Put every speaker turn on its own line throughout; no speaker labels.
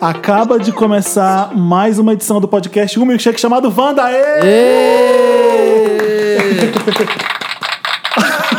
Acaba de começar mais uma edição do podcast Um Milkshake chamado Wanda.
Ê!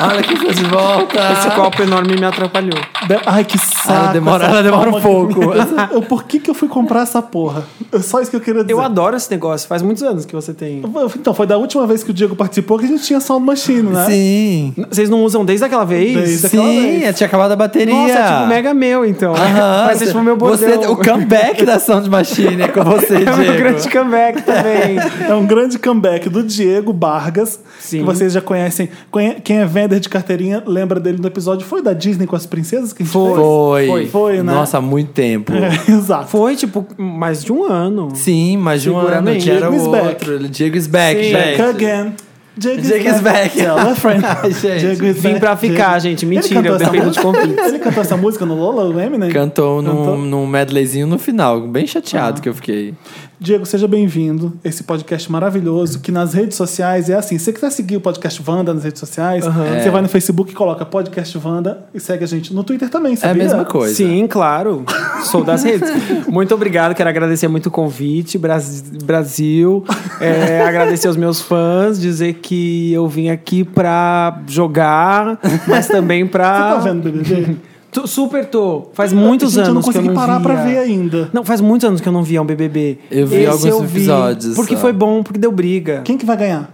Olha quem foi de volta.
Esse copo enorme me atrapalhou.
De- Ai, que saco.
Ah, demora-
essa
ela demora um
palma de
pouco.
merda. Eu- Por que que eu fui comprar essa porra? É Só isso que eu queria dizer.
Eu adoro esse negócio, faz muitos anos que você tem.
Então, foi da última vez que o Diego participou que a gente tinha Sound Machine, né?
Sim.
Vocês não usam desde aquela vez?
Desde aquela
Sim,
vez.
eu tinha acabado a bateria.
Nossa, é tipo mega meu, então.
Aham,
Vai ser tipo meu
você, é
bordão.
O comeback da Sound Machine é com você,
É meu
Diego.
grande comeback também.
É um grande comeback do Diego Bargas,
Sim.
que vocês já conhecem. Conhe- Quem é vender de carteirinha lembra dele no episódio. Foi da Disney com as princesas que a gente
Foi.
Foi, foi, né?
Nossa, há muito tempo.
fez? Exato.
Foi, tipo, mais de um ano.
Sim, mas de um ano
Seguramente.
que era
Diego is
o
back.
outro. Diego is back,
Sim.
Back
gente.
again. Diego,
Diego is back.
Tell a é friend.
Ai, gente.
is
Vim pra ficar, gente.
Ele
Mentira,
cantou
eu
essa
dependo de
música?
convite.
Ele cantou essa música no Lola, o Eminem?
Cantou num,
Cantou.
num medleyzinho no final. Bem chateado que eu fiquei.
Diego, seja bem-vindo. Esse podcast maravilhoso que nas redes sociais é assim. Se você quiser seguir o podcast Wanda nas redes sociais, você
É.
vai no Facebook e coloca podcast Wanda e segue a gente no Twitter também,
É a
sabia?
mesma coisa.
Sim, claro. Sou das redes. Muito obrigado, quero agradecer muito o convite, Bras- Brasil. É, agradecer aos meus fãs, dizer que eu vim aqui pra jogar, mas também
Você
pra.
tá vendo, BBB?
Tô- super tô. Faz muitos
É, Gente,
anos
eu não
que eu
consegui
não
parar
via.
pra ver ainda.
Não, faz muitos anos que eu não via um BBB.
Eu vi alguns episódios é.
Porque
só.
foi bom, porque deu briga.
Quem que vai ganhar?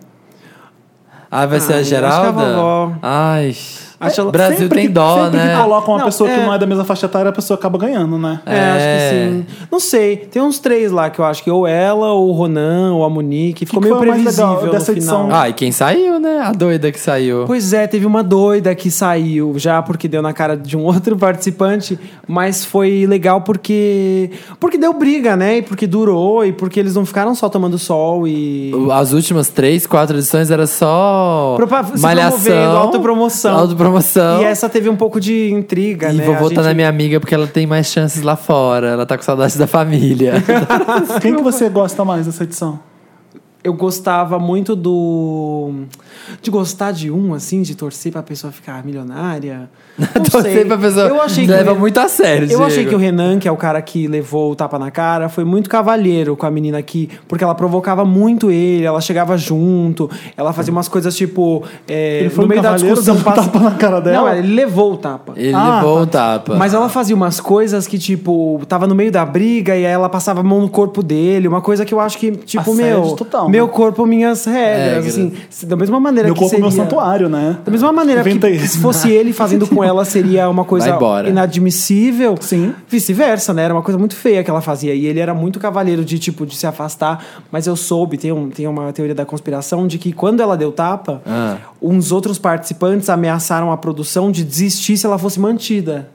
Ah, vai ser
Ai,
a
acho que é a vovó.
Geralda? Ai.
Acho ela-
Brasil
Sempre
tem
que-
dó,
sempre
né?
que colocam uma
Não,
pessoa que
é.
não é da mesma faixa etária, a pessoa acaba ganhando, né?
É,
É.
acho que sim. Não sei, tem uns três lá que eu acho que ou ela, ou o Ronan, ou a Monique. Ficou
que
meio
foi o mais
previsível
legal dessa
no final.
edição?
Ah, e quem saiu, né? A doida que saiu.
Pois é, teve uma doida que saiu já porque deu na cara de um outro participante, mas foi legal porque porque deu briga, né? E porque durou e porque eles não ficaram só tomando sol e
As últimas três, quatro edições era só
Propa- se promovendo,
malhação,
autopromoção.
autopromoção.
E essa teve um pouco de intriga,
E
né?
vou
A
votar
gente-
na minha amiga porque ela tem mais chances lá fora. Ela tá com saudade da família.
Quem que você gosta mais dessa edição?
Eu gostava muito do de gostar de um assim, de torcer pra pessoa ficar milionária. Não sei.
Torcer pra pessoa.
Eu achei que
leva
o-
muito a sério,
Eu
Diego.
achei que o Renan, que é o cara que levou o tapa na cara, foi muito cavalheiro com a menina aqui, porque ela provocava muito ele, ela chegava junto, ela fazia umas coisas tipo. é,
Ele foi
no
um
meio da
cavalheiro,
discussão.
deu um tapa na cara dela?
Não, ele levou o tapa.
Ele
Ah,
levou o tapa.
tá. Mas ela fazia umas coisas que, tipo, tava no meio da briga e aí ela passava a mão no corpo dele, uma coisa que eu acho que, tipo,
Assédio
meu,
total,
meu
né?
corpo, minhas
Regras.
regras, assim, se- da mesma maneira
Meu
que
corpo, meu
seria-
santuário, né?
Da mesma maneira que,
Inventa
que
isso.
se fosse ele fazendo com ela seria uma coisa
Vai embora.
inadmissível.
Sim.
Vice-versa, né? Era uma coisa muito feia que ela fazia. E ele era muito cavaleiro de, tipo, de se afastar. Mas eu soube, tem, um, tem uma teoria da conspiração de que quando ela deu tapa,
Ah.
uns outros participantes ameaçaram a produção de desistir se ela fosse mantida.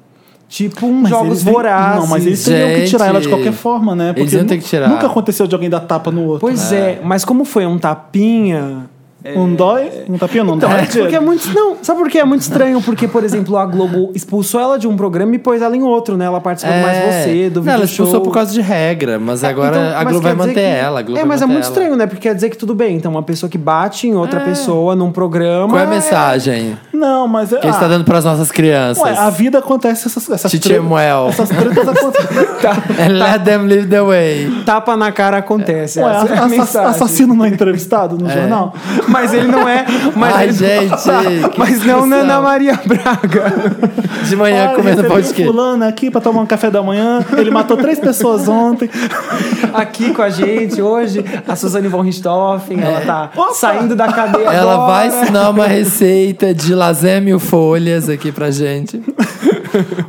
Tipo um
Mas
Jogos
eles nem-
Vorazes.
Não, mas eles teriam que
Gente,
tirar ela de qualquer forma, né?
eles iam ter
nu-
que tirar.
Nunca aconteceu de alguém dar tapa no outro. Né?
Pois é. mas como foi um tapinha...
Não Um dói? Não tapinha não
Então,
dói?
é porque é muito. Não, sabe por que é muito estranho? Porque, por exemplo, a Globo expulsou ela de um programa e pôs ela em outro, né? Ela participou do mais você, do
É. Não, ela
vídeo show.
expulsou por causa de regra, mas agora
Então,
a
mas
Globo
quer
vai
dizer
manter
que-
ela. a Globo
é,
vai
mas é
manter
muito
ela. É.
estranho, né? Porque quer dizer que tudo bem. Então, uma pessoa que bate em outra pessoa num programa.
Qual é a mensagem
Não, mas... é, ah,
que a
Ah.
gente tá dando pras nossas crianças?
Ué, a vida acontece essas... essas
Titi
tre-
Emuel.
Essas tretas acontecem.
Tá
And let them live the way.
é, Tapa na cara acontece.
Ué,
essa é a
assa-
mensagem.
assassino não é entrevistado no jornal?
Mas ele não é. Mas
Ai,
ele-
gente, que
mas não na
discussão.
Ana Maria Braga.
De manhã
Ah,
comendo
recebi
pão
um
de queijo.
fulano aqui pra tomar um café da manhã. Ele matou três pessoas ontem.
Aqui com a gente hoje, a Suzane von Richthofen, ela tá saindo da cadeia.
Ela vai
agora.
ensinar uma receita de lasanha mil folhas aqui pra gente.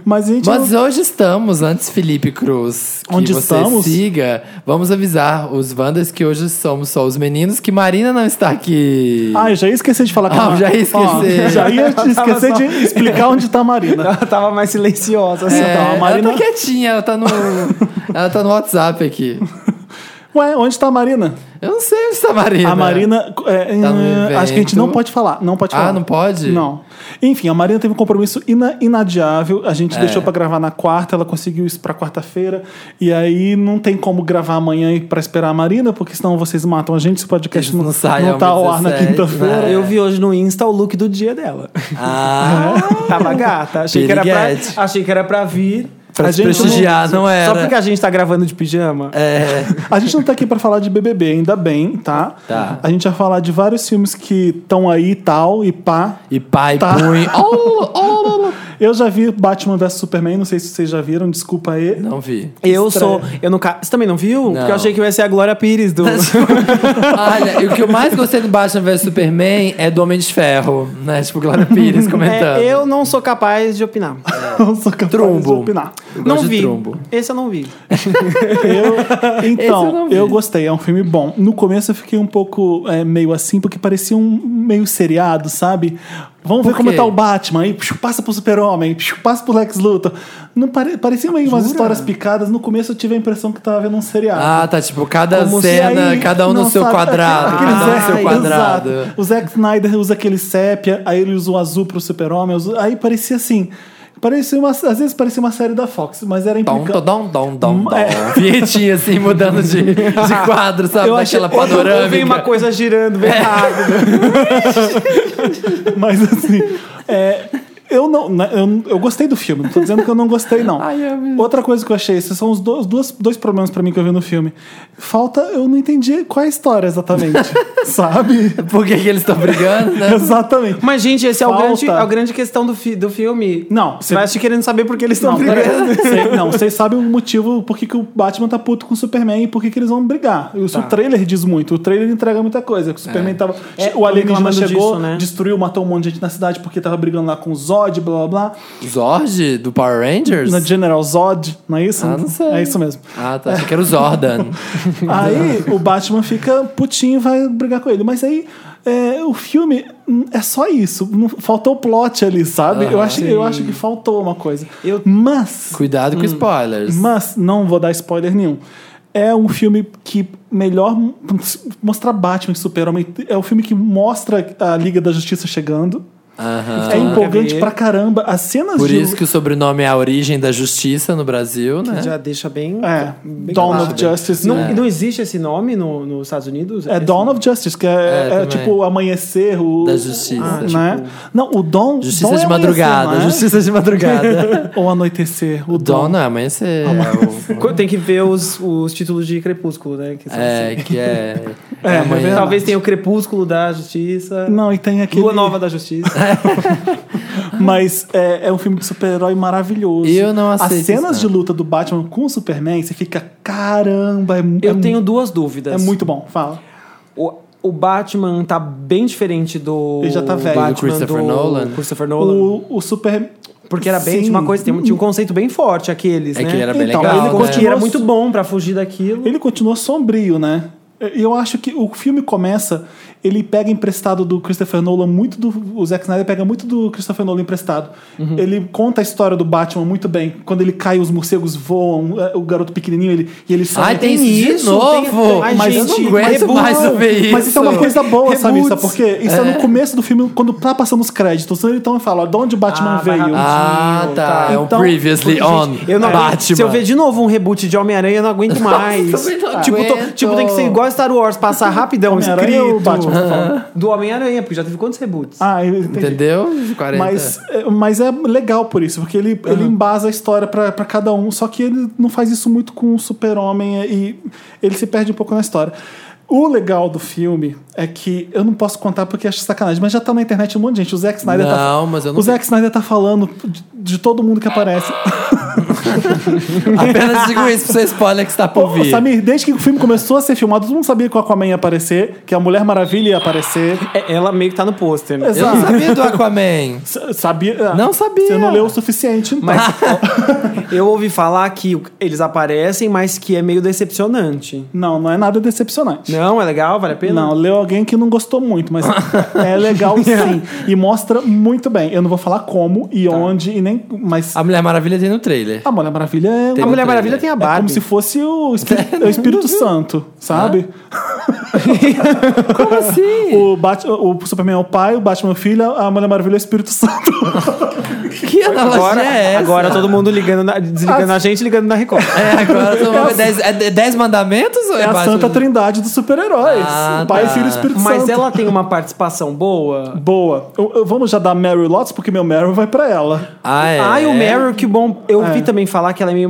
Mas a gente... não-
Mas hoje estamos, antes Felipe Cruz, que
Onde
você
estamos?
siga, vamos avisar os Wanders que hoje somos só os meninos, que Marina não está aqui.
Ah, eu já ia esquecer de falar com
Ah,
ela.
eu já ia esquecer.
Ó, já ia te
Tava
esquecer
só-
de explicar onde tá a Marina.
Ela tava mais silenciosa, assim.
É,
então, a Marina-
Ela tá quietinha, ela tá no, ela tá no WhatsApp aqui.
Ué, onde tá a Marina?
Eu não sei onde está a Marina.
A Marina. é,
Tá no
é, acho que a gente
evento.
não pode falar. Não pode
Ah,
falar.
não pode?
Não. Enfim, a Marina teve um compromisso ina- inadiável. A
É.
gente deixou pra gravar na quarta, ela conseguiu isso pra quarta-feira. E aí não tem como gravar amanhã e pra esperar a Marina, porque senão vocês matam a gente. Esse podcast
Isso
não,
não sai
não
ao
tá ao ar na
17,
quinta-feira.
né?
Eu vi hoje no Insta o look do dia dela.
Ah,
Tava gata. Achei que, era
Piriguete.
pra, achei que era pra vir.
Pra
A gente não-
prestigiar, não, era.
Só porque a gente tá gravando de pijama.
É,
A gente não tá aqui pra falar de BBB, ainda bem, tá?
Tá.
A gente vai falar de vários filmes que estão aí e tal, e pá.
e pai,
Tá.
punho. Oh, oh, oh.
Eu já vi Batman vs Superman, não sei se vocês já viram, desculpa aí.
Não vi.
Eu
estranho.
sou. Eu nunca. Você também não viu?
Não. Tá
Porque eu achei que eu ia ser a Glória Pires do.
Olha, e o que eu mais gostei do Batman vs Superman é do Homem de Ferro, né? Tipo, Glória Pires comentando.
É, eu não sou capaz de opinar.
Não sou capaz de
Trumbo.
opinar.
Eu
não
gosto de
vi.
trombo. Tá
Esse eu não vi.
Eu-
eu não
então,
vi.
eu, gostei, é um filme bom. No começo eu fiquei um pouco é, meio assim, porque parecia um meio seriado, sabe? Vamos ver
Por
como
quê?
tá o Batman, aí psiu, passa pro Super-Homem, psiu, passa pro Lex Luthor. Não pare- Parecia meio umas histórias picadas. No começo eu tive a impressão que tava vendo um seriado.
Ah, tá. Tipo, cada
Como se-
cena,
aí,
cada um no
não,
seu
sabe,
quadrado.
aquele-
Cada um no
aquele
seu
Zack-
quadrado.
exato. O Zack Snyder usa aquele sépia, aí ele usa o azul pro super-homem. usa- Aí parecia assim... Parecia uma, às vezes parecia uma série da Fox, mas era
Dom,
implicante.
dom, dom, dom, dom.
É.
Vinhetinha, assim, mudando de, de quadro, sabe? Daquela panorâmica. É.
Eu vi uma coisa girando bem rápido.
Mas assim, é, eu não. né, Eu, eu gostei do filme, não tô dizendo que eu não gostei, não.
Ai, eu amo.
Outra coisa que eu achei, esses são os dois, duas- dois problemas pra mim que eu vi no filme. Falta, eu não entendi qual é a história exatamente. sabe?
Por que, que eles estão brigando, né?
Exatamente.
Mas, gente, esse é o
Falta.
grande, é o grande questão do, fi- do filme.
Não,
Você vai assistir querendo saber por que eles estão
Não,
brigando.
peraí. Cê- não, vocês sabem o motivo por que, que o Batman tá puto com o Superman e por que, que eles vão brigar. Isso o trailer diz muito. O trailer entrega muita coisa. que O Superman tava.
Tá. É,
o alienígena
reclamando
chegou,
disso, né?
destruiu, matou um monte de gente na cidade porque tava brigando lá com o Zod, blá blá blá.
Zord, do Power Rangers?
Na General Zod, não é isso?
Ah, não sei.
É isso mesmo.
Ah, tá. Achei que era o Zordan.
Aí o Batman fica putinho e vai brigar com ele. Mas aí é, o filme hum, é só isso. Não- Faltou plot ali, sabe? eu, acho, eu acho que faltou uma coisa.
Eu-
Mas,
Cuidado com spoilers.
mas, não vou dar spoiler nenhum. É um filme que melhor m- mostrar Batman e Super-Homem. É o filme que mostra a Liga da Justiça chegando.
Aham.
é
nunca
empolgante
vi.
pra caramba. As cenas
Ah. Por
de.
isso que o sobrenome é a origem da justiça no Brasil, né?
Já deixa bem.
É,
bem
Dawn
claro.
of Justice.
Não,
É.
não existe esse nome no- nos Estados Unidos?
É
Esse-
Dawn of Justice, que é, é
também.
tipo o amanhecer, o.
Da justiça.
Ah,
Tipo-
né? Não, o Dawn.
Justiça
dawn é
de
amanhecer,
madrugada.
não é?
Justiça de madrugada.
Ou anoitecer. O Dawn.
Dona, amanhecer. é
Co- Tem que ver os, os títulos de Crepúsculo, né? que são
assim.
É, que é.
É, mas
amanhã.
é-
Talvez tenha o Crepúsculo da Justiça.
é
Não, e tem aquele.
Lua Nova da Justiça.
Mas é, é um filme de super-herói maravilhoso.
Eu não aceito
As cenas
isso,
de luta do Batman com o Superman, você fica, caramba, é, mu- é
Eu
mu-
tenho duas dúvidas.
É muito bom, fala.
O, o Batman tá bem diferente do.
Ele já tá velho.
Batman
Do Christopher Nolan.
Christopher Nolan.
O, o Super.
Porque era bem.
Sim. Hum,
Tinha uma coisa, tinha um- tinha um conceito bem forte aqueles.
É
né?
que era bem
Então,
legal.
ele
né?
Porque
Continua
era
su-
muito bom pra fugir daquilo.
Ele continua sombrio, né? E eu acho que o filme começa, ele pega emprestado do Christopher Nolan muito do o Zack Snyder pega muito do Christopher Nolan emprestado.
Uhum.
Ele conta a história do Batman muito bem. Quando ele cai, os morcegos voam, é, o garoto pequenininho, ele e ele sobe.
Ai, tem
Ah, Tem
isso de
isso, tem-
novo!
tem- Ai,
mas eu
gente,
não aguento
reboot.
mais ouvir isso.
é Mas isso é uma coisa boa, sabe? Isso
Reboots.
porque isso é. no começo do filme, quando tá passando os créditos, então ele então fala, ó, de onde o Batman
Ah, vai
veio?
rapidinho.
Ah, tá. É o
Então,
Previously
Gente,
on.
eu não aguento.
Batman.
Se eu ver de novo um reboot de Homem-Aranha, eu não aguento mais.
também não
tipo, tô-
aguento.
tipo, tem que ser igual Star Wars, passar rapidão,
Homem-Aranha
escrito.
ou Batman, você fala?
Do Homem-Aranha, porque já teve quantos reboots?
Ah, eu entendi.
Entendeu? 40.
Mas, é, mas é legal por isso, porque ele, ele
Uhum.
embasa a história pra pra cada um, só que ele não faz isso muito com o super-homem e ele se perde um pouco na história. O legal do filme é que eu não posso contar porque acho sacanagem, mas já tá na internet um monte de gente. O Zack Snyder
Não,
tá.
mas eu não
O Zack Snyder tá falando de, de todo mundo que aparece.
Apenas digo isso pro seu spoiler que tá está por
Pô,
vir.
Samir, desde que o filme começou a ser filmado, todo mundo sabia que o Aquaman ia aparecer, que a Mulher Maravilha ia aparecer.
É, Ela meio que tá no pôster. né?
Eu não sabia do Aquaman.
S- Sabia.
Não sabia.
Você não leu o suficiente, então.
Mas eu ouvi falar que o- eles aparecem, mas que é meio decepcionante.
Não, não é nada decepcionante.
Não, é legal? Vale a pena?
Não, leu alguém que não gostou muito, mas é legal sim. E mostra muito bem. Eu não vou falar como e onde, e nem. Mas
A Mulher Maravilha tem no trailer.
a Mulher Maravilha é.
A
uma-
Mulher Maravilha tem a
É como
Barbie.
se fosse o Espírito, é o Espírito Santo, sabe?
Como assim?
O, Bat- o Superman é o pai, o Batman é o filho, a Mulher Maravilha é o Espírito Santo.
Que analogia
Agora,
é essa?
agora todo mundo ligando, na- desligando
Ah,
a gente, ligando na Record.
É, agora todo mundo- é dez, é de- dez mandamentos ou é,
É a
Batman?
Santa Trindade dos super-heróis.
Ah,
O pai,
tá.
filho e Espírito
Mas
Santo.
ela tem uma participação boa.
Boa. Eu- eu- vamos já dar Mary Lots, porque meu Meryl vai pra ela.
Ah, é.
Ai, o Meryl, que bom. Eu vi também falar que ela é meio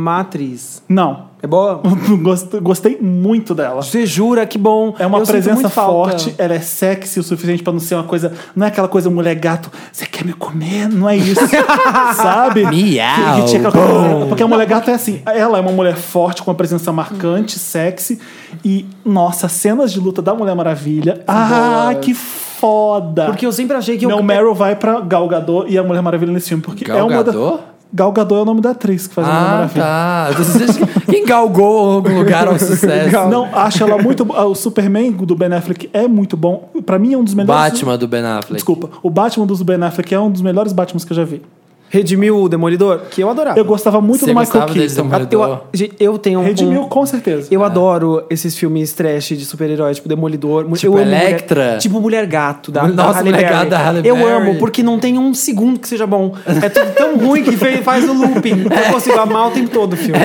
matriz.
Não.
É boa?
Gost- Gostei muito dela.
Você jura, que bom.
É uma
Eu sinto
presença
muito falta.
forte, ela é sexy o suficiente pra não ser uma coisa. Não é aquela coisa mulher gato, você quer me comer? Não é isso. Sabe?
Miau,
Que- que tinha aquela coisa- Porque a mulher gato é assim, ela é uma mulher forte, com uma presença marcante, sexy. E, nossa, cenas de luta da Mulher Maravilha. Ah, que foda!
Porque eu sempre achei que
Não,
eu...
Meryl vai pra Gal Gadot e a Mulher Maravilha nesse filme. Porque é
Gal
uma da-
Gadot?
Gal Gadot é o nome da atriz que faz a Mulher
Ah,
Maravilha.
tá. Eu tô dizendo, Quem galgou algum lugar ao sucesso?
tá.
Não, acho ela muito. bo- O Superman do Ben Affleck é muito bom. Pra mim é um dos melhores.
Batman do Ben Affleck.
Desculpa. O Batman dos Ben Affleck é um dos melhores Batmans que eu já vi.
Redimiu o Demolidor, que eu adorava.
Eu gostava muito
Você
do Michael
gostava dele
Keaton.
também?
Ah, Eu, gente, eu tenho um...
Redimiu,
um-
com certeza.
É.
Eu adoro esses filmes trash de super-herói, tipo Demolidor. mu-
Tipo
eu amo mulher-
Electra.
tipo Mulher Gato, da,
Nossa,
da Halle
Mulher
Berry.
Gato da Halle
Eu
Berry.
amo, porque não tem um segundo que seja bom. É tudo tão ruim que fe- faz o looping.
É.
Eu consigo amar o tempo todo o filme.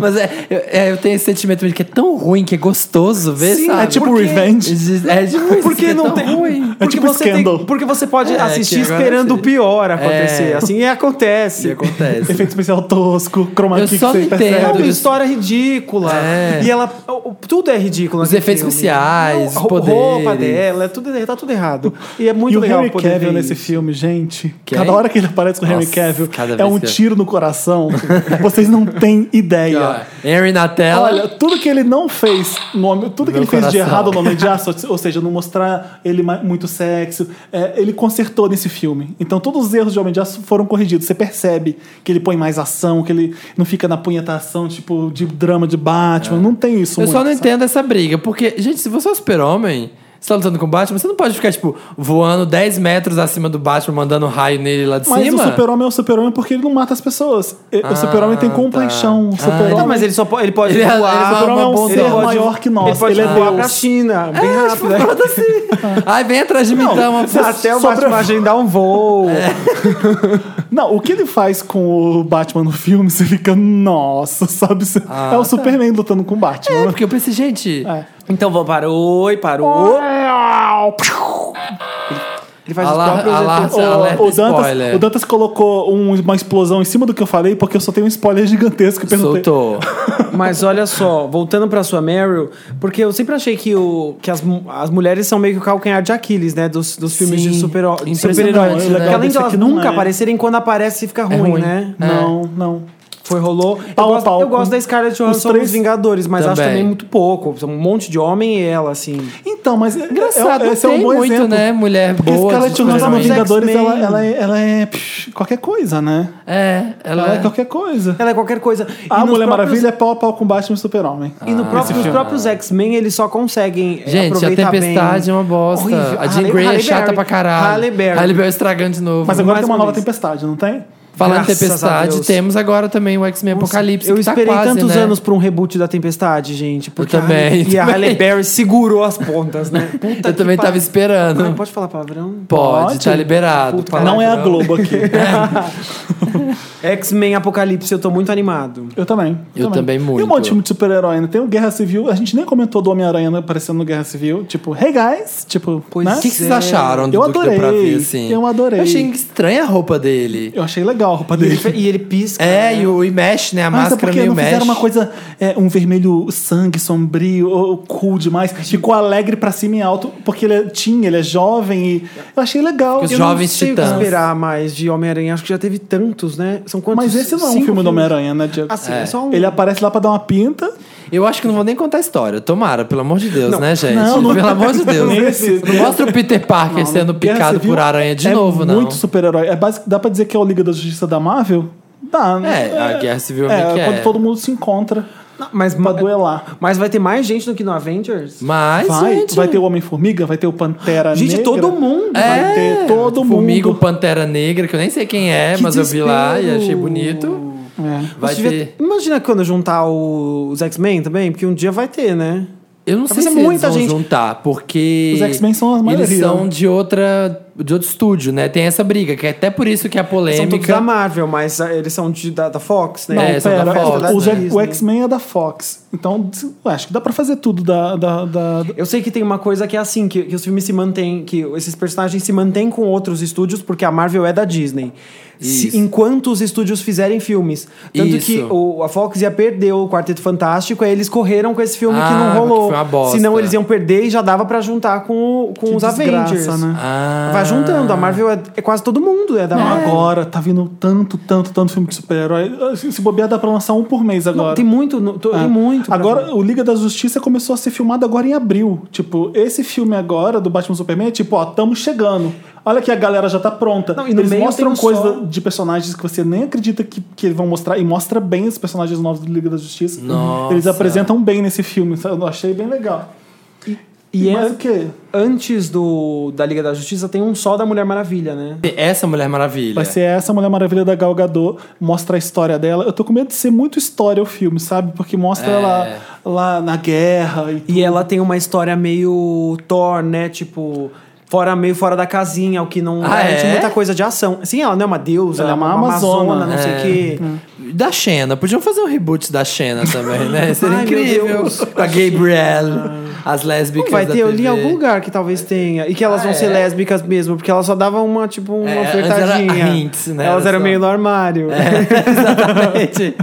Mas é, eu, é, eu tenho esse sentimento de que é tão ruim que é gostoso ver,
Sim,
sabe?
é tipo
Por quê?
Revenge.
É tipo isso,
Porque
é
não
tão
tem.
ruim.
É
Porque
tipo
você tem-
Scandal.
porque você pode
É,
assistir
que agora
esperando
você-
o pior acontecer.
É.
Assim, e acontece.
E acontece.
Efeito especial tosco, chroma
Eu
key que
só
você
não
percebe.
entendo.
É uma
isso.
história ridícula.
É.
E ela. o- o- Tudo é ridículo.
Os
naquele
efeitos
filme.
especiais,
Não,
os
a roupa
poderes.
dela, é tudo, tá tudo errado. E é muito
E o
legal
Henry
poder
Cavill
ver
nesse
isso.
filme, gente,
Quem?
cada hora que ele aparece com o Henry
é Nossa,
Cavill,
cada
é
vez
um
que eu-
tiro no coração. Vocês não têm ideia.
Henry na tela.
Olha, tudo que ele não fez, no Homem- tudo que
Meu
ele fez de
coração.
errado no Homem de Aço, ou seja, não mostrar ele ma- muito sexo, é, ele consertou nesse filme. Então todos os erros de Homem de Aço foram corrigidos. Você percebe que ele põe mais ação, que ele não fica na punhetação, tipo, de drama de Batman. Não tem isso
É. eu
muito,
só não
sabe?
entendo essa briga. Porque, gente, se você é um super-homem, você tá lutando com o Batman, você não pode ficar, tipo, voando 10 metros acima do Batman, mandando raio nele lá de
Mas
cima.
o super-homem é o super-homem porque ele não mata as pessoas. E- o super-homem tem
tá. então,
compaixão. O super-homem
Não, Então, mas ele só pode. Ele pode
Ele é-
voar.
ele só
é um
Ah,
ser
ele pode-
maior que nós.
Ele
Ele,
pode
é
voar pra
Deus.
China,
é
É,
bem
tipo,
rápido. né?
Ai, vem atrás de mim, então. Uma...
você-
Até o
Só pra-
Batman agendar um voo.
É.
Não, o que ele faz com o Batman no filme, você fica, nossa, sabe? Você-
Ah, tá.
é o Superman lutando com o Batman.
Porque eu pensei, gente,
É.
Então vamos, parou e parou. Ele faz os
Alá-
próprios
alá-
efeitos.
alerta
O, o Dantas,
spoiler.
o Dantas colocou um- uma explosão em cima do que eu falei, porque eu só tenho um spoiler gigantesco. Eu perguntei,
soltou.
Mas olha só, voltando pra sua Meryl, porque eu sempre achei que, o, que as, mu- as mulheres são meio que o calcanhar de Aquiles, né? Dos, dos filmes
Sim.
de super-herói. de
Impressionante,
super-herói.
né?
Porque além de
Isso
elas
aqui não
nunca
é.
aparecerem, quando aparece fica ruim,
É ruim.
né?
Não,
É.
não.
Foi, rolou.
Pau
eu,
a
gosto,
pau
eu gosto
com
da Scarlett Johansson
os três.
nos Vingadores, mas acho
Também.
também muito pouco. São um monte de homem e ela, assim.
Então, mas é-
Engraçado,
é,
não
esse é
tem
um bom
muito,
exemplo.
né? Mulher
Porque
boa.
Scarlett
de
Johansson no
super-herói.
Vingadores.
um Vingadores, ela,
X-Men.
ela é, ela é psh, qualquer coisa, né?
É, ela,
Ela é
é
qualquer coisa.
Ela é qualquer coisa.
Ah,
A
nos
Mulher
próprios-
Maravilha é pau a pau com Batman e Super-Homem.
E no próprio, os próprios X-Men, eles só conseguem eh,
Gente, a
aproveitar
Tempestade
bem.
é uma bosta.
Horrível.
A Jean
Halle-
Grey é
Halle
chata
Berry.
pra caralho.
Halle Berry.
Halle Berry estragando de novo.
Mas agora
Mais
tem uma
uma
nova
vez.
tempestade, não tem?
Falando em
Graças a
Tempestade,
Deus.
temos agora também o X-Men Apocalipse.
Eu
que tá
esperei
quase,
tantos
né?
anos pra um reboot da Tempestade, gente. Porque
Eu também,
a Halle- E a
também.
Halle Berry segurou as pontas, né? Puta
Eu
que
também
par-
tava
Ai,
esperando.
pode falar palavrão?
Pode,
Pode?
tá liberado.
Puta,
Palavrão.
Não é a Globo aqui.
X-Men Apocalipse, eu tô muito animado.
Eu também.
Eu também muito.
E um monte de super-herói, né? Tem o Guerra Civil, a gente nem comentou do Homem-Aranha né, aparecendo no Guerra Civil. Tipo, hey guys! Tipo,
Pois
né?
O que, que vocês
É.
acharam do
Eu
do que deu pra
adorei.
ver, assim?
Eu adorei.
Eu achei estranha a roupa dele.
Eu achei legal a roupa
E
dele.
ele, e ele pisca.
É,
né?
e, o, e mexe, né? A
Mas é
máscara
porque
meio
não
mexe.
fizeram uma coisa, é, um vermelho sangue, sombrio, ou cool demais. Ficou alegre pra cima e alto, porque ele é teen, ele é jovem e eu achei legal.
Porque os
Eu
jovens
Não sei o que
Titãs.
esperar mais de Homem-Aranha. Acho que já teve tantos, né? São
não-
quantos?
Mas esse não é um
Cinco
filme do
filmes?
Homem-Aranha, né, Diego?
Assim, é só um-
Ele aparece lá pra dar uma pinta.
Eu acho que não vou nem contar a história. Tomara, pelo amor de Deus, né, gente?
Não, tá não-
Pelo amor de Deus.
Nesse-
não mostra o Peter Parker
Não,
sendo
Guerra
picado
Civil
por aranha de
é
novo, não.
Muito super-herói. É basic- dá pra dizer que é o Liga da Justiça da Marvel? Dá, né?
É, a Guerra Civil meio
é,
que é.
quando todo mundo se encontra
Não, mas,
pra duelar.
mas vai ter mais gente do que no Avengers?
Mas,
Vai,
gente...
vai ter o Homem-Formiga, vai ter o Pantera
Gente,
Negra.
todo mundo.
É,
Vai ter todo mundo.
Formiga, o Pantera Negra, que eu nem sei quem é,
Que
mas eu vi lá e
desespero.
achei bonito.
É.
Vai
Você devia-
ter...
Imagina quando juntar o- os X-Men também, porque um dia vai ter, né?
Eu não sei
Mas é
se
muita
eles vão
gente.
juntar, porque...
Os X-Men são a maioria,
Eles são
né?
de outra de outro estúdio, né? Tem essa briga, que é até por isso que a
São todos
polêmica.
da Marvel, mas ah, eles são de, da, da Fox, né?
Não,
É, são da
pera,
Fox,
os-
né?
o X-Men é da Fox. Então, acho que dá pra fazer tudo da. da, da- da-
Eu sei que tem uma coisa que é assim, que, que os filmes se mantêm, que esses personagens se mantêm com outros estúdios, porque a Marvel é da Disney. Se-
Isso.
enquanto os estúdios fizerem filmes. Tanto
Isso.
que o- a Fox ia perder o Quarteto Fantástico, aí eles correram com esse filme que
Ah,
não rolou.
que foi uma bosta.
Senão eles iam perder e já dava pra juntar com, o- com
Que
os
desgraça,
Avengers.
né?
Ah.
Vai juntando, a Marvel é, é quase todo mundo, é da
Não,
Marvel.
Agora tá vindo tanto, tanto, tanto filme de super-herói. Se se bobear, dá pra lançar um por mês agora.
Não, tem muito, no- to-
É.
tem muito. pra
Agora, o Liga da Justiça começou a ser filmado agora em abril. Tipo, esse filme agora do Batman e Superman é tipo, ó, estamos chegando. Olha que a galera já tá pronta.
Não, e no
Eles
meio
mostram
tem um
coisa
só-
de personagens que você nem acredita que, que eles vão mostrar. E mostra bem os personagens novos do Liga da Justiça.
Nossa.
Eles apresentam bem nesse filme. sabe? Eu achei bem legal.
E
Mas
é-
o quê?
Antes do, da Liga da Justiça, tem um só da Mulher Maravilha, né?
Essa Mulher Maravilha.
é.
Vai ser essa Mulher Maravilha da Gal Gadot, mostra a história dela. Eu tô com medo de ser muito história o filme, sabe? Porque mostra ela lá na guerra e
É. E ela tem uma história meio Thor, né? Tipo, fora meio fora da casinha, o que não
Ah,
garante
é?
muita coisa de ação. Sim, ela não é uma deusa, ela é uma, amazona, não
é.
sei o quê.
Hum. Da Xena. Podiam fazer um reboot da Xena também, né? Seria
Ai, meu
incrível.
Deus.
Com a Gabrielle, as lésbicas.
Vai
da
ter, eu
TV.
li em algum lugar que talvez tenha. E que elas
Ah,
vão ser
é?
lésbicas mesmo, porque elas só davam uma, tipo, uma
É, antes era
apertadinha.
a hints, né?
Elas
Era
eram
só- É,
meio no armário.
Exatamente.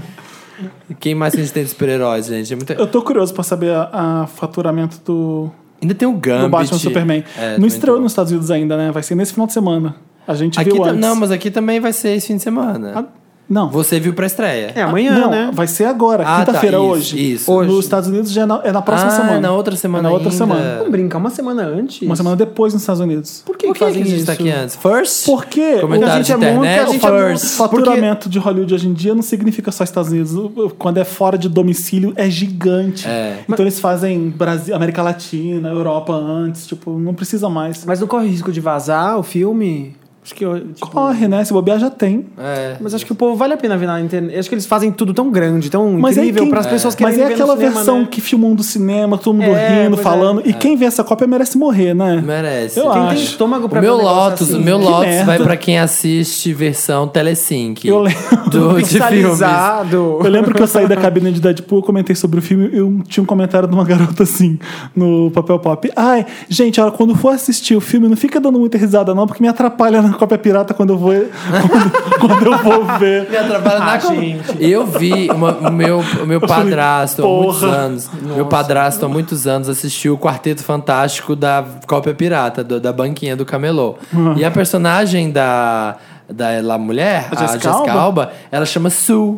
Quem mais que a gente tem de super-heróis, gente? É muita-
Eu tô curioso pra saber a, a faturamento do,
Ainda tem o Gambit.
do Batman Superman.
É,
não
também
estreou
tem.
nos Estados Unidos ainda, né? Vai ser nesse final de semana. A gente
Aqui
viu
ta-
antes.
Não, mas aqui também vai ser esse fim de semana.
Ah, não. Ah,
Você viu pra estreia.
É amanhã,
não,
né?
vai ser agora,
Ah, tá,
quinta-feira,
isso,
hoje.
isso.
Nos Estados Unidos já é na, é na próxima
Ah,
semana.
na outra semana
É na outra
ainda.
semana.
Vamos brincar uma semana antes.
Uma semana depois nos Estados Unidos.
Por que,
Por que,
que
que a
fazem
gente
isso?
tá aqui antes? First?
Porque
Comentário
a gente
de
é muito.
internet,
a gente é muito-
first.
o faturamento de Hollywood hoje em dia não significa só Estados Unidos. Quando é fora de domicílio, é gigante.
É.
Então eles fazem Brasil, América Latina, Europa antes. Tipo, não precisa mais.
Mas não corre risco de vazar o filme? Acho que eu, tipo,
Corre, né? Se bobear já tem.
É.
Mas acho que o povo vale a pena ver na internet. Acho que eles fazem tudo tão grande, tão
Mas aí
incrível
quem-
para as pessoas que
Mas é aquela versão
né?
que filmou do cinema, todo mundo
É,
rindo,
pois é.
falando. E quem vê essa cópia merece morrer, né?
Merece.
Eu
Quem
acho.
tem estômago
O
pra
meu
ver um negócio
Lotus,
assim,
o meu
Que
Lotus vai
merda.
pra quem assiste versão Telesync.
Eu lembro.
Do, de filmes.
cristalizado.
Eu lembro que eu saí da cabine de Deadpool, eu comentei sobre o filme e eu tinha um comentário de uma garota assim, no papel pop. Ai, gente, olha, quando for assistir o filme, não fica dando muita risada, não, porque me atrapalha na cópia pirata quando eu vou. Quando, quando eu vou ver.
Me atrapalha na
Ah,
com-
gente.
Eu vi uma- o meu, o meu padrasto há
porra.
muitos anos. Meu padrasto há muitos anos assistiu o Quarteto Fantástico da cópia pirata, do- da banquinha do Camelô. E a personagem da, da, da mulher, a
A Jessica
Jessica Alba, ela chama Sue.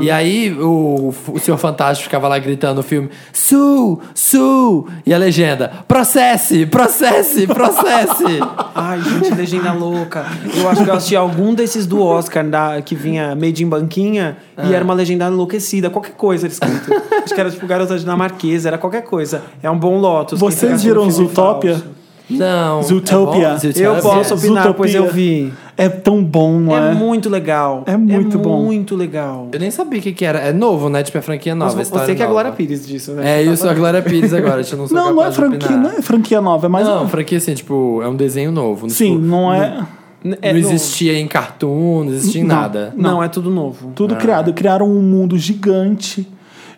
E aí o, o Senhor Fantástico ficava lá gritando no filme Sue, Sue! E a legenda Processe, processe, processe!
Ai, gente, legenda louca. Eu acho que eu assisti algum desses do Oscar da, que vinha Made in Banquinha e
É.
era uma legenda enlouquecida, qualquer coisa eles escrito. acho que era tipo garota dinamarquesa, era qualquer coisa. É um bom Lotus. quem fica
Vocês
assistindo
viram
filme
Zootopia?
falso.
Não. é bom? é
Zootopia. Eu
Eu posso opinar,
Zootopia.
pois eu vi.
É tão bom, não
É
é?
muito legal.
É muito bom.
muito legal.
Eu nem sabia o que, que era. É novo, né? Tipo, é franquia nova.
Mas
história
você que é a
nova.
Glória Pires disso, né?
É, eu sou a Glória Pires agora. gente, Eu não sou
tá Não, não é
capaz de
franquia,
opinar.
não é franquia nova, é mais.
Não,
um-
franquia assim, tipo, é um desenho novo.
Sim,
tipo,
não é.
É,
não
não-
existia em cartoon, não existia em
Não.
nada.
Não, é tudo novo.
Tudo
Ah.
criado. Criaram um mundo gigante.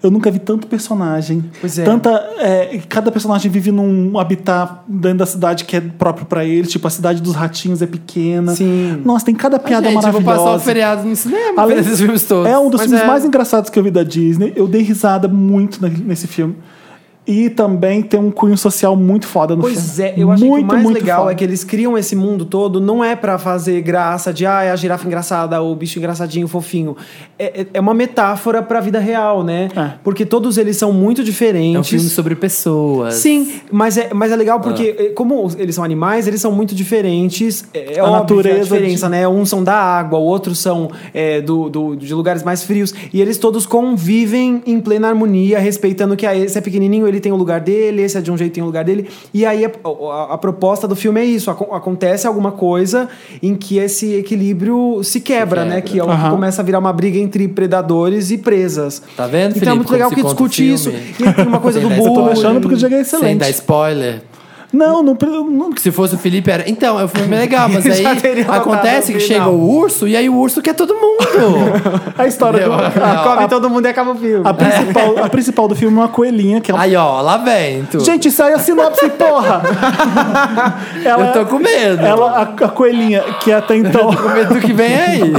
Eu nunca vi tanto personagem.
Pois é.
Tanta. é, e cada personagem vive num habitat dentro da cidade que é próprio pra ele. Tipo, a cidade dos ratinhos é pequena.
Sim.
Nossa, tem cada piada
Gente, eu vou
maravilhosa.
passar o feriado no cinema,
Além-
ver esses filmes todos.
É um dos
Mas
filmes
é.
mais engraçados que eu vi da Disney. Eu dei risada muito na- nesse filme. E também tem um cunho social muito foda no filme.
Pois é, eu acho que o
Muito,
mais
muito
legal
foda.
é que eles criam esse mundo todo, não é pra fazer graça de ah, é a girafa engraçada, ou o bicho engraçadinho, fofinho. É, é- é uma metáfora pra vida real, né?
É.
Porque todos eles são muito
É um filme
diferentes.
sobre pessoas.
Sim, mas é, mas é legal porque,
Ah.
eh, como eles são animais, eles são muito diferentes. É, é
A
óbvio
natureza
a diferença,
de-
né? Uns são da água, outros são eh, do, do- de lugares mais frios. E eles todos convivem em plena harmonia, respeitando que ah, esse é pequenininho, ele tem o lugar dele, esse é de um jeito, tem o lugar dele. E aí a, a- a proposta do filme é isso: acon- acontece alguma coisa em que esse equilíbrio se quebra, né?
quebra.
Que é o que
Aham.
começa a virar uma briga entre predadores e presas.
Tá vendo,
Então
Felipe,
é muito
como
legal
se
que
conta o
discute isso.
filme?
E aí tem uma coisa
Sem
do
dar
bullying.
achando porque o jogo é
Sem
excelente.
dar spoiler.
Não, não, pre- não
Porque se fosse o Felipe era. Então, é um filme legal, mas aí
Já teria botado
acontece
no
que chega
final.
o urso e aí o urso quer todo mundo.
A história do.
Não,
A,
não.
Come todo
é
mundo e acaba o filme.
a principal, a principal do filme é uma coelhinha que é uma.
aí, ó, lá vem. Tu.
Gente, sai a sinopse, porra! é
eu tô com medo.
Ela, a, a coelhinha, que até então.
Com medo do que vem aí.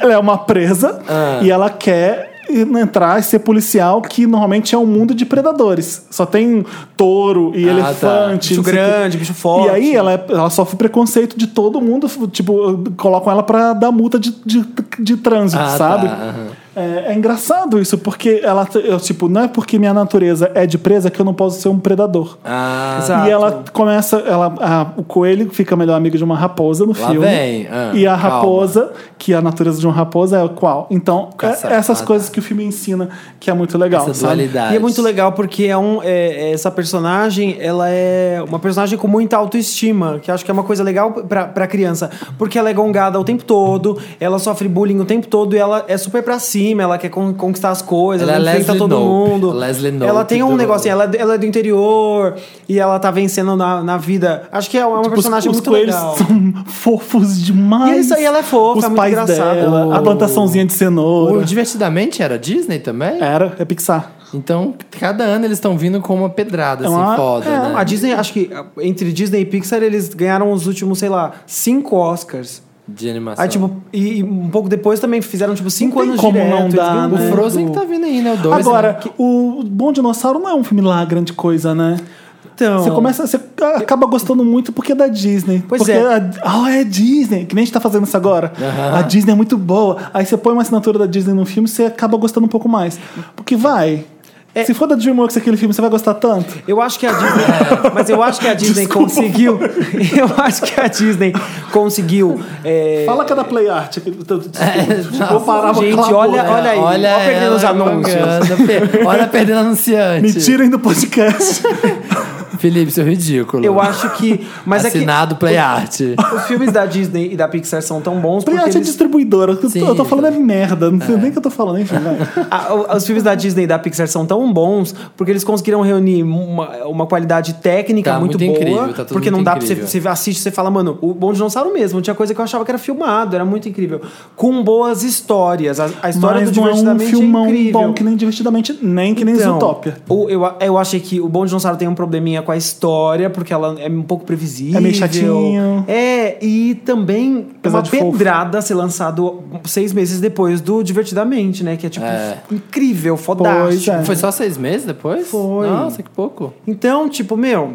ela é uma presa
Ah.
e ela quer entrar e ser policial, que normalmente é um mundo de predadores. Só tem um touro e
Ah,
elefante.
Bicho
não sei o quê.
grande, bicho forte.
E aí ela, é- ela sofre preconceito de todo mundo, tipo, colocam ela pra dar multa de, de, de trânsito,
Ah, tá,
sabe?
aham.
É, é engraçado isso, porque ela, eu, tipo, não é porque minha natureza é de presa que eu não posso ser um predador.
Ah,
Exato.
E ela começa, ela, a- o coelho fica melhor amigo de uma raposa no
Lá
filme.
vem, ah,
e a
calma.
raposa, que é a natureza de uma raposa é qual? Então, é-
Caça-
essas
ah, tá.
coisas que o filme ensina que é muito legal.
essa
sabe?
dualidade.
E é muito legal porque é um, é- é essa personagem, ela é uma personagem com muita autoestima, que acho que é uma coisa legal pra, pra criança. Porque ela é gongada o tempo todo, ela sofre bullying o tempo todo e ela é super pra cima, ela quer con- conquistar as coisas,
Ela
ela,
é
enfrenta
Leslie
todo
Knope.
mundo.
Leslie Knope
ela tem um
do-
negócio, ela, é- ela é do interior e ela tá vencendo na, na vida. Acho que é uma
Tipo,
personagem
os, os
muito
coelhos
legal.
são fofos demais.
E isso aí, ela é fofa,
Os
é muito
pais
engraçada.
dela, a
O-
plantaçãozinha de
O
cenoura.
Divertidamente era Disney também?
Era, é Pixar.
Então, cada ano eles estão vindo com uma pedrada,
É
assim,
uma-
foda,
É,
né?
A Disney, acho que entre Disney e Pixar, eles ganharam os últimos, sei lá, cinco Oscars.
De animação.
Aí, tipo, e, e um pouco depois também fizeram, tipo, cinco
tem
anos
como
direto.
não
eles
dar,
ganham
o
né?
tudo.
Frozen que tá vindo aí, né? O 2.
Agora, o Bom Dinossauro não é um filme lá grande coisa, né?
Então,
Você começa, você acaba gostando muito porque é da Disney.
Pois
porque
é.
a- Ah, é Disney, que nem a gente tá fazendo isso agora. A Disney é muito boa. Aí você põe uma assinatura da Disney no filme, você acaba gostando um pouco mais. Porque vai.
É.
Se for da DreamWorks aquele filme, você vai gostar tanto?
eu acho que a Disney. Mas eu acho que a Disney
Desculpa.
conseguiu. Eu acho que a Disney conseguiu. é,
Fala cada play art. aqui. Desculpa, Vou
nossa,
parar, vou
gente,
calar a
olha-
boca.
olha aí, ó, perdendo
ela
os anúncios.
jogando, pe- olha perdendo anunciante.
Me tirem do podcast.
Felipe, seu ridículo.
Eu acho que. Mas
Assinado Play Art.
é que os filmes da Disney e da Pixar são tão bons
Play
porque
art é
eles-
distribuidora. Eu tô-
Sim,
eu tô falando é merda. Não sei nem o que eu tô falando, enfim. vai.
A- o- os filmes da Disney e da Pixar são tão bons porque eles conseguiram reunir uma, uma qualidade técnica
Tá
muito,
muito
boa.
incrível, tá tudo
porque
muito
não dá pra
incrível.
você, você assiste você fala, mano, o Bom Dinossauro mesmo, tinha coisa que eu achava que era filmado, era muito incrível. Com boas histórias. A, a história
Mas
do
não é um
Divertidamente
filmão
é incrível.
bom que nem Divertidamente, nem que nem
Então,
Zootopia.
o- eu, a- eu achei que o Bom Dinossauro tem um probleminha com a história, porque ela é um pouco previsível.
É meio chatinho.
É, e também
Apesar
uma
de fofo.
pedrada ser lançado seis meses depois do Divertidamente, né? Que é tipo
É.
incrível, fodástico.
Pois é.
Foi só seis meses depois?
Foi.
Nossa, que pouco.
Então, tipo, meu,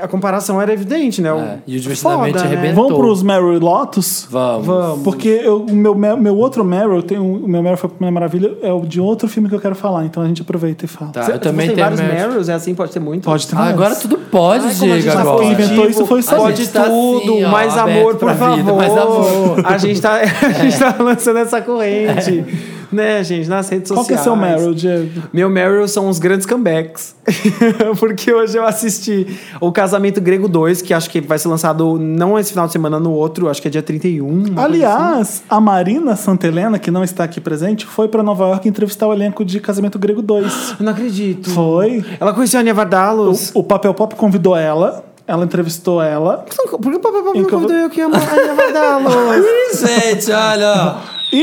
a comparação era evidente, né? O-
É, e o Divertidamente
foda, né?
arrebentou.
Vamos pros Mary Lotus?
Vamos.
Vamos.
Porque eu- o meu, meu outro Meryl, tem um, o meu Meryl foi a primeira maravilha, é o de outro filme que eu quero falar, então a gente aproveita e fala.
Tá,
Você-
eu também
você tem
tenho
vários
Meryl.
Meryls, é assim, pode ter muito.
Pode ter
Ah,
mais.
agora tudo pode,
Ai, como a
Diego,
gente tá
agora.
Quem inventou isso foi o
A
Sabrina.
gente
Pode
tá
tudo,
assim, ó,
mais
aberto
amor, por
pra
favor.
vida, mais amor.
A gente tá, a
É.
gente tá lançando essa corrente, né, gente, nas redes
Qual que é
sociais.
seu Meryl, Diego?
Meu Meryl são os grandes comebacks. Porque hoje eu assisti o Casamento Grego 2, que acho que vai ser lançado não esse final de semana, no outro, acho que é dia 31. uma coisa
Aliás, a Marina Santelena, que não está aqui presente, foi pra Nova York entrevistar o elenco de Casamento Grego 2.
assim. Eu não acredito.
Foi.
Ela conheceu a Nia Vardalos.
O, o Papel Pop convidou ela, ela entrevistou ela.
Por que o papai
Em
não
que eu vou-
convidou eu que amo a Nia Vardalos?
Gente, olha.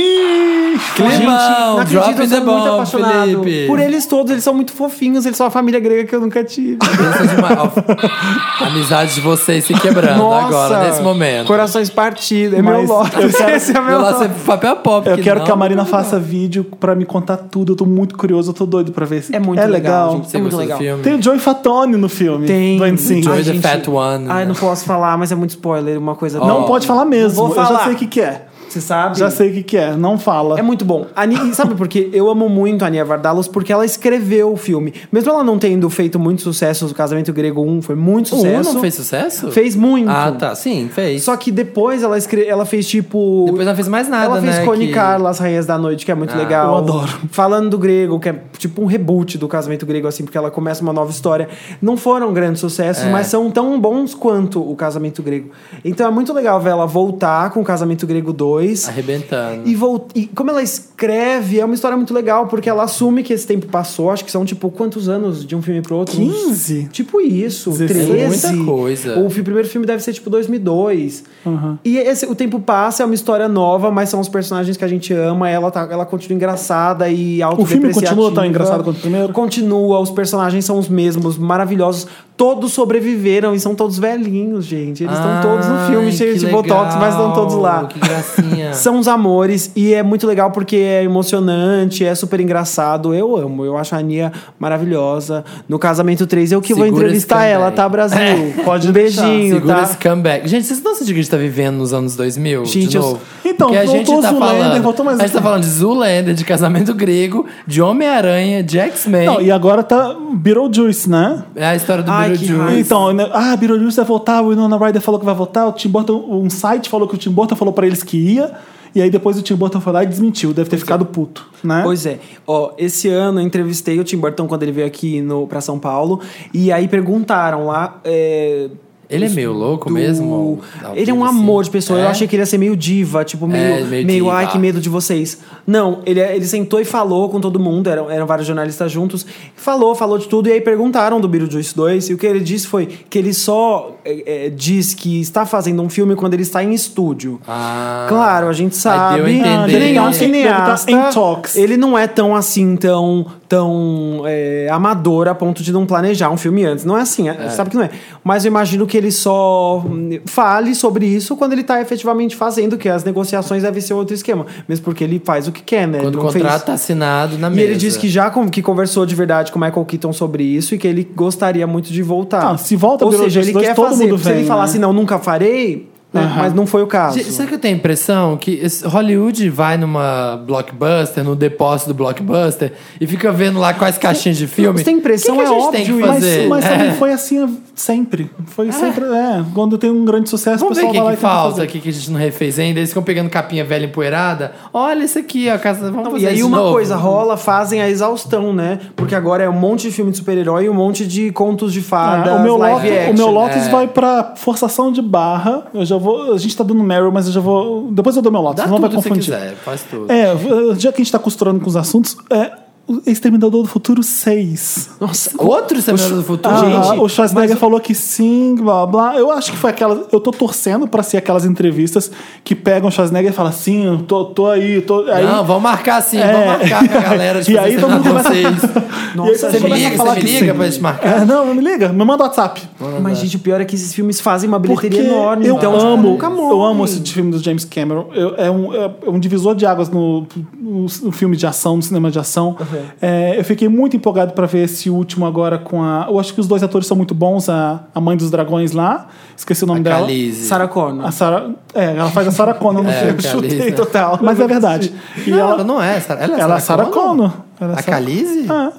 E
Gente,
Climão,
não acredito,
drop
eu
the
sou muito
bomb,
apaixonado
Felipe.
por eles todos, eles são muito fofinhos, eles são a família grega que eu nunca tive.
Pensa demais. Ó, a Amizade de vocês se quebrando tá agora, nesse momento.
Corações partidos, é
Mas
meu
eu
Lotus,
quero-
esse é
Meu
meu
laço é
Lotus.
papel pop.
eu quero
não.
que a Marina faça vídeo pra me contar tudo, eu tô muito curioso, eu tô doido pra ver. se-
É muito
é
legal,
legal.
gente.
Você
É muito
gostou do
legal.
filme?
Tem o Joey Fatone no filme.
Tem.
Do End Scene.
Joey
Ai,
the
gente,
Fat One.
Ai, não posso falar, mas é muito spoiler, uma coisa...
Ó.
Não pode falar mesmo.
Não vou
Eu já
falar.
sei o que, que é.
Você sabe?
Já sei o que, que é. Não fala.
É muito bom. A Ni- e sabe por quê? Eu amo muito a Nia Vardalos porque ela escreveu o filme. Mesmo ela não tendo feito muito sucesso, o Casamento Grego 1 foi muito
O um
sucesso.
não fez sucesso?
Fez muito.
Ah, tá. Sim, fez.
Só que depois ela, escre... ela fez tipo.
Depois não fez mais nada,
ela fez
né,
Cone
que-
Carla, As Rainhas da Noite, que é muito
Ah,
legal.
eu adoro.
Falando do grego, que é tipo um reboot do casamento grego, assim, porque ela começa uma nova história. Não foram grandes sucessos,
É.
mas são tão bons quanto o casamento grego. Então é muito legal ver ela voltar com o casamento grego 2 2.
Arrebentando.
E, vol- e como ela escreve, é uma história muito legal, porque ela assume que esse tempo passou, acho que são tipo quantos anos de um filme pro outro? Uns-
15?
Tipo isso,
16.
13.
É muita coisa.
O fi- primeiro filme deve ser tipo 2002.
Aham.
E esse- o tempo passa, é uma história nova, mas são os personagens que a gente ama, ela, tá, ela continua engraçada e
O filme
autodepreciativa.
continua tão engraçado quanto o primeiro?
Continua, os personagens são os mesmos, maravilhosos. Todos sobreviveram e são todos velhinhos, gente. Eles estão todos no filme,
Ai,
cheios de
que
botox, mas estão
legal,
todos lá.
Que gracinha.
São os amores e é muito legal porque é emocionante, é super engraçado. Eu amo, eu acho a Ania maravilhosa. No casamento 3, eu que vou
Segura
entrevistar
esse
ela,
comeback.
tá, Brasil?
pode
um
deixar.
beijinho,
Segura
tá?
esse comeback. Gente, vocês não sentem que a gente tá vivendo nos anos 2000
Gente,
de
eu-
novo?
Então,
Porque a
voltou
gente tá
Zoolander,
falando,
voltou mais
A gente tá
aqui.
falando de Zoolander, de Casamento Grego, de Homem-Aranha, de X-Men.
Não, e agora tá Beetlejuice, né?
É a história do
Ai, que raiva.
Beetlejuice.
Então, né? ah, Beetlejuice vai voltar, o Winona Ryder falou que vai voltar, o Tim Burton, um site falou que o Tim Burton falou pra eles que ia, e aí depois o Tim Burton foi lá e desmentiu, deve ter ficado puto, né?
é. Pois é. Ó, esse ano eu entrevistei o Tim Burton quando ele veio aqui no, pra São Paulo. E aí perguntaram lá. é,
Ele é meio louco
do-
mesmo?
Ele é um
assim.
amor de pessoa. Eu
É?
achei que ele ia ser meio diva, tipo, meio,
É,
meio,
meio
ai,
diva."
que medo de vocês. Não, ele, é, ele sentou e falou com todo mundo, eram, eram vários jornalistas juntos. Falou, falou de tudo, e aí perguntaram do Beetlejuice 2, e o que ele disse foi que ele só é, é, diz que está fazendo um filme quando ele está em estúdio.
Ah.
Claro, a gente
Aí deu a
sabe.
entender.
que Ele é um
Deve tá- deve tá
cineasta.
em talks.
Ele não é tão assim, tão, tão é, amador a ponto de não planejar um filme antes. Não é assim, é- sabe que não é. Mas eu imagino que ele só hum, fale sobre isso quando ele tá efetivamente fazendo, que as negociações devem ser outro esquema. Mesmo porque ele faz o que quer, né? Ele
Quando o
não fez-
contrato tá assinado na
E
mesa.
ele disse que já con- que conversou de verdade com o Michael Keaton sobre isso e que ele gostaria muito de voltar.
Ah, se volta
Ou
pelo
seja, ele
Jesus,
quer
todo
fazer.
mundo
se ele
vem,
falasse,
né?
não, nunca farei, né? mas não foi o caso.
Gente, Será que eu tenho a impressão que esse- Hollywood vai numa blockbuster, no depósito do blockbuster, e fica vendo lá quais caixinhas de filme?
Você tem impressão,
O que que a
é
gente tem que
óbvio
Mas,
fazer?
mas
É.
também foi assim sempre. Foi sempre, é. Quando tem um grande sucesso,
Vamos
o
ver o
pessoal
que,
vai lá
que
e tenta
falta,
fazer.
o que, que a gente não refez ainda. Eles ficam pegando capinha velha empoeirada. Olha isso aqui, ó. Casa, vamos
Não,
fazer
e aí
isso de
uma
novo.
coisa rola, fazem a exaustão, né? Porque agora é um monte de filme de super-herói e um monte de contos de fadas,
Ah, o meu,
live
Lotus,
action. né?
o meu Lotus
é.
vai pra forçação de barra. Eu já vou. A gente tá dando Meryl, mas eu já vou. Depois eu dou meu Lotus,
Dá
não
tudo
vai
que você
confundir.
quiser, faz tudo.
É, v- já que a gente tá costurando com os assuntos, é o Exterminador do Futuro 6.
Nossa,
Outro Exterminador do Futuro,
Ah,
gente.
o Schwarzenegger falou que sim, blá blá. Eu acho que foi aquela. Eu tô torcendo pra ser aquelas entrevistas que pegam o Schwarzenegger e falam assim: eu tô, tô aí, tô. Aí,
não, vamos marcar sim,
É.
vamos marcar com a galera de
E
fazer
aí todo mundo
Exterminador
E aí
Nossa,
Você
você
me
começa a
liga,
falar
você me
que
liga
sim.
pra gente marcar.
É, não, me liga, me manda WhatsApp.
mas gente, o pior é que esses filmes fazem uma
Porque
bilheteria enorme.
né?
eu
então, tipo,
amo,
nunca morre.
eu amo esse filme do James Cameron. Eu- é, um, é um divisor de águas no, no- no filme de ação, no cinema de ação.
Uhum.
É, eu fiquei muito empolgado pra ver esse último agora com a. Eu acho que os dois atores são muito bons. A, a mãe dos dragões lá, esqueci o nome
A
dela.
Khaleesi.
Sarah Connor.
A Sarah, é, ela faz a Sarah Connor no
É,
filme.
a Khaleesi,
Chutei
né?
total, mas é verdade. E
Não, ela,
ela,
não é. Sarah- Ela é
ela é Sarah Connor. Ela é
A
Sarah-
Khaleesi?
Ah,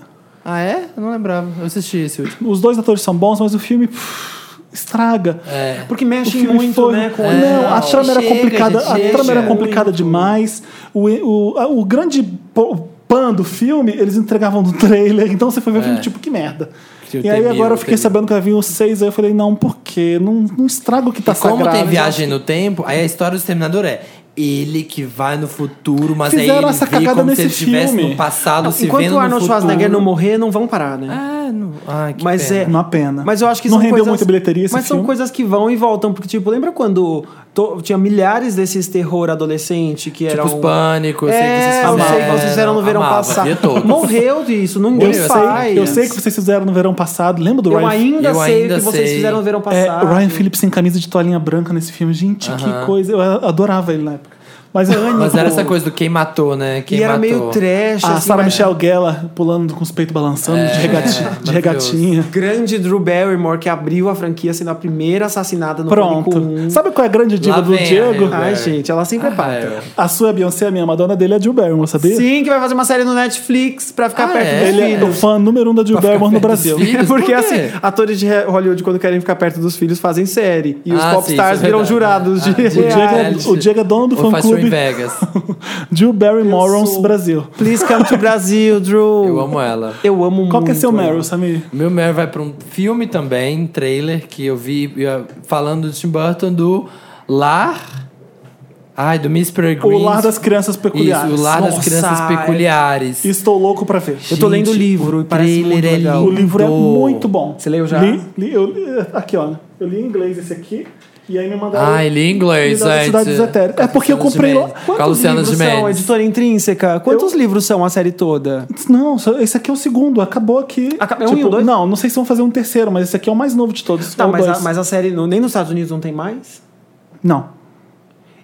Ah, é? Eu não lembrava. Eu assisti esse último.
os dois atores são bons, mas o filme pff, estraga.
É.
Porque
O
mexem
filme
muito,
foi- um- É,
né? Com
Não, a trama era
Chega,
complicada.
gente,
a
chega.
trama era complicada demais. O, o, a- o grande po- pan do filme, eles entregavam no trailer. Então você foi ver o filme, tipo, que merda.
É. Eu
e aí
temi,
agora eu
eu
fiquei
temi.
sabendo que vai vir os seis, aí eu falei, não, por quê? Não, não estraga o que tá
Como
sagrado.
tem viagem
né?
no tempo, aí a história do Exterminador é ele que vai no futuro, mas aí
Fizeram
ele
essa
vê
cagada
como se
nesse
ele estivesse
filme.
no passado, se
Enquanto
vendo
o Arnold
no futuro.
Schwarzenegger não morrer, não vão parar, né?
Ah, não. Ah, que
Mas
pena.
é.
Uma pena.
Mas eu acho que
É. Não
são
rendeu
coisas,
muita bilheteria esse
Mas são
filme.
coisas que vão e voltam. Porque, tipo, lembra quando to- tinha milhares desses terror adolescente que um-
Tipo os
eram.
pânicos, eu sei que vocês
É, eu
fizeram.
sei que vocês fizeram no verão
Amava,
passado.
via todos.
Morreu disso, não
Eu
ninguém
sei,
faz.
sei, eu sei que vocês fizeram no verão passado. Lembra do
Eu
Ryan
ainda
Eu
sei
ainda
o que vocês
sei.
fizeram no verão
É,
passado.
Ryan Phillips sem camisa de toalhinha branca nesse filme. Gente, que coisa. Eu adorava ele na época. Mas, é
Mas era essa coisa né? do quem matou, né? Quem
E era
matou.
meio trash.
A
assim,
Ah, Sarah
mas-
Michelle Gellar pulando com os peitos balançando de, regatinha, de
É, maravilhoso.
regatinha.
Grande Drew Barrymore que abriu a franquia sendo a primeira assassinada no
Pronto.
Pânico 1.
Sabe qual é a grande diva
um. Lá
do
vem a
Diego?
Halle
Ai,
Berry.
gente, ela sempre é
Ah,
pata.
é.
A sua é Beyoncé, a minha Madonna dele é a Jill Barrymore, sabia?
Sim, que vai fazer uma série no Netflix pra ficar
Ah,
perto
é?
dos
Ele é o
filhos.
fã número um da Jill Barrymore no
perto dos
Brasil.
filhos?
Porque
Por quê?
assim, atores de Hollywood, quando querem ficar perto dos filhos, fazem série. E os
Ah,
pop
sim,
stars
isso é
viram
verdade.
jurados de
Ah,
O Diego, é,
Reality.
o Diego é dono do
Ou faz show em
fã-clube
Vegas.
Jill Barrymore
sou-
Brasil.
Please come to Brasil, Drew.
Eu amo ela.
Eu amo
Qual que é
muito
seu
ela.
Meryl, Samir?
O Meu Mary vai pra um filme também, trailer, que eu vi eh, falando do Tim Burton do Lar. Ai, do Mister
O
Green.
Lar das Crianças Peculiares. é.
Isso, o Lar das
Nossa,
Crianças Peculiares.
Estou louco pra ver.
Eu tô lendo o livro e parece
trailer
muito
é
legal.
O livro é
lindo.
muito bom.
Você leu já?
Li, li- eu li- é, aqui, ó. Eu li em inglês esse aqui. E aí me mandaram. um
Ah, ele em
me
inglês,
mandaram
é.
Cidade dos Etéreos. É porque eu comprei lá.
Com a
Quantos
Luciana
livros
É
são?
Gimenez.
Editora intrínseca? Quantos livros são a série toda?
Não, só- esse aqui é o segundo. Acabou aqui. Tipo,
Acaba- é um e o dois?
Não, não sei se vão fazer um terceiro, mas esse aqui é o mais novo de todos.
Tá,
É o
mas a,
dois.
mas a série não- nem nos Estados Unidos não tem mais?
Não.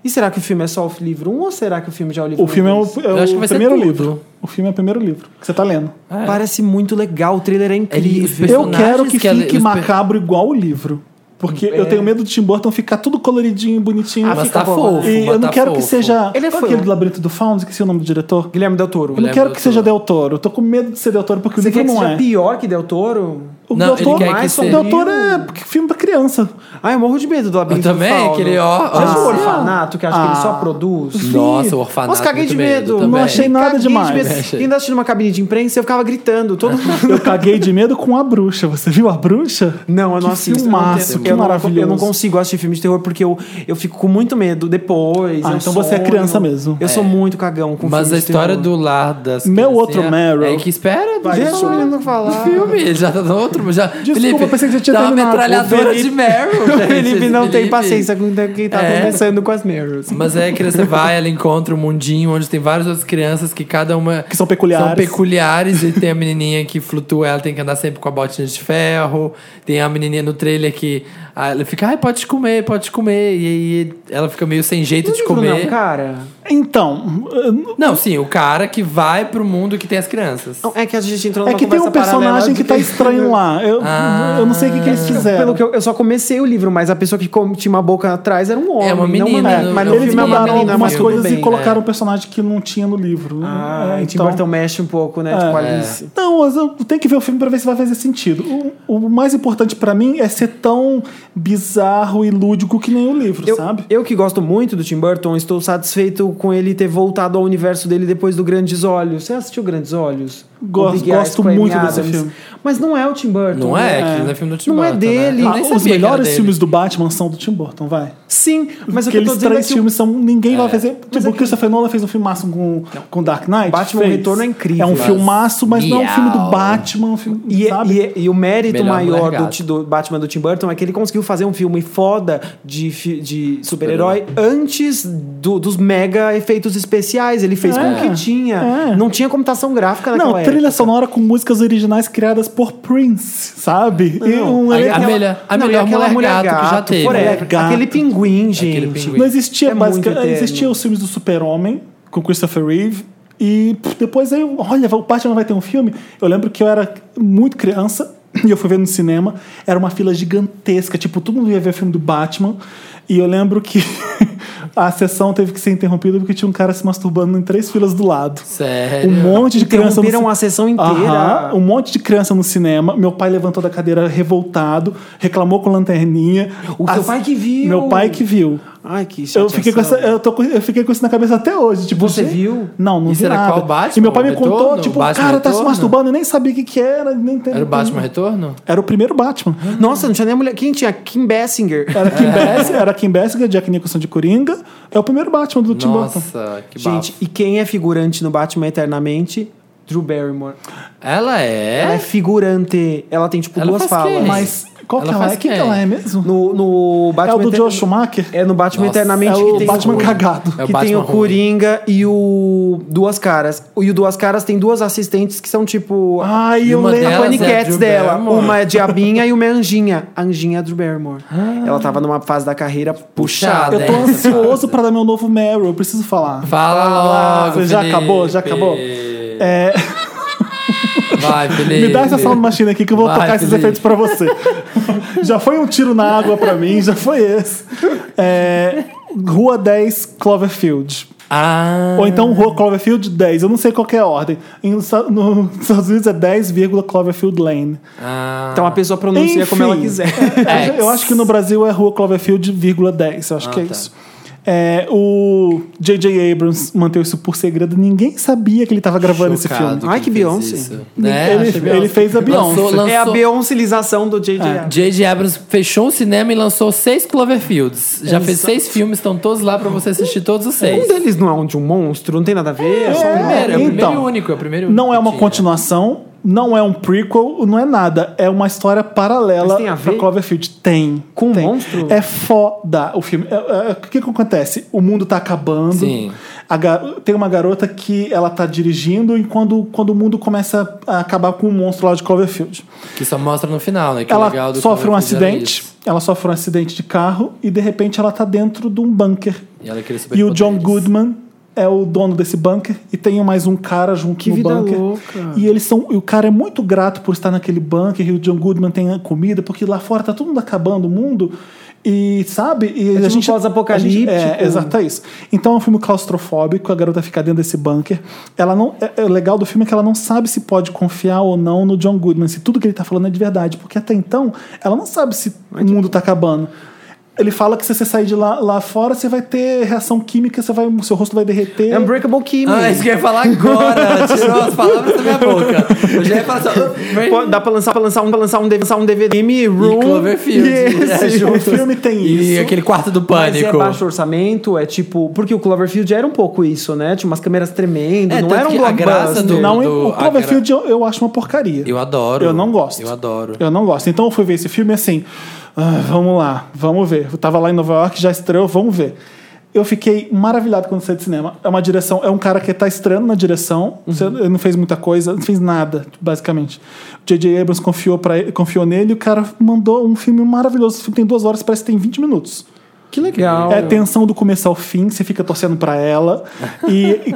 E será que o filme é só o livro 1 ou será que o filme já é o livro
O filme é o,
dois?
é
Eu acho
o
que vai ser
primeiro
tudo.
livro. O filme é o primeiro livro que você tá lendo.
É.
Parece muito legal, o trailer é
Ele- os
incrível.
Eu
personagens
quero que,
que ela-
fique
os per- É.
macabro igual o livro. Porque eu tenho medo do Tim Burton ficar tudo coloridinho, bonitinho.
Ah,
Mas
fica
tá
bom.
fofo.
e
mas
eu
tá
não quero que
fofo.
seja.
Ele é
Qual
fã.
aquele do Labirinto do Faun, esqueci o nome do diretor.
Guilherme Del Toro.
Eu não
Guilherme
quero
Del
que seja
Toro.
Del Toro. Eu tô com medo de ser Del Toro, porque o
Você quer
livro
que
não
seja
é.
pior que Del Toro?
O
Não,
Del
ele
Toro,
quer que
mais
seja-
Del Toro é filme pra criança.
Ah, eu morro de medo do labirinto
Eu também,
do Fauno.
aquele, ó,
Já
ó.
viu o orfanato, que acho que ele
Ah.
só produz?
Nossa, o orfanato. é
Nossa, caguei
muito
de medo.
também.
Não achei nada
Caguei
demais.
De medo.
Achei.
Ainda assistindo uma cabine de imprensa, eu ficava gritando. Todo mundo...
Eu caguei de medo com a bruxa. Você viu a bruxa?
Não, eu não
Que
assisto.
filmaço,
eu não,
que
eu não-
maravilhoso.
Eu não consigo assistir filme de terror porque eu, eu fico com muito medo depois.
Ah,
eu
então você é
sonho.
criança mesmo.
Eu sou muito cagão com
É. Mas a
filmes de
história
terror.
do lar das
um Meu outro
criancinhas
Meryl.
É que espera,
Deixa
deixa
o menino falar.
filme, ele já tá dando outro. Já,
Desculpa,
Felipe,
pensei que você tinha
dá uma
terminado.
metralhadora
O Felipe-
de Meryl.
O
gente,
Felipe
esse
não tem
Felipe.
paciência com quem tá
É.
conversando com as Meryls.
Mas é que você vai, ela encontra um mundinho onde tem várias outras crianças que cada uma
Que são peculiares.
são peculiares e tem a menininha que flutua, ela tem que andar sempre com a botinha de ferro. Tem a menininha no trailer que ah, ela fica, ai, pode comer, pode comer. E aí ela fica meio sem jeito de
é
Não,
comer.
um
cara.
Então, eu-
Não, sim, o cara que vai pro mundo que tem as crianças.
Não, é que a gente entrou
é
numa
que tem um
conversa paralela
personagem
de
que tá estranho lá. Eu,
Ah.
eu não sei o que, que eles fizeram.
Pelo que eu, eu só comecei o livro, mas a pessoa que com- tinha uma boca atrás era um homem.
É uma
Não
menina,
uma,
É,
no-
mas
no
no
eles
filme é uma
mandaram
menina, mas
algumas
tudo
coisas
bem,
e
né?
colocaram um personagem que não tinha no livro.
Ah,
É,
e Tim Burton mexe um pouco, né?
É.
Tipo Alice.
Não, mas eu tenho que ver o filme pra ver se vai fazer sentido. O, o mais importante pra mim é ser tão bizarro e lúdico que nem o livro,
Eu,
sabe?
eu que gosto muito do Tim Burton, estou satisfeito com ele ter voltado ao universo dele depois do Grandes Olhos. Você assistiu Grandes Olhos?
Gosto-
O Big Eyes
gosto
com a Amy
muito desse
Adams.
filme.
Mas não é o Tim Burton.
Não
né?
é, aquilo não é filme do Tim
Não é
Burton,
dele.
Né? Eu
Ah,
nem
os
sabia que era
melhores
dele.
filmes do Batman são do Tim Burton, vai.
Sim, mas o que eu tô
Aqueles
dizendo é
três
que o
filmes são. Ninguém vai fazer.
Mas
Tipo,
é
o
que-
Christopher Nolan fez um filmaço com, com Dark Knight.
Batman
fez.
Retorno é incrível.
É um
Mas-
filmaço, mas não é um filme do
Miau.
Batman. um filme-
E, é-
sabe?
e- e o mérito
Melhor
maior
mulher
do,
gato.
Ti- do Batman do Tim Burton é que ele conseguiu fazer um filme foda de, fi- de super-herói antes do- dos mega efeitos especiais. Ele fez com o
É,
que tinha.
é.
Não tinha computação gráfica naquela
Não,
época.
trilha sonora com músicas originais criadas por Prince, sabe? E
Não.
um
A-
elenco-
a melhor- a
e
melhor
aquela
mulher gato que já teve.
forever.
Mulher gato.
né? Aquele pinguim, gente.
pinguim.
Não existia
É muito
basicamente.
eterno.
Existia os filmes do Super-Homem, com Christopher Reeve. E pff, depois aí, olha, o Batman vai ter um filme. Eu lembro que eu era muito criança e eu fui ver no cinema. Era uma fila gigantesca, tipo, todo mundo ia ver o filme do Batman. E eu lembro que a sessão teve que ser interrompida porque tinha um cara se masturbando em três filas do lado.
Sério.
Um monte de criança
Interromperam
ci-
a sessão inteira.
Aham, um monte de criança no cinema. Meu pai levantou da cadeira revoltado, reclamou com lanterninha.
O seu pai que viu.
Meu pai que viu.
Ai, que chateação.
Eu fiquei, com essa, eu, tô com- eu fiquei com isso na cabeça até hoje. Tipo,
Você
gente,
viu?
Não, não
Isso
vi
era
nada.
qual é Batman?
E meu pai me
Retorno?
contou, tipo,
Batman
cara, tá se
Retorno?
masturbando, eu nem sabia o que que era. Nem tem-
Era o Batman Retorno?
Era o primeiro Batman.
Nossa, não tinha nem mulher. Quem tinha? Kim Basinger.
Era
É.
Kim, Bess, era Kim Bessinger, Jack Nicholson de Coringa. É o primeiro Batman do Tim Burton.
Nossa, que bafo.
Gente, e quem é figurante no Batman eternamente? Drew Barrymore.
Ela é.
Ela é figurante. Ela tem, tipo,
Ela
duas
faz
falas.
quem?
Mas qual que
Ela
ela é?
faz
Quem que
quem?
ela é mesmo?
No, no
é
Batman
o do
Eter-
um-
Joe Schumacher?
É no Batman
Nossa,
Eternamente
é
que
o
tem
Batman
o,
cagado.
É o
que
Batman
tem o
ruim.
Coringa e o Duas Caras. E o Duas Caras tem duas assistentes que são tipo
Ai,
E
eu
uma
lembro.
delas-
Funny
é a
Cats
Drew
dela.
Barrymore.
Uma é diabinha e uma é anjinha. Anjinha é Drew Barrymore. Ela tava numa fase da carreira puxada.
Ah. Puxada.
Eu
é.
tô
dessa
ansioso
fase.
pra dar meu novo Meryl, eu preciso falar.
Fala logo.
Você já
Felipe.
acabou? Já acabou? É,
Vai, Felipe.
me dá essa sound machine aqui que eu vou
Vai,
tocar esses
Felipe.
efeitos pra você. já foi um tiro na água pra mim, já foi esse. É, Rua 10, Cloverfield.
Ah.
Ou então Rua Cloverfield 10, eu não sei qual que é a ordem. Em- Nos Estados Unidos é 10, vírgula Cloverfield Lane.
Ah.
Então a pessoa pronuncia como ela
Enfim.
quiser. Ah, tá.
Eu acho que no Brasil é Rua Cloverfield, vírgula 10. Eu acho que é
tá.
isso. É, o J.J. Abrams manteve isso por segredo. Ninguém sabia que ele estava gravando esse filme.
Ai, que Beyoncé.
Né?
Ele-
Achei
ele fez a Beyoncé.
Lançou, É,
É a
lançou,
Beyoncélização do J.J. Abrams.
J.J. Abrams fechou o cinema e lançou seis Cloverfields. Já fez seis filmes, estão todos lá pra você assistir todos os seis.
Um deles não é um de um monstro, não tem nada a ver. É, só
É o
um-
primeiro, é o primeiro
então,
e único, é o primeiro e único
Não é uma
que tinha.
continuação, não é um prequel, não é nada. É uma história
Mas
paralela
tem a ver?
pra Cloverfield. Tem.
Com um
tem.
monstro?
É foda o filme. É, é, O que, que acontece? O mundo tá acabando.
Sim.
A gar- Tem uma garota que ela tá dirigindo e quando, quando o mundo começa a acabar com o monstro lá de Cloverfield.
Que só mostra no final, né? Que o legal
ela
do
sofre um
Cloverfield era
acidente. Ela sofre um acidente de carro e de repente ela tá dentro de um bunker.
isso. E, ela queria
E o John
superpoderes.
Goodman é o dono desse bunker e tem mais um cara junto
Que
no
vida
bunker.
louca.
E eles são, e o cara é muito grato por estar naquele bunker e o John Goodman tem a comida, porque lá fora tá todo mundo acabando o mundo. E sabe? E
tipo
a
um
gente
pós-apocalíptico.
a gente- É, exato, é isso. Então é um filme claustrofóbico, a garota fica dentro desse bunker. Ela não é, é legal do filme é que ela não sabe se pode confiar ou não no John Goodman, se tudo que ele tá falando é de verdade, porque até então ela não sabe se o mundo tá acabando. Ele fala que se você sair de lá, lá fora, você vai ter reação química, você vai, seu rosto vai derreter.
É Unbreakable Kimmy.
Ah, isso que eu ia falar agora. Tirou as palavras da minha boca. Eu já ia falar só...
Pô, Dá pra lançar, pra lançar um, pra lançar um, DVD, lançar um DVD. Kimmy, Room.
E Cloverfield.
e
é,
esse
juntos.
filme tem
E
isso.
aquele quarto do
Mas é
pânico.
baixo orçamento, é tipo... Porque o Cloverfield era um pouco isso, né? Tinha umas câmeras tremendo,
É,
não
tanto
era um
que a graça do-
blockbuster.
não,
do-
o Cloverfield eu, eu acho uma porcaria.
Eu adoro.
Eu não gosto.
Eu adoro.
Eu não gosto. Então eu fui ver esse filme assim. "Ah, vamos lá, vamos ver. Eu tava lá em Nova York, já estreou, vamos ver. Eu fiquei maravilhado quando saí de cinema. É uma direção, é um cara que tá estranho na direção.
Uhum.
Você- Ele não fez muita coisa, não fez nada, basicamente. O J.J. Abrams confiou, pra, ele- confiou nele e o cara mandou um filme maravilhoso. Esse filme tem duas horas, parece que tem 20 minutos.
Que legal.
É tensão do começo ao fim, você fica torcendo pra ela. E, e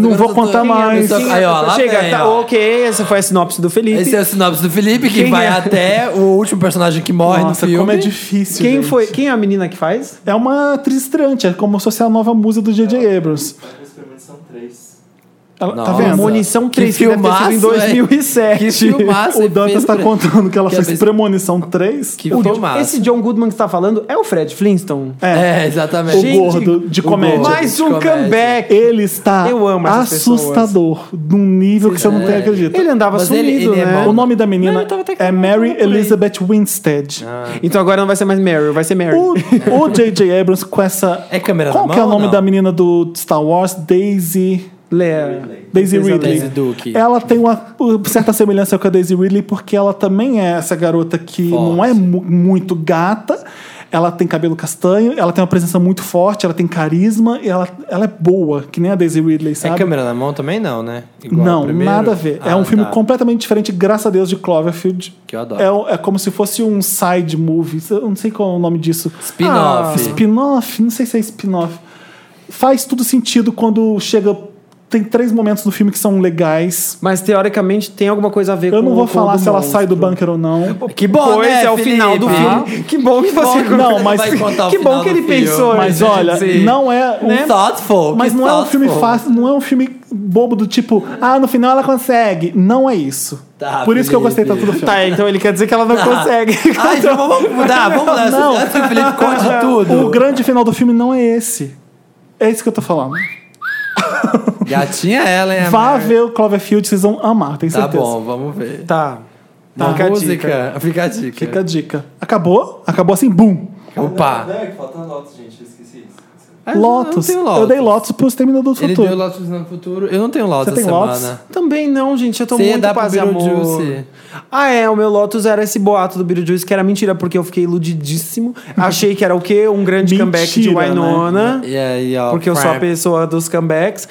agora
vou
eu tô-
contar
Quem é
mais.
dessa- Aí, ó, lá
Chega,
vem,
tá,
ó.
ok, essa foi a sinopse do Felipe.
Esse é o sinopse do Felipe, que
Quem
vai
é?
até o último personagem que morre
Nossa,
no filme.
como é difícil.
Quem
gente.
foi? Quem é a menina que faz?
É uma atriz estreante, é como se fosse a nova musa do J.J. Abrams.
são três.
Ela, tá
Nossa.
vendo?
Munição
Que
3, que, deve ter sido
filmaço,
em
é.
2007.
Que filmaço.
O Dantas
fez
tá
pra-
contando que ela
que
fez
fez-
Premonição 3.
Que
o,
filmaço.
Esse John Goodman que você tá falando é o Fred Flintstone.
É,
o
exatamente.
Gente,
gordo de
o
comédia.
gordo.
Mais um
Comédia.
comeback.
Ele está
Eu amo essas
assustador de um nível que você não tem
É.
acredito.
Ele andava
Mas
sumido,
ele- ele é
né?
bom.
O nome da menina
Não, eu tava até
é
com-
Mary
por aí.
Elizabeth Winstead.
Então agora não vai ser mais Meryl, vai ser Mary.
O o J.J. Abrams com essa.
É câmera
Qual
na
que é o
mão ou
nome
não?
da menina do Star Wars? Daisy.
Lea.
Daisy Ridley.
Daisy Duke.
Ela tem uma uma certa semelhança com a Daisy Ridley, porque ela também é essa garota que
Forte.
não é mu- muito gata. Ela tem cabelo castanho, ela tem uma presença muito forte, ela tem carisma e ela, ela é boa, que nem a Daisy Ridley,
É
sabe?
câmera na mão também não, né? Igual ao
Não,
primeiro?
nada a ver. é
Ah,
um filme
tá.
completamente diferente, graças a Deus, de Cloverfield.
Que eu adoro.
É, o- é como se fosse um side movie. Eu não sei qual é o nome disso. Ah,
Spin-off.
Spin-off, não sei se é spin-off. Faz tudo sentido quando chega. Tem três momentos no filme que são legais.
Mas teoricamente tem alguma coisa a ver com
Eu não vou
com
falar
o do
se ela
monstro.
sai do bunker ou não.
Que bom,
pois
né,
é o final do
Felipe?
filme. Que bom que você
bom, não, mas-
vai contar o
Que
final
bom que
do
ele
filme.
pensou.
Mas
gente.
olha, não é um
Um thoughtful.
Mas
que
não é um filme
thoughtful.
fácil, não é um filme bobo do tipo, ah, no final ela consegue. Não é isso.
Tá,
Por isso que eu
Felipe.
gostei tanto do filme.
Tá, então ele quer dizer que ela não consegue.
Ah, então vamos mudar, vamos mudar.
Não.
Antes que o Felipe conte
O
tudo.
grande final do filme não é esse. É isso que eu tô falando.
Gatinha ela, hein?
Vá
amor?
ver o Cloverfield, vocês vão amar, tenho
É, Tá
certeza.
bom, vamos ver.
Tá.
Uma
Fica a
música, fica a dica.
Fica a dica. Acabou? Acabou assim, bum.
Opa.
Não, é que falta Lotus, gente, eu esqueci isso.
Ah, eu não
Lotus.
tenho
Eu, dei Lotus pro Exterminador do
Ele
Futuro.
deu Lotus no futuro. Eu não tenho Lotus
Você tem
essa
Lotus?
semana.
Também não, gente. Eu tô
Você ia
muito
dar né? pro
paz e amor.
Beetlejuice.
Ah, é. O meu Lotus era esse boato do Beetlejuice, que era mentira, porque eu fiquei iludidíssimo. Achei que era o quê? Um grande
Mentira,
comeback de
né?
Winona.
E aí, ó.
Porque eu sou a
Prime.
pessoa dos comebacks.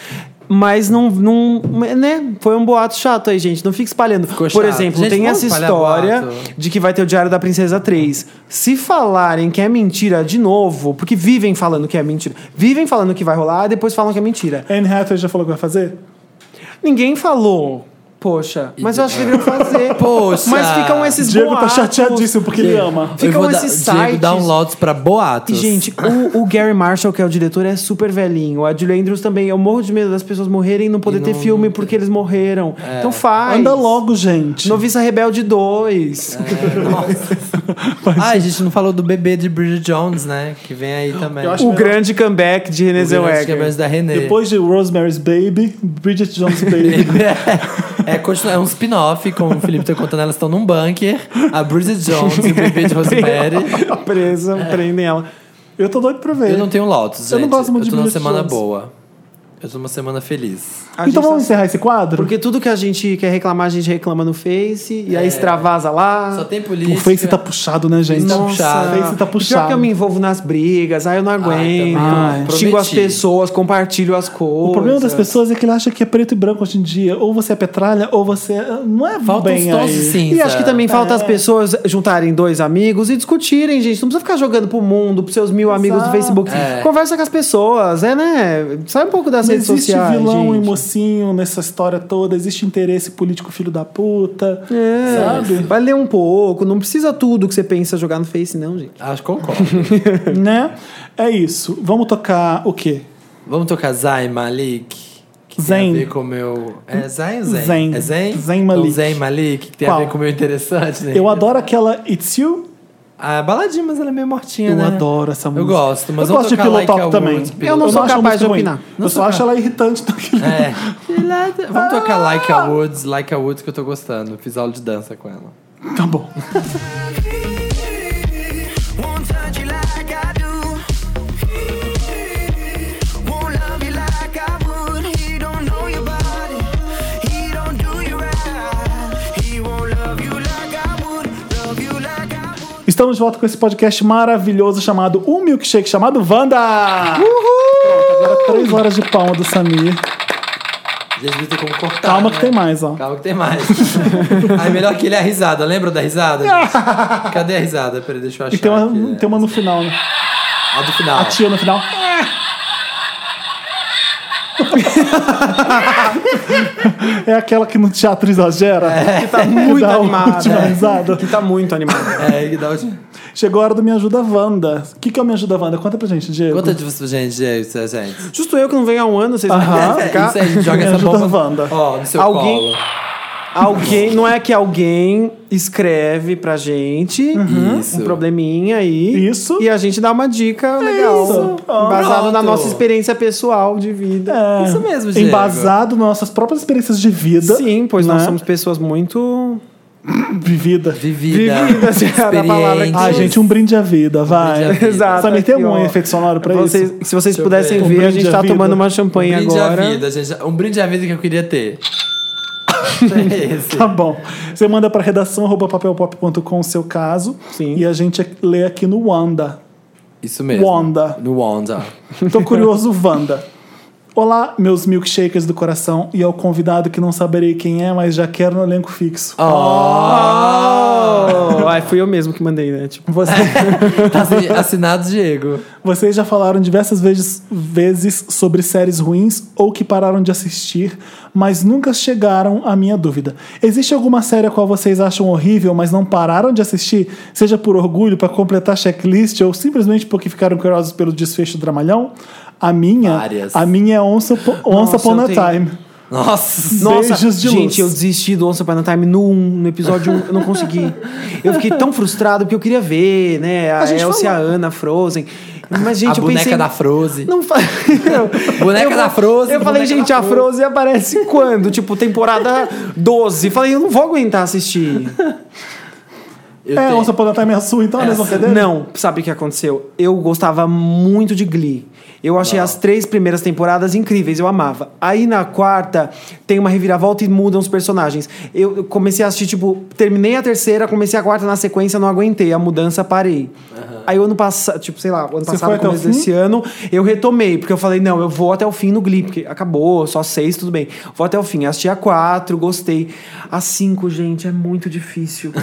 Mas não, não. Né? Foi um boato chato aí, gente. Não fica espalhando.
Ficou chato.
Por exemplo,
Gente,
tem
vamos
essa
espalhar
história
boato.
de que vai ter o Diário da Princesa 3. Se falarem que é mentira de novo, porque vivem falando que é mentira. Vivem falando que vai rolar, depois falam que é mentira.
Anne Hathaway já falou que vai fazer?
Ninguém falou. Poxa,
E
mas
de-
eu acho que deveriam fazer.
Poxa.
Mas ficam esses
Diego tá
boatos.
chateadíssimo porque ele ama.
Eu
Ficam
vou dar,
esses
Diego,
sites.
downloads pra
E,
boatos.
gente, o, o Gary Marshall, que é o diretor, é super velhinho. A Julie Andrews também. Eu morro de medo das pessoas morrerem e não poder ter filme porque eles morreram.
É.
Então faz.
Anda logo, gente.
Noviça Rebelde 2.
É, Ah, a gente não falou do bebê de Bridget Jones, né? Que vem aí também.
Eu acho
O grande comeback de René
O grande
Zellweger.
quebranto é da René.
é Depois de Rosemary's Baby, Bridget Jones Baby.
é, é, continu- é um spin-off, como o Felipe tá contando, elas estão num bunker, a Bridget Jones e o bebê de Rosemary.
tá
Presa, prendem ela.
Eu tô doido pra ver.
É. Eu não tenho Lotus, gente.
Eu não gosto muito
Eu tô
de
numa
Bridget
semana
Jones.
boa. Eu tô numa semana feliz.
A
Então
gente
vamos
tá-
encerrar esse quadro?
Porque tudo que a gente quer reclamar, a gente reclama no Face. E aí extravasa lá.
É. Só tem
o
polícia.
Ah. Face tá puxado, né, gente?
é- Tá puxado.
O Face tá
Pior que eu
puxado.
me envolvo nas brigas, aí eu
tá
não
também
aguento.
não.
Ai, xingo as
Prometi.
pessoas, compartilho as coisas.
O problema das pessoas é que ele acha que é preto e branco hoje em dia. Ou você é petralha, ou você é... Não é
Faltam
bem
uns tons
aí.
de cinza.
E acho é que também falta as pessoas juntarem dois amigos e discutirem, gente. Não precisa ficar jogando pro mundo, pros seus mil amigos do
Exato.
Facebook.
É.
Conversa com as pessoas, é, né? Sai um pouco das
Não
redes
existe
sociais.
vilão
gente.
e mocinho nessa história toda. Existe interesse político filho da puta.
É,
Sabe?
Vai ler um pouco, não precisa tudo que você pensa jogar no Face, não, gente.
Ah, Acho que concordo.
né? É isso. Vamos tocar o quê?
Vamos tocar Zayn Malik. Que
Zen.
Tem a ver com o meu. É Zayn ou Zen?
Zen.
É Zen?
Zen Malik.
Então, Zayn Malik, que tem
Qual?
a ver com o meu interessante, né?
Eu adoro aquela It's You.
A baladinha, mas ela é meio mortinha,
Eu
né?
adoro essa música.
gosto, mas
eu
vamos
gosto de
tocar Like
Pilotop
a
também.
Wood,
Eu não
acho
sou
a
capaz
música
de
ruim.
opinar.
Eu só acho ela irritante naquele
É. Vamos
Ah!
tocar Like a Woods, Like a Woods que eu tô gostando. Fiz aula de dança com ela.
Tá bom.
Won't touch you like I do. Won't love you like I would. He don't know your body. He don't do you right. He won't love you like I would. Love you like I would.
Estamos de volta com esse podcast maravilhoso chamado Um Milkshake, chamado Wanda! Uhul! Agora três horas de palma do Samir.
Gente, não tem como
Tá,
cortar.
Calma
né?
que tem mais, ó.
Calma que tem mais. Aí melhor que ele é a risada. Lembra da risada? gente? Cadê a risada? Peraí, deixa eu achar.
E tem
aqui.
é.
uma, tem uma no final, né?
A do final.
A tia no final. É aquela que no teatro exagera.
Que tá muito
Dá uma
animada.
última risada.
Que tá muito animada.
É, que dá o.
Chegou a hora do Me Ajuda Wanda. O que, que é o Me Ajuda Wanda? Conta pra gente, Diego.
Conta de você, gente, gente, gente.
Justo eu que não venho há um ano, vocês
Aham.
vão
É,
ficar.
Isso aí, a gente joga
Me
essa
ajuda,
bomba.
Wanda.
Ó, no seu
Alguém-
colo.
Alguém, não é que alguém escreve pra gente
Isso.
um probleminha aí.
Uhum. Isso. É
E a gente dá uma dica legal.
isso.
Baseado na
Pronto.
nossa experiência pessoal de vida.
É,
Isso mesmo, Diego.
Embasado nas nossas próprias experiências de vida.
Sim, pois nós
né?
somos pessoas muito
Vivida.
Vivida.
vividas. Era a palavra que-
Experiente.
Ah, gente, um brinde à vida, vai.
brinde à vida.
Exato,
É. Samir, tem
aqui,
algum
ó.
efeito sonoro pra
Vocês-
isso?
Se vocês
eu
pudessem
ver.
Um
ver, a
brinde
gente
à
tá
vida.
tomando uma champanhe
Um brinde
agora.
à vida, gente. Um brinde à vida que eu queria ter. É esse.
Tá bom. Você manda pra redação arroba papelpop.com o seu caso.
Sim.
E a gente lê aqui no Wanda.
Isso mesmo.
Wanda.
No Wanda.
Tô curioso, Wanda. Olá, meus milkshakers do coração e ao convidado que não saberei quem é, mas já quero no elenco fixo.
Ah.
Oh, ai, fui eu mesmo que mandei, né? Tipo,
Você-
Tá assi- assinado Diego.
vocês já falaram diversas vezes, vezes sobre séries ruins ou que pararam de assistir, mas nunca chegaram à minha dúvida. Existe alguma série a qual vocês acham horrível, mas não pararam de assistir, seja por orgulho, pra completar checklist ou simplesmente porque ficaram curiosos pelo desfecho dramalhão? A minha,
Várias.
a minha é Once Upon, Once
Nossa,
Upon
eu
a
tenho.
Time.
Nossa.
nossa,
Beijos de luz.
gente, eu desisti do Once Upon a Time no 1, no episódio 1, eu não consegui. Eu fiquei tão frustrado porque eu queria ver, né? A,
gente
Elsa e a Ana, Frozen. Mas, gente,
a
eu
boneca
pensei.
da Frozen.
Não fa... eu,
Boneca
eu-
da Frozen,
Eu falei,
boneca
gente,
da
a Frozen aparece quando? tipo, temporada 12. Falei, eu não vou aguentar assistir.
Eu
É,
tenho.
Once Upon a Time é a sua, então é a mesma
Essa.
cadeira?
Não, sabe o que aconteceu? Eu gostava muito de Glee. Eu achei as três primeiras temporadas incríveis, eu amava. Aí na quarta tem uma reviravolta e mudam os personagens. Eu eu comecei a assistir, tipo, terminei a terceira, comecei a quarta na sequência, não aguentei. A mudança, parei. Aí o ano passado, tipo, sei lá, o ano
foi
passado,
até o
começo
fim?
desse ano, eu retomei, porque eu falei, não, eu vou até o fim no Glee, porque acabou, só seis, tudo bem. Vou até o fim. Assisti a quatro, gostei. A cinco, gente, é muito difícil.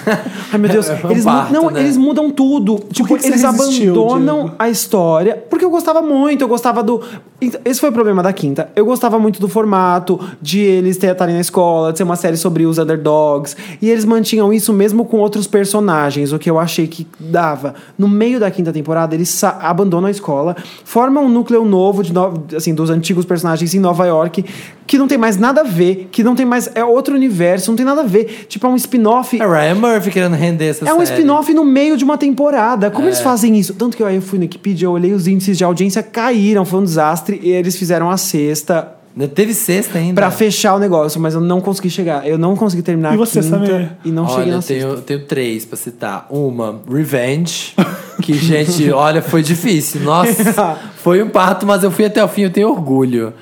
Ai, meu Deus,
foi um
eles mu-
parto,
não,
né?
eles mudam tudo. Tipo,
que você
eles
resistiu,
abandonam
Diego?
a história. Porque eu gostava muito, eu gostava do. Então, Esse foi o problema da quinta. Eu gostava muito do formato, de eles ter- estarem na escola, de ser uma série sobre os underdogs. E eles mantinham isso mesmo com outros personagens, o que eu achei que dava. No meio da quinta temporada, eles sa- abandonam a escola, formam um núcleo novo de no- assim, dos antigos personagens em Nova York, que não tem mais nada a ver, que não tem mais. É outro universo, não tem nada a ver. Tipo, é um spin-off.
É Ryan Murphy querendo render essa
É um
série. É.
spin-off no meio de uma temporada. Como eles fazem isso? Tanto que eu, aí eu fui no Wikipedia, eu olhei os índices de audiência, caíram, foi um desastre. E eles fizeram a sexta
Ainda Teve sexta ainda.
pra fechar o negócio, mas eu não consegui chegar. Eu não consegui terminar
E
a
você,
quinta
Samir?
e não
olha,
cheguei na
eu
sexta.
tenho, eu tenho três pra citar. Uma, Revenge. Que, gente, olha, foi difícil. Nossa, foi um parto, mas eu fui até o fim, eu tenho orgulho.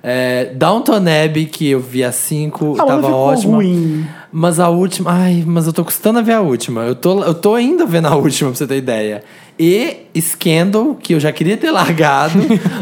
É, Downton Abbey, que eu vi a cinco,
Ah, mas não
tava
ficou
ótima.
ruim.
Mas a última. Ai, mas eu tô custando a ver a última. Eu tô, eu tô ainda vendo a última, pra você ter ideia. E Scandal, que eu já queria ter largado,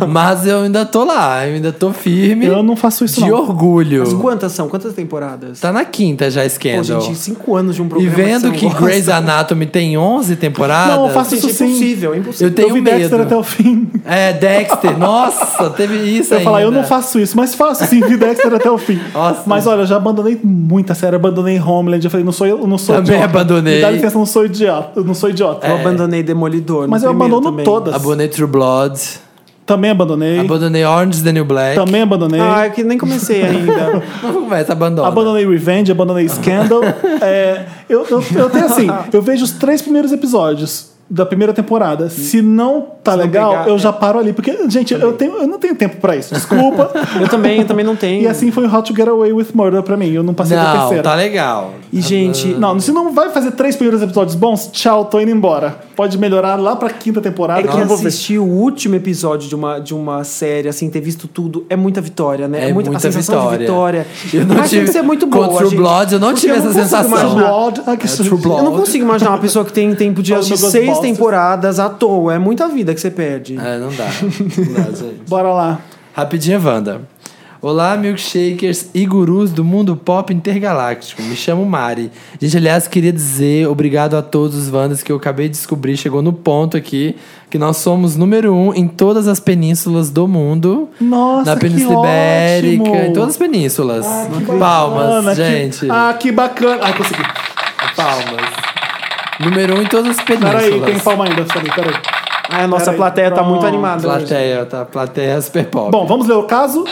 mas eu ainda tô lá, eu ainda tô firme.
Eu não faço isso,
De
não.
orgulho.
Mas quantas são? Quantas temporadas?
Tá na quinta já,
Pô,
Scandal.
gente, cinco anos de um
E
programa.
vendo
você
que
não gosta.
Grey's Anatomy tem 11 temporadas.
Não, eu faço
Gente,
isso
é
sim.
impossível, é impossível.
Eu tenho
vi
medo.
Dexter até o fim.
É, Dexter. Nossa, teve isso
Eu
ainda.
falar, eu não faço isso, mas faço sim, vi Dexter até o fim.
Nossa.
Mas olha, eu já abandonei muita série, abandonei Homeland, eu falei, não sou eu, não sou
Também
idiota.
abandonei. É,
Me dá licença, não sou idiota, eu não sou idiota.
Eu abandonei Demolidor. no
Mas eu
primeiro
abandono
também.
todas.
Abandonei True Blood.
Também abandonei.
Abandonei Orange is the New Black.
Também abandonei.
Ah, é que nem comecei ainda.
Não começa, abandona.
Abandonei Revenge, abandonei Scandal. É, eu, eu, eu tenho assim, eu vejo os três primeiros episódios da primeira temporada. Se não tá
não
legal,
pegar,
eu
é.
já paro ali. Porque, gente, eu, tenho, eu não tenho tempo pra isso. Desculpa.
eu também, eu também não tenho.
e assim foi o How to Get Away with Murder pra mim. Eu não passei da
Não,
terceira.
tá legal.
E, gente,
Não, se não vai fazer três primeiros episódios bons, tchau, tô indo embora. Pode melhorar lá pra quinta temporada
É
que eu
que
não vou ver.
assistir o último episódio de uma, de uma série, assim, ter visto tudo, é muita vitória, né?
É
muito-
muita
a sensação de
vitória.
vitória.
Eu não
Mas tem
tive-
que ser muito
com
boa,
True
gente,
Blood, eu não
porque
tive essa
consigo
sensação.
True
imaginar.
Blood, ah, que
É,
sujo.
True Blood.
Eu não consigo imaginar uma pessoa que tem tempo de
Fala
assistir
do
seis
Ghostbusters.
temporadas à toa. É muita vida que você perde.
É, não dá. Não dá, gente.
Bora lá.
Rapidinha, Wanda. Olá, milkshakers e gurus do mundo pop intergaláctico. Me chamo Mari. Gente, aliás, queria dizer obrigado a todos os Wandas que eu acabei de descobrir. Chegou no ponto aqui que nós somos número um em todas as penínsulas do mundo.
Nossa,
Na Península
que
Ibérica,
ótimo. Ah,
em todas as penínsulas.
Que
palmas,
bacana, que-
gente.
Ah, que bacana. Ah, consegui.
Palmas. Número um em todas as penínsulas.
Peraí, tem palma ainda, Samir, peraí.
Ah, a nossa
Peraí,
plateia tá muito
pronto.
animada. hoje.
Plateia, tá? Plateia super pop.
Bom, vamos ler o caso.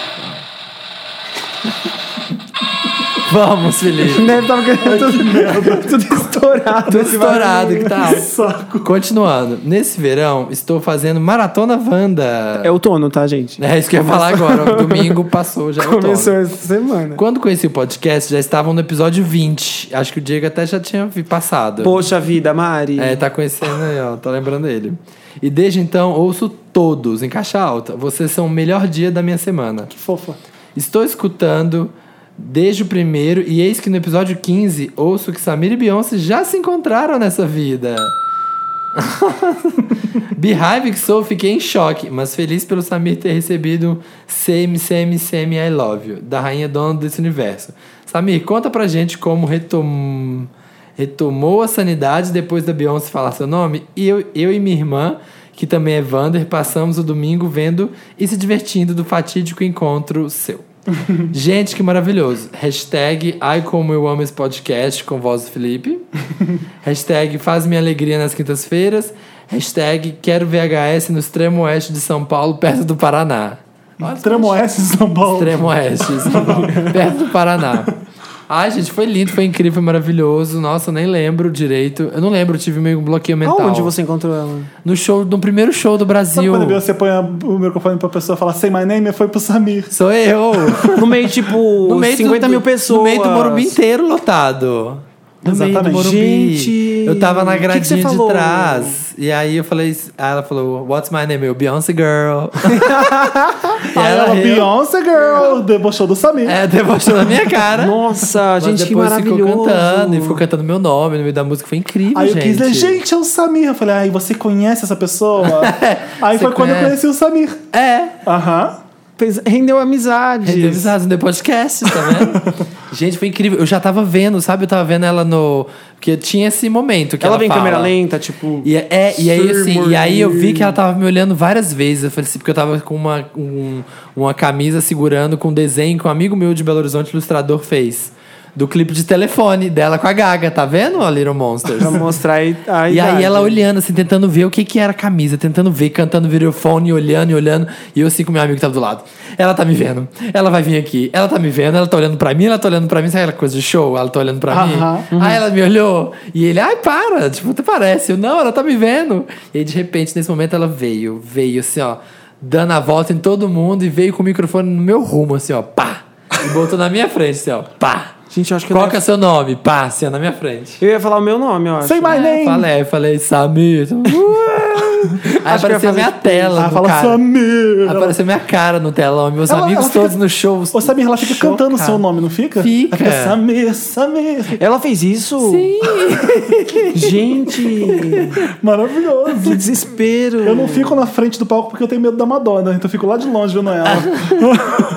vamos, Felipe.
Deve estar tudo, tudo estourado.
Tudo
esse barulho.
estourado que tá. alto.
Saco.
Continuando, nesse verão estou fazendo Maratona Wanda.
É outono, tá, gente?
É isso que eu ia falar agora. O domingo passou, já é outono.
Começou essa semana.
Quando conheci o podcast, já estavam no episódio 20. Acho que o Diego até já tinha vi- passado.
Poxa vida, Mari.
É, tá conhecendo aí, ó. Tá lembrando ele. E desde então, ouço todos em caixa alta. Vocês são o melhor dia da minha semana.
Que fofa.
Estou escutando desde o primeiro e eis que no episódio 15 ouço que Samir e Beyoncé já se encontraram nessa vida. Behive que sou, fiquei em choque, mas feliz pelo Samir ter recebido um Same, Same, Same I Love You, da rainha dona desse universo. Samir, conta pra gente como retom... retomou a sanidade depois da Beyoncé falar seu nome. E eu, eu e minha irmã, que também é Vander, passamos o domingo vendo e se divertindo do fatídico encontro seu. gente, que maravilhoso. Hashtag Ai Como Eu Amo Esse Podcast com voz do Felipe. Hashtag Faz Minha Alegria nas quintas-feiras. Hashtag Quero VHS no extremo oeste de São Paulo, perto do Paraná.
Tramo S, São Paulo.
Extremo Oeste, isso. perto do Paraná. Ai, gente, foi lindo, foi incrível, foi maravilhoso. Nossa, eu nem lembro direito. Eu não lembro, eu tive meio um bloqueio mental.
Aonde você encontrou ela?
No show, no primeiro show do
Sabe
Brasil.
quando você põe a- o microfone pra pessoa falar Say My Name? Foi pro Samir.
Sou eu.
No meio, tipo,
No meio do-
50 mil
do-
pessoas.
No meio do Morumbi
né?
inteiro lotado. No meio do
Exatamente.
Morumbi.
Gente,
eu tava na
o que que você
gradinha de
falou?
trás. E aí eu falei... Aí ela falou, what's my name? Eu, Beyoncé Girl. e
Aí ela,
riu.
Beyoncé Girl, debochou do Samir.
Ah, É, debochou na minha cara.
Nossa,
Mas
gente, que
depois
maravilhoso.
ficou cantando e ficou cantando meu nome no meio da música. Foi incrível,
Aí eu
gente.
quis ler, gente, é o Samir. Eu falei, ai, você conhece essa pessoa? Aí
Você
foi quando eu
conhece?
conheci o Samir.
É.
Aham.
Fez- rendeu amizades.
Rendeu amizades no The Podcast, tá vendo? Gente, foi incrível. Eu já tava vendo, sabe? Eu tava vendo ela no. Porque tinha esse momento que ela,
Ela vem em
fala.
câmera lenta, tipo.
E, é, e aí, assim, e aí eu vi que ela tava me olhando várias vezes. Eu falei assim, porque eu tava com uma, um- uma camisa segurando com um desenho que um amigo meu de Belo Horizonte, ilustrador, fez. Do clipe de telefone dela com a Gaga, tá vendo, ó, Little Monsters?
Pra mostrar aí. a
E aí
idade.
ela olhando, assim, tentando ver o que que era a camisa, tentando ver, cantando videofone, olhando e olhando. E eu assim com o meu amigo que tava do lado. Ela tá me vendo, ela vai vir aqui, ela tá me vendo, ela tá olhando pra mim, ela tá olhando pra mim, sabe aquela coisa de show? Ela tá olhando pra
Aham,
mim. Aí ela me olhou e ele, ai, para, tipo, até parece. Eu, não, ela tá me vendo. E aí, de repente, nesse momento, ela veio, veio assim, ó, dando a volta em todo mundo e veio com o microfone no meu rumo, assim, ó, pá. E botou na minha frente, assim, ó, pá.
Gente, eu acho que eu
Qual
não-
que é seu nome? Pá, assim, ó, na minha frente.
Eu ia falar o meu nome, eu acho. né?
Say my
É,
name!
Falei, falei, Samir. Aí
que eu ia
apareceu
fazer
minha
tipo
tela.
Ela
no
fala,
cara.
Samir!
Apareceu minha cara no telão. Meus
Ela-
amigos
ela fica- assim,
todos no show.
Ô, Samir, ela fica
Chocado.
cantando o seu nome, não fica?
Fica.
Ela Samir, Samir.
Ela fez isso?
Sim.
Gente,
Maravilhoso.
que desespero.
Eu não fico na frente do palco porque eu tenho medo da Madonna, então eu fico lá de longe vendo ela.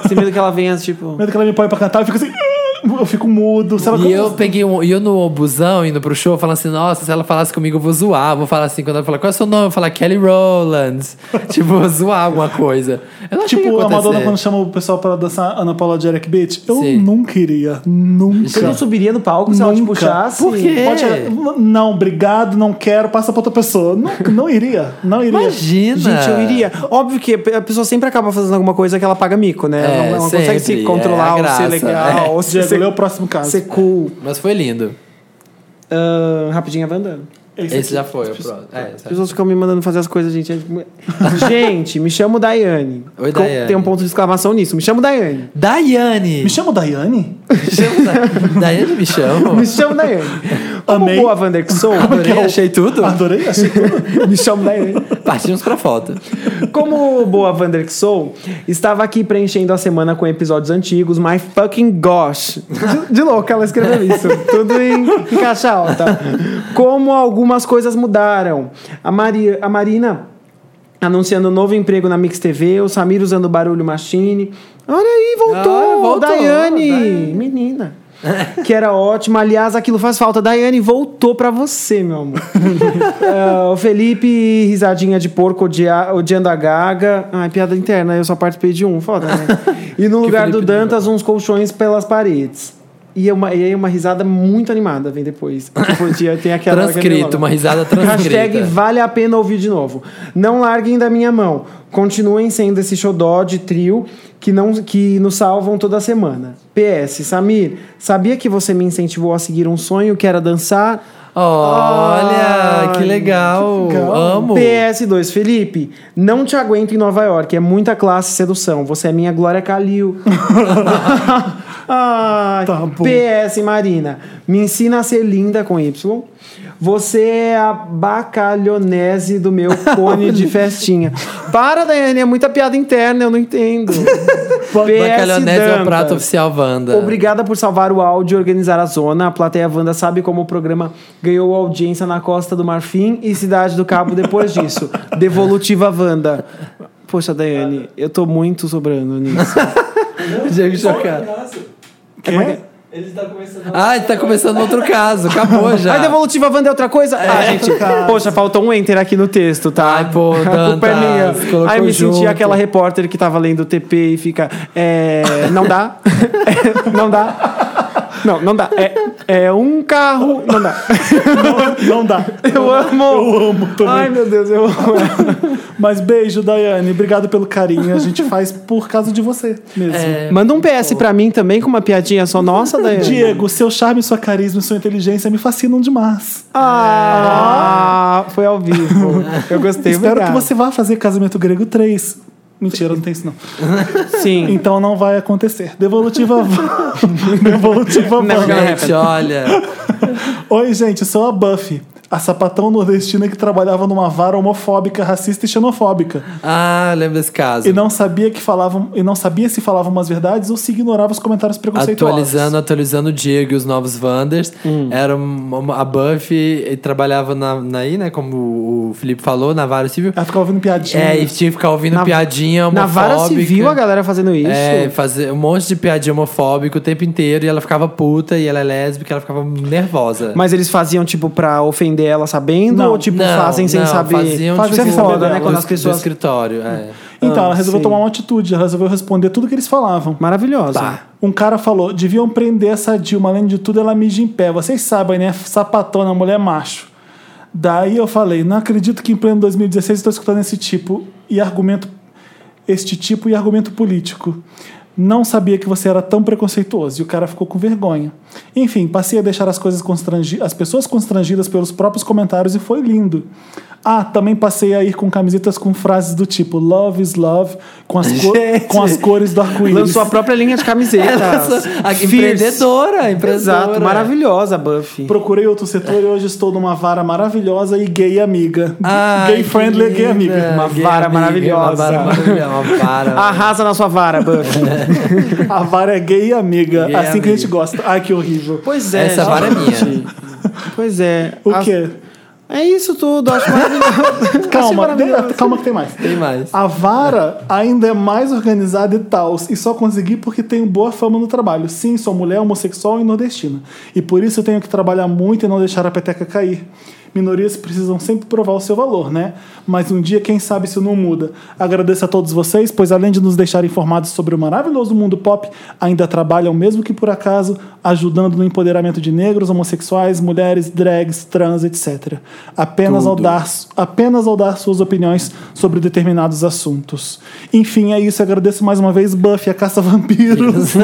Tem medo que ela venha, tipo.
medo que ela me põe pra cantar, eu fico assim. "Ah", Eu fico mudo, sabe?
E eu peguei um, e eu no busão indo pro show, falando assim: nossa, se ela falasse comigo, eu vou zoar. Vou falar assim, quando ela falar, qual é o seu nome? Eu vou falar Kelly Rowlands. tipo, vou zoar alguma coisa. Eu não achei que
Tipo,
ia
a Madonna
acontecer.
quando chama o pessoal pra dançar Ana Paula Jerek Beat. Eu
Sim.
nunca iria. Nunca.
Eu não subiria no palco se ela te
Nunca.
puxasse.
Por quê?
Pode chegar, "N- Não, obrigado, não quero, passa pra outra pessoa. Nunca, não iria. Não iria.
Imagina.
Gente, eu iria. Óbvio que a pessoa sempre acaba fazendo alguma coisa que ela paga mico, né?
É,
ela não, ela não
sempre,
consegue se
é
controlar
a
ou
graça,
ser legal,
é.
ou ser,
Diego, lê o
ser,
próximo caso.
ser cool.
Mas foi lindo.
Ah, rapidinho vai andando.
Esse,
aqui.
já foi, o próximo. É,
As pessoas ficam me mandando fazer as coisas, gente. é- Gente, me chamo Daiane.
Oi,
Com-
Daiane.
Tem um ponto de exclamação nisso. Me chamo Daiane.
Daiane!
Me chama Daiane?
Me chama Da- Daiane me chama.
Me chamo Daiane. Como
Amei.
boa Wander que sou,
Adorei, achei tudo.
Adorei, achei
me chamo Daiane.
Partimos pra foto.
Como boa Wander que sou, estava aqui preenchendo a semana com episódios antigos, my fucking gosh. De, de louca ela escreveu isso. Tudo em, em caixa alta. Como algumas coisas mudaram. A, Mari, a Marina anunciando novo emprego na Mix TV, o Samir usando barulho machine. Olha aí, voltou!
Ah, voltou,
Daiane!
Daiane.
Menina. que era ótima. Aliás, aquilo faz falta. Daiane, voltou pra você, meu amor. Ah, o Felipe, risadinha de porco odia- odiando a gaga. Ai, piada interna, eu só participei de um, foda, né? E no lugar do
Felipe
Dantas, uns colchões pelas paredes. E, é uma, e aí uma risada muito animada vem depois. Que podia ter aquela... é
Transcrito, uma risada transcrita.
Hashtag vale a pena ouvir de novo. Não larguem da minha mão. Continuem sendo esse xodó de trio que, não, que nos salvam toda semana. PS, Samir, sabia que você me incentivou a seguir um sonho que era dançar?
Olha,
Ai,
que legal.
que legal.
Amo.
PS2, Felipe, não te aguento em Nova York. É muita classe e sedução. Você é minha Glória Calil. Ai,
Tá bom.
PS, Marina, me ensina a ser linda com Y. Você é a bacalhonese do meu cone de festinha. Para, Daiane, é muita piada interna, eu não entendo.
Bacalhonese é o prato
Dantas.
oficial Wanda.
Obrigada por salvar o áudio e organizar a zona. A plateia Wanda sabe como o programa ganhou audiência na Costa do Marfim e Cidade do Cabo depois disso. Devolutiva Wanda. Poxa, Daiane, eu tô muito sobrando nisso.
Diego
Que
chocado.
graça.
Quê?
Ele tá começando a...
Ai, tá começando outro caso. Acabou já.
Aí devolutiva Wanda é outra coisa? ah, gente, poxa, faltou um enter aqui no texto, tá?
Ai, pô,
A culpa é minha.
Dantas. Colocou
Aí me
junto.
senti aquela repórter que tava lendo o TP e fica. É, não dá. É, não dá. Não, não dá. É, é um carro. Não dá.
Não, não dá.
Eu amo.
Eu amo também.
Ai, meu Deus, eu amo.
Mas beijo, Daiane. Obrigado pelo carinho. A gente faz por causa de você mesmo.
É,
Manda um PS pra mim também com uma piadinha só nossa, Daiane.
Diego, seu charme, sua carisma e sua inteligência me fascinam demais.
Ah, foi ao vivo. Eu gostei,
Espero que
obrigado.
você vá fazer Casamento Grego 3. Mentira, não tem isso não.
Sim.
Então não vai acontecer. Devolutiva. Devolutiva.
Não,
Wanda.
galera.
gente, olha.
Oi, gente, eu sou a Buffy. A sapatão nordestina que trabalhava numa vara homofóbica, racista e xenofóbica.
Ah, lembro desse caso.
E não sabia que falavam, e não sabia se falavam umas verdades ou se ignorava os comentários preconceituosos.
Atualizando, atualizando o Diego e os novos Wanders.
Hum.
Era uma, uma- a Buffy e trabalhava na, na aí, né? Como o Felipe falou, na vara civil.
Ela ficava ouvindo piadinha. Então,
É, e tinha que ficar ouvindo
Na-
piadinha
Na
homofóbica.
vara civil, a galera fazendo isso.
É, fazer um monte de piadinha homofóbica o tempo inteiro e ela ficava puta e ela é lésbica, ela ficava nervosa.
Mas eles faziam, tipo, pra ofender ela sabendo?
Não,
ou, tipo,
Não,
fazem sem
não,
saber?
Faziam, tipo,
Fazem
sem
sem
saber
foda,
dela.
né? Quando as
do- Do
pessoas...
escritório, é.
Então,
Ah,
ela resolveu
sei.
tomar uma atitude, ela resolveu responder tudo que eles falavam.
Maravilhosa.
Um cara falou: deviam prender essa Dilma, além de tudo, ela mija em pé. Vocês sabem, né? Sapatona, mulher macho. Daí eu falei: não acredito que em pleno 2016 estou escutando esse tipo e argumento. Este tipo e argumento político. Não sabia que você era tão preconceituoso. E o cara ficou com vergonha. Enfim, passei a deixar as coisas constrangidas, as pessoas constrangidas pelos próprios comentários e foi lindo. Ah, também passei a ir com camisetas com frases do tipo Love is love, com as, co-
Gente.
com as cores do arco-íris.
Lançou a própria linha de
Ela
camisetas.
só- a
Fierce.
empreendedora, empreendedora.
Exato, maravilhosa, Buffy.
Procurei outro setor e hoje estou numa vara maravilhosa e gay amiga.
Ai,
gay
que
friendly, é gay
linda.
amiga.
Uma
Gay
vara
amiga,
maravilhosa.
Uma vara maravilhosa. Uma vara.
Arrasa na sua vara, Buffy.
A vara é gay amiga,
Gay
assim que a gente
amiga.
gosta. Ai, que horrível.
Pois é.
Essa vara é minha.
Pois é.
O
As-
quê?
É isso tudo, acho maravilhoso.
Calma,
Acho maravilhoso.
de- calma que tem mais.
Tem mais.
A vara ainda é mais organizada e tal, e só consegui porque tenho boa fama no trabalho. Sim, sou mulher, homossexual e nordestina. E por isso eu tenho que trabalhar muito e não deixar a peteca cair. Minorias precisam sempre provar o seu valor, né? Mas um dia, quem sabe isso não muda. Agradeço a todos vocês, pois além de nos deixar informados sobre o maravilhoso mundo pop, ainda trabalham, mesmo que por acaso, ajudando no empoderamento de negros, homossexuais, mulheres, drags, trans, etc. Apenas ao
Tudo.
dar dar- apenas ao dar suas opiniões sobre determinados assuntos. Enfim, é isso. Agradeço mais uma vez Buffy, a caça a vampiros.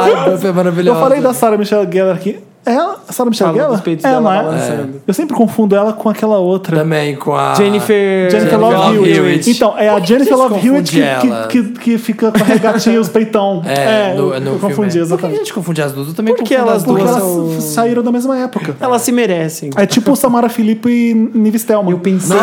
Ai, Buffy é maravilhosa.
Eu falei da Sarah Michelle Gellar aqui. É ela? Sarah Michelle
Fala dos
Gellar?
peitos
É,
dela
não é?
balançando.
Eu sempre confundo ela com aquela outra.
Também com a. É,
Jennifer...
Jennifer Love, Hewitt. Então, é a Jennifer Love Hewitt que,
confunde
que, que, que fica com a regatinha e os peitão.
É,
eu-
no, no
eu
filme.
confundi,
Por que a
exatamente.
gente confunde as duas? Eu também
Porque
confundo
elas
as
Porque
duas.
elas
são-
saíram da mesma época.
Elas se merecem.
É tipo o Samara Filipe e Nive Stelman.
Eu pensei...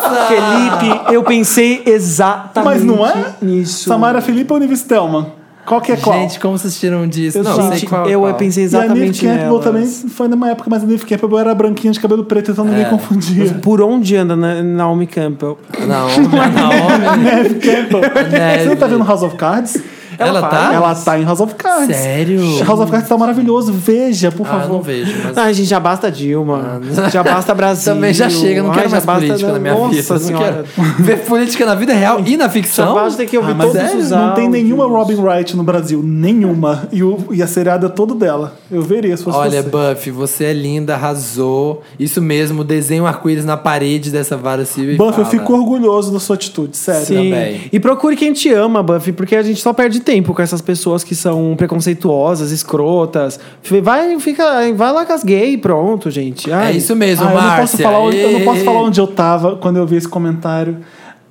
Felipe, eu pensei exatamente
Ah. Mas não é?
nisso.
Samara Felipe ou Nive Stelman? Qual que é qual?
Gente, como vocês tiram disso?
Eu
Não,
senti-
sei qual,
eu
qual.
pensei
Exatamente.
exatamente
E a Neve Campbell
nelas.
também foi numa época, mas a Neve Campbell era branquinha de cabelo preto, então
É.
ninguém confundia.
Por onde anda Na- Naomi Campbell?
Não, não.
Neve Campbell.
Neve.
Você não tá vendo House of Cards?
Ela, tá?
Ela tá em House of Cards.
Sério?
House of Cards tá maravilhoso. Veja, por
Ah, eu não
favor.
vejo, mas.
Ai, gente, já basta Dilma.
Ah.
Já basta Brasil.
Também já chega, eu não
Ai,
quero
já
mais
basta
política
da-
na minha
Nossa
vida. eu Não
Senhora.
quero ver política na vida real e na ficção.
Só basta que eu vi
Ah, mas
Mas
todos
sério,
os
não tem
áudios.
nenhuma Robin Wright no Brasil. Nenhuma. E, o- e a seriada toda dela. Eu veria se fosse
Olha,
você.
Buffy, você é linda, arrasou. Isso mesmo, desenha um arco-íris na parede dessa vara civil. e
Buff,
fala.
eu fico orgulhoso da sua atitude, sério.
Sim.
também.
E procure quem te ama, Buffy, porque a gente só perde tempo com essas pessoas que são preconceituosas, escrotas. F- Vai, fica, vai lá com as gay e pronto, gente.
É
Ai,
isso mesmo,
Ah, eu, não posso
Márcia.
falar onde, eu não posso
Ê,
falar onde eu tava quando eu vi esse comentário.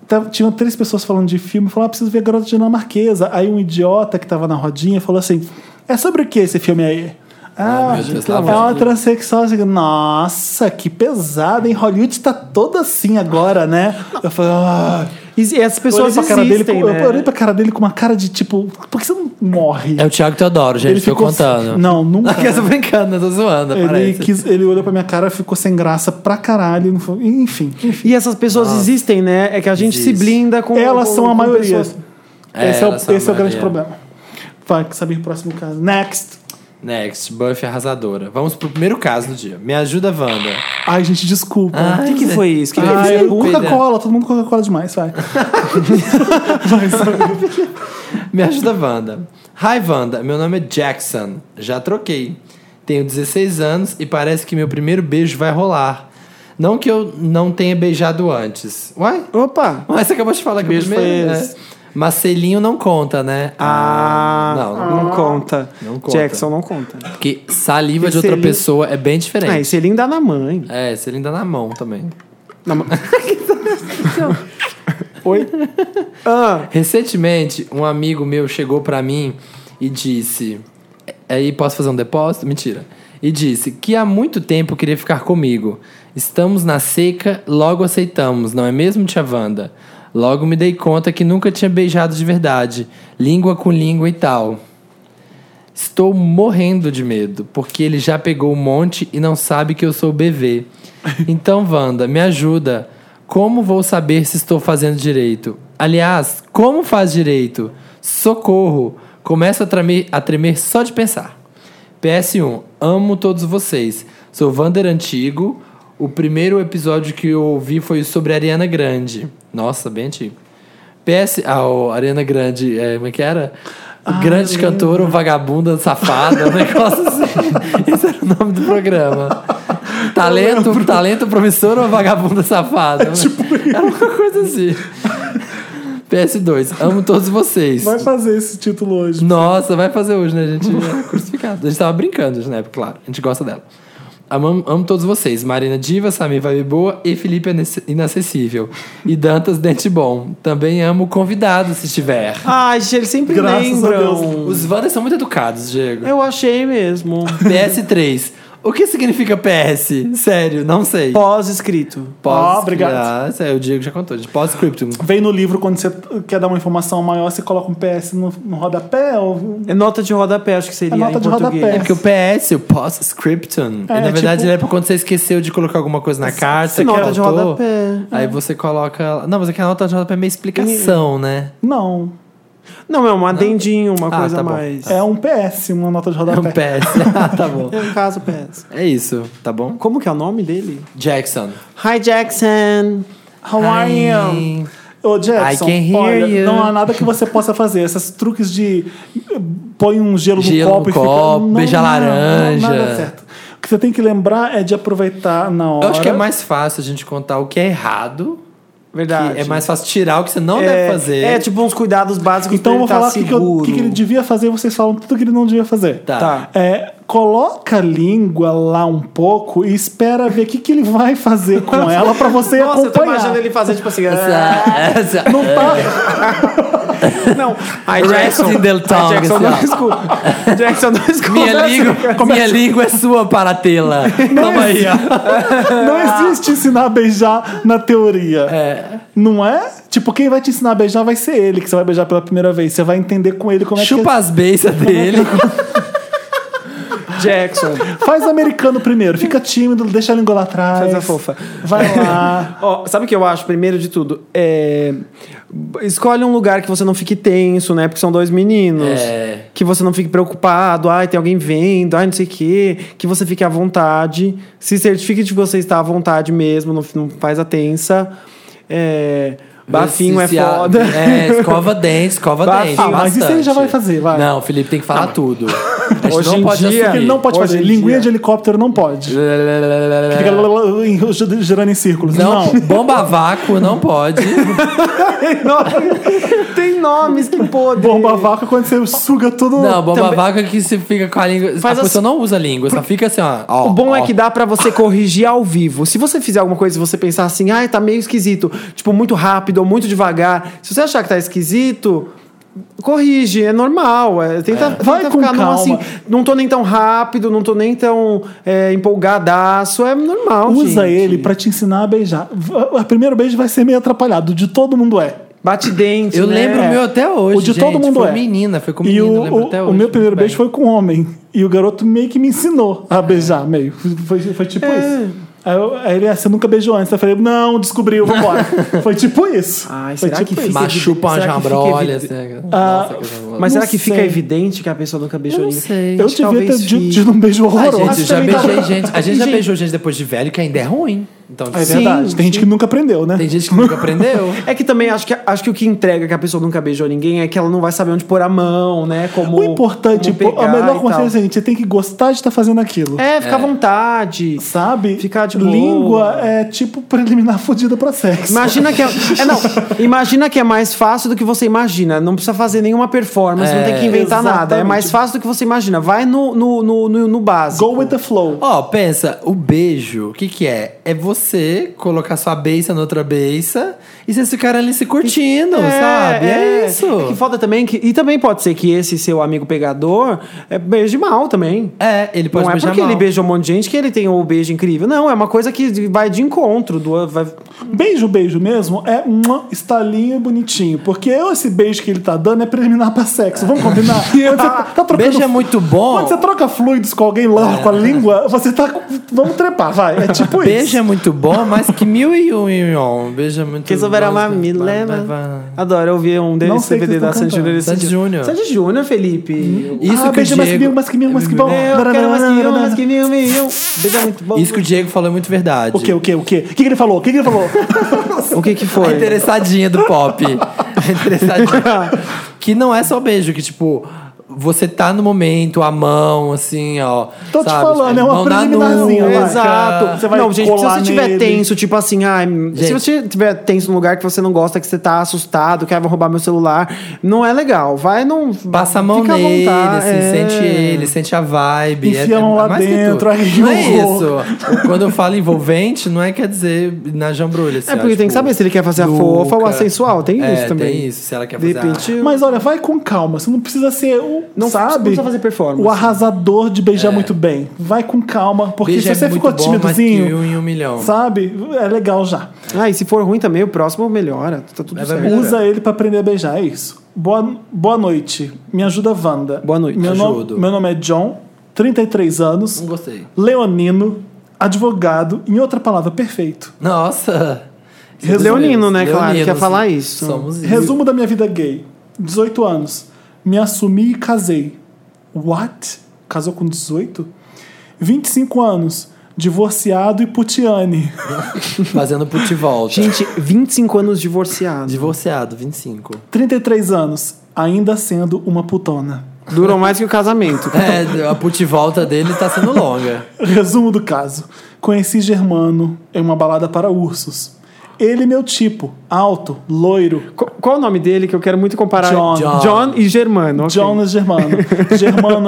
Tava- Tinham três pessoas falando de filme, falaram, ah, preciso ver Garota Dinamarquesa. Aí um idiota que tava na rodinha falou assim: é sobre o que esse filme aí? Ah,
meu Deus,
é
lá vai.
uma transexual. Eu digo, assim, Nossa, que pesado, hein? Hollywood tá toda assim agora, né? Eu falei, ah.
E e essas
Eu olhei
pessoas
pra cara dele
existem,
com-
né?
Eu olhei pra cara dele com uma cara de tipo, por que você não morre?
É o Thiago Teodoro, gente, que eu contando.
Não, nunca. né?
Aqui eu tô brincando, eu tô zoando,
Ele,
parece.
quis, ele olhou pra minha cara, ficou sem graça pra caralho. não foi- Enfim.
E essas pessoas existem, né? É que a gente
Existe.
se blinda com
Elas
com-
são a
com
maioria.
pessoas-
É,
esse é, o,
elas são a
esse é o grande
maioria.
problema. Vai saber o próximo caso. Next.
Next, Buffy arrasadora. Vamos pro primeiro caso do dia. Me ajuda, Wanda.
Ai, gente, desculpa.
O que, que foi isso? Que
Ah,
Ai,
eu-
Coca-Cola, todo mundo Coca-Cola demais, vai.
Me ajuda, Wanda. Hi, Wanda. Meu nome é Jackson. Já troquei. Tenho 16 anos e parece que meu primeiro beijo vai rolar. Não que eu não tenha beijado antes. Uai?
Opa!
Mas você acabou de falar que
Beijo
o primeiro.
foi
é.
esse.
Mas selinho não conta, né?
Ah,
não, não.
não, conta.
Não conta.
Jackson não conta.
Porque saliva
E
de outra
selinho-
pessoa é bem
Ah,
diferente.
esse ele dá na mãe.
É, selinho dá na mão também.
Oi? ah,
Recentemente, um amigo meu chegou pra mim e disse: "É, Aí posso fazer um depósito? Mentira. e disse que há muito tempo queria ficar comigo. Estamos na seca, logo aceitamos, não é mesmo, tia Wanda? Logo me dei conta que nunca tinha beijado de verdade, língua com língua e tal. Estou morrendo de medo, porque ele já pegou um monte e não sabe que eu sou BV. Então, Wanda, me ajuda. Como vou saber se estou fazendo direito? Aliás, como faz direito? Socorro! Começo a tremer, a tremer só de pensar. PS1, amo todos vocês. Sou Vander Antigo. O primeiro episódio que eu ouvi foi sobre a Ariana Grande. Nossa, bem antigo. PS. Ah, o Ariana Grande, é, como é que era? Grande cantora, um vagabunda, safada, um negócio assim. Esse era o nome do programa. Talento, talento professor ou vagabunda safada? era uma coisa assim. PS2, amo todos vocês.
Vai fazer esse título hoje.
Nossa, vai fazer hoje, né? A gente é crucificado. A gente tava brincando hoje na época, claro. A gente gosta dela. Amo, amo todos vocês. Marina Diva, Samir Vai Boa e Felipe Ines- Inacessível. E Dantas Dente Bom. Também amo o convidado, se tiver.
Ai, gente, eles sempre
Graças a
lembram.
Os Wanders são muito educados, Diego.
Eu achei mesmo.
PS3. O que significa PS? Sério, não sei.
Pós-escrito.
Ah, obrigado.
Ah, isso aí, o Diego já contou. de Pós-scriptum.
Vem no livro quando você quer dar uma informação maior, você coloca um PS no, no rodapé ou
É nota de rodapé, acho que seria
É nota
em
de
português.
É porque
rodapé.
o PS, o post-scriptum, na
É,
verdade
tipo-
ele é pra quando você esqueceu de colocar alguma coisa na carta. que
nota de é.
faltou,
rodapé.
Aí você coloca. Não, mas aqui a nota de rodapé é meio explicação, né?
Não.
Não, é um adendinho, uma
Ah,
coisa
tá bom.
mais.
É um PS, uma nota de
É um
rodapé.
PS. ah, tá bom.
É um caso péssimo.
É isso, tá bom?
Como que é o nome dele?
Jackson.
Hi, Jackson.
How are you?
Ai.
Ô, Jackson,
I can hear
olha,
you.
não há nada que você possa fazer. Esses truques de eh, põe um gelo,
Gelo no
no copo e fica...
copo,
não,
beija
não,
laranja.
Não, nada certo. O que você tem que lembrar é de aproveitar na hora.
Eu acho que é mais fácil a gente contar o que é errado. que
Verdade.
é mais fácil tirar o que você não deve fazer.
É, tipo uns cuidados básicos
Então eu
pra
vou
ele
falar
tá
o que, que eu-
seguro.
o que que ele devia fazer e vocês falam tudo que ele não devia fazer.
Tá.
Tá.
É, coloca a língua lá um pouco e espera ver o que, que ele vai fazer com ela pra você
Nossa, eu tô
acompanhar.
imaginando ele fazer tipo assim. ah,
Essa, essa,
Não tá.
não. Hi,
Resting
Jackson.
del
Hi,
tongue,
Jackson,
assim, ó.
não escuta. Jackson, não escuta. assim,
minha, língua, minha língua é sua para tê-la. Toma aí, ó.
Não
É.
existe ensinar a beijar na teoria.
É.
Não é? Tipo, quem vai te ensinar a beijar vai ser ele que você vai beijar pela primeira vez. Você vai entender com ele
é
como é
Chupa as beças dele.
Jackson.
é que. Faz americano primeiro, fica tímido, deixa a língua lá atrás.
Faz a fofa.
Vai lá.
Ó, sabe o que eu acho, primeiro de tudo? É, b- Escolhe um lugar que você não fique tenso, né? Porque são dois meninos.
É.
Que você não fique preocupado. Ai, tem alguém vendo. Ai, não sei o quê. Que você fique à vontade. Se certifique de que você está à vontade mesmo. Não, f- não faz a tensa. É, Bafinho é
Se- se a-
foda.
É, escova dente, escova
Bafinho,
dente.
mas isso aí já
bastante.
vai fazer, vai.
Não, o Felipe tem que falar tudo. A gente
Tá Hoje
não
em
pode
dia-
Ele
assumir.
não pode
Hoje
fazer.
em
Linguinha
dia. É.
de helicóptero não pode. Fica lá, lá, lá, em- girando em círculos.
Não,
Não.
bomba vácuo não pode.
tem nomes que podem.
Bomba vaca quando você suga tudo.
Não, bomba
Também-
vácuo é que você fica com a língua.
Faz
a
as-
pessoa não usa a língua, só fica assim, ó. ó,
O bom é
ó.
que dá pra você corrigir ao vivo. Se você fizer alguma coisa e você pensar assim, ai, tá meio esquisito, tipo, muito rápido ou muito devagar, se você achar que tá esquisito, corrige, é normal. é, tenta tenta
Vai com
ficar não
calma.
assim, não tô nem tão rápido, não tô nem tão é, empolgadaço, é normal.
Usa
gente.
ele pra te ensinar a beijar. V- O primeiro beijo vai ser meio atrapalhado. De todo mundo é.
Bate dente.
Eu
né?
lembro o meu até hoje.
o de
gente,
todo mundo
foi
é.
menina, foi com
E
menino, eu
o,
lembro
o-
até
o
hoje.
meu primeiro
muito
beijo
bem.
foi com um homem. E o garoto meio que me ensinou a beijar, meio. Foi, foi tipo
É.
isso. Aí, eu- aí ele, ah, você nunca beijou antes. Eu falei, não, descobriu, vambora. foi tipo isso.
Ai,
foi tipo
será que
isso.
fica-
Machupa uma
Será que fica
jambrolha.
evidente?
assim,
Ah,
nossa, coisa louca.
Mas
Não
será que fica
sei.
evidente que a pessoa nunca beijou
Eu não
ninguém?
sei.
Eu
Acho que
devia ter
talvez
dito
fique.
tido um beijo
A
horroroso.
gente, eu já
Também tá-
beijei gente. A gente já
Gente.
beijou gente depois de velho, que ainda é ruim. Então,
É
sim,
verdade.
Sim,
Tem gente que nunca aprendeu, né?
tem gente que nunca aprendeu.
É que também acho que, acho que o que entrega que a pessoa nunca beijou ninguém é que ela não vai saber onde pôr a mão, né? Como.
O importante,
como
pô, o
pegar
melhor
e
conselho é
tal.
o seguinte: você tem que gostar de estar fazendo aquilo.
É, fica à vontade.
Sabe?
Ficar de boa.
Língua é tipo preliminar fodida pra sexo.
Imagina que é, é, não, imagina que é mais fácil do que você imagina. Não precisa fazer nenhuma performance, não tem que inventar nada. É
exatamente.
mais fácil do que você imagina. Vai no, no, no, no, no básico.
Go with the flow.
Ó, pensa, o beijo, o que que é? É você colocar sua beiça na outra beiça e vocês ficarem ali se curtindo, sabe? É, isso.
É que foda também que. E também pode ser que esse seu amigo pegador é beijo de mal também.
É, ele pode
não é
beijar
porque
mal.
tá
ele beija um monte de gente que ele tem um beijo incrível. Não, é uma coisa que vai de encontro. Do, vai-
Beijo, beijo mesmo é um estalinho bonitinho. Porque esse beijo que ele tá dando é preliminar pra sexo. Vamos combinar? Quando você tá trocando-
Beijo é muito bom. É.
Quando você troca fluidos com alguém lá, com a língua, você tá. Vamos trepar, vai. É tipo
Beijo é
isso.
muito bom, mas que mil e um e um. Beijo é muito
Que
bom.
souber amar, me leva.
Ah,
Adoro ouvir um
Não
desse
sei o que
DVD da
vocês
Sandy
estão
Júnior.
tá cantando. Sandy Júnior. Uhum.
Sandy Júnior, Felipe.
Isso
ah,
que
beijo
o
mais que
Diego...
mil, mais que mil, mais que bom.
Eu quero mais que mil, mais que mil, mil. Beijo é muito bom.
Isso que o Diego falou é muito verdade.
O que, o que, o que? O que que ele falou? O que que ele falou?
O que que
A
foi?
interessadinha do pop. A interessadinha. que não é só beijo, que tipo. Você tá no momento, a mão, assim, ó.
Tô te
sabe?
falando, é uma
mão na
preliminarzinha,
nuca.
vai.
Assim, Exato.
Você vai
não, gente, se
colar
você estiver
nele.
tenso, tipo assim, ai, se
Gente.
você estiver tenso num lugar que você não gosta, que você tá assustado, que ah, vai roubar meu celular, não é legal. Vai não.
Passa a mão
Fica à
nele,
vontade,
assim,
é.
sente ele, sente a vibe. é-
Enfia a mão lá
mais que
dentro,
tudo.
aí,
Não é
horror.
isso. Quando eu falo envolvente, não é quer dizer na jambrulha. assim,
É
ó,
porque tem que
tipo,
saber se ele quer fazer a
nuca.
fofa ou a sensual. Tem
É,
isso também.
Tem isso, se ela quer
De
fazer. a-
repente.
Mas olha, vai com calma. Você não precisa ser o.
Não
sabe?
precisa fazer performance.
O arrasador de beijar muito bem. Vai com calma, porque
É. Beijo
se você
é muito
ficou
bom, Mas que
timidozinho,
um em um milhão.
sabe? É legal já.
Ah, e se for ruim também, o próximo melhora. Tá tudo
Vai, vai
certo.
melhorar.
Usa ele pra aprender a beijar, é isso. Boa, boa noite. Me ajuda, Wanda.
Boa noite, Um
Meu,
ajudo.
nome, meu nome é John, 33 anos,
Não gostei.
leonino, advogado, em outra palavra, perfeito.
Nossa!
Resumo. Leonino, né, claro,
Leoninos,
quer falar isso.
Somos isso.
Resumo da minha vida gay. 18 anos. Me assumi e casei. What? Casou com 18? 25 anos. Divorciado e putiane.
Fazendo put e volta.
Gente, 25 anos divorciado.
Divorciado, 25.
33 anos. Ainda sendo uma putona.
Durou mais que o casamento.
É, a put e volta dele tá sendo longa.
Resumo do caso. Conheci Germano em uma balada para ursos. Ele, meu tipo. Alto, loiro.
Co- Qual o nome dele que eu quero muito comparar?
John.
John.
e Germano. ok.
Jonas Germano. Germano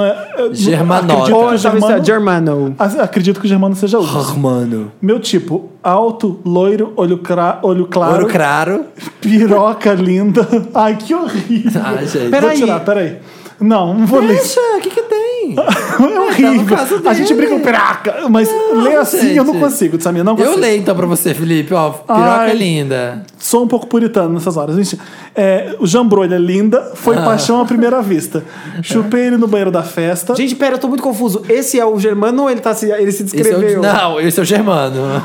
é. é-
Germanota. Então,
acredito que
Ou talvez seja
Germano-
é Germano.
ac- Acredito que o Germano seja urso.
Mano.
Meu tipo, alto, loiro, olho, cra- olho claro,
Ouro claro.
piroca linda. Ai, que horrível.
Ah, gente.
Vou
peraí.
tirar, peraí. Não, não vou ler.
Deixa, o que que tem?
É horrível.
Tá caso
A
dele.
gente brinca com piraca, mas ler assim eu não
gente.
consigo, Samir, não consigo.
Eu leio então pra você, Felipe, ó. Piroca é
Ai.
linda.
Sou um pouco puritano nessas horas. Gente, é, o jambrolha linda foi
Ah.
paixão à primeira vista. Chupei ele no banheiro da festa.
Gente, pera, eu tô muito confuso. Esse é o Germano ou ele, tá se, ele se
Esse é
descreveu?
o... Não, esse é o Germano.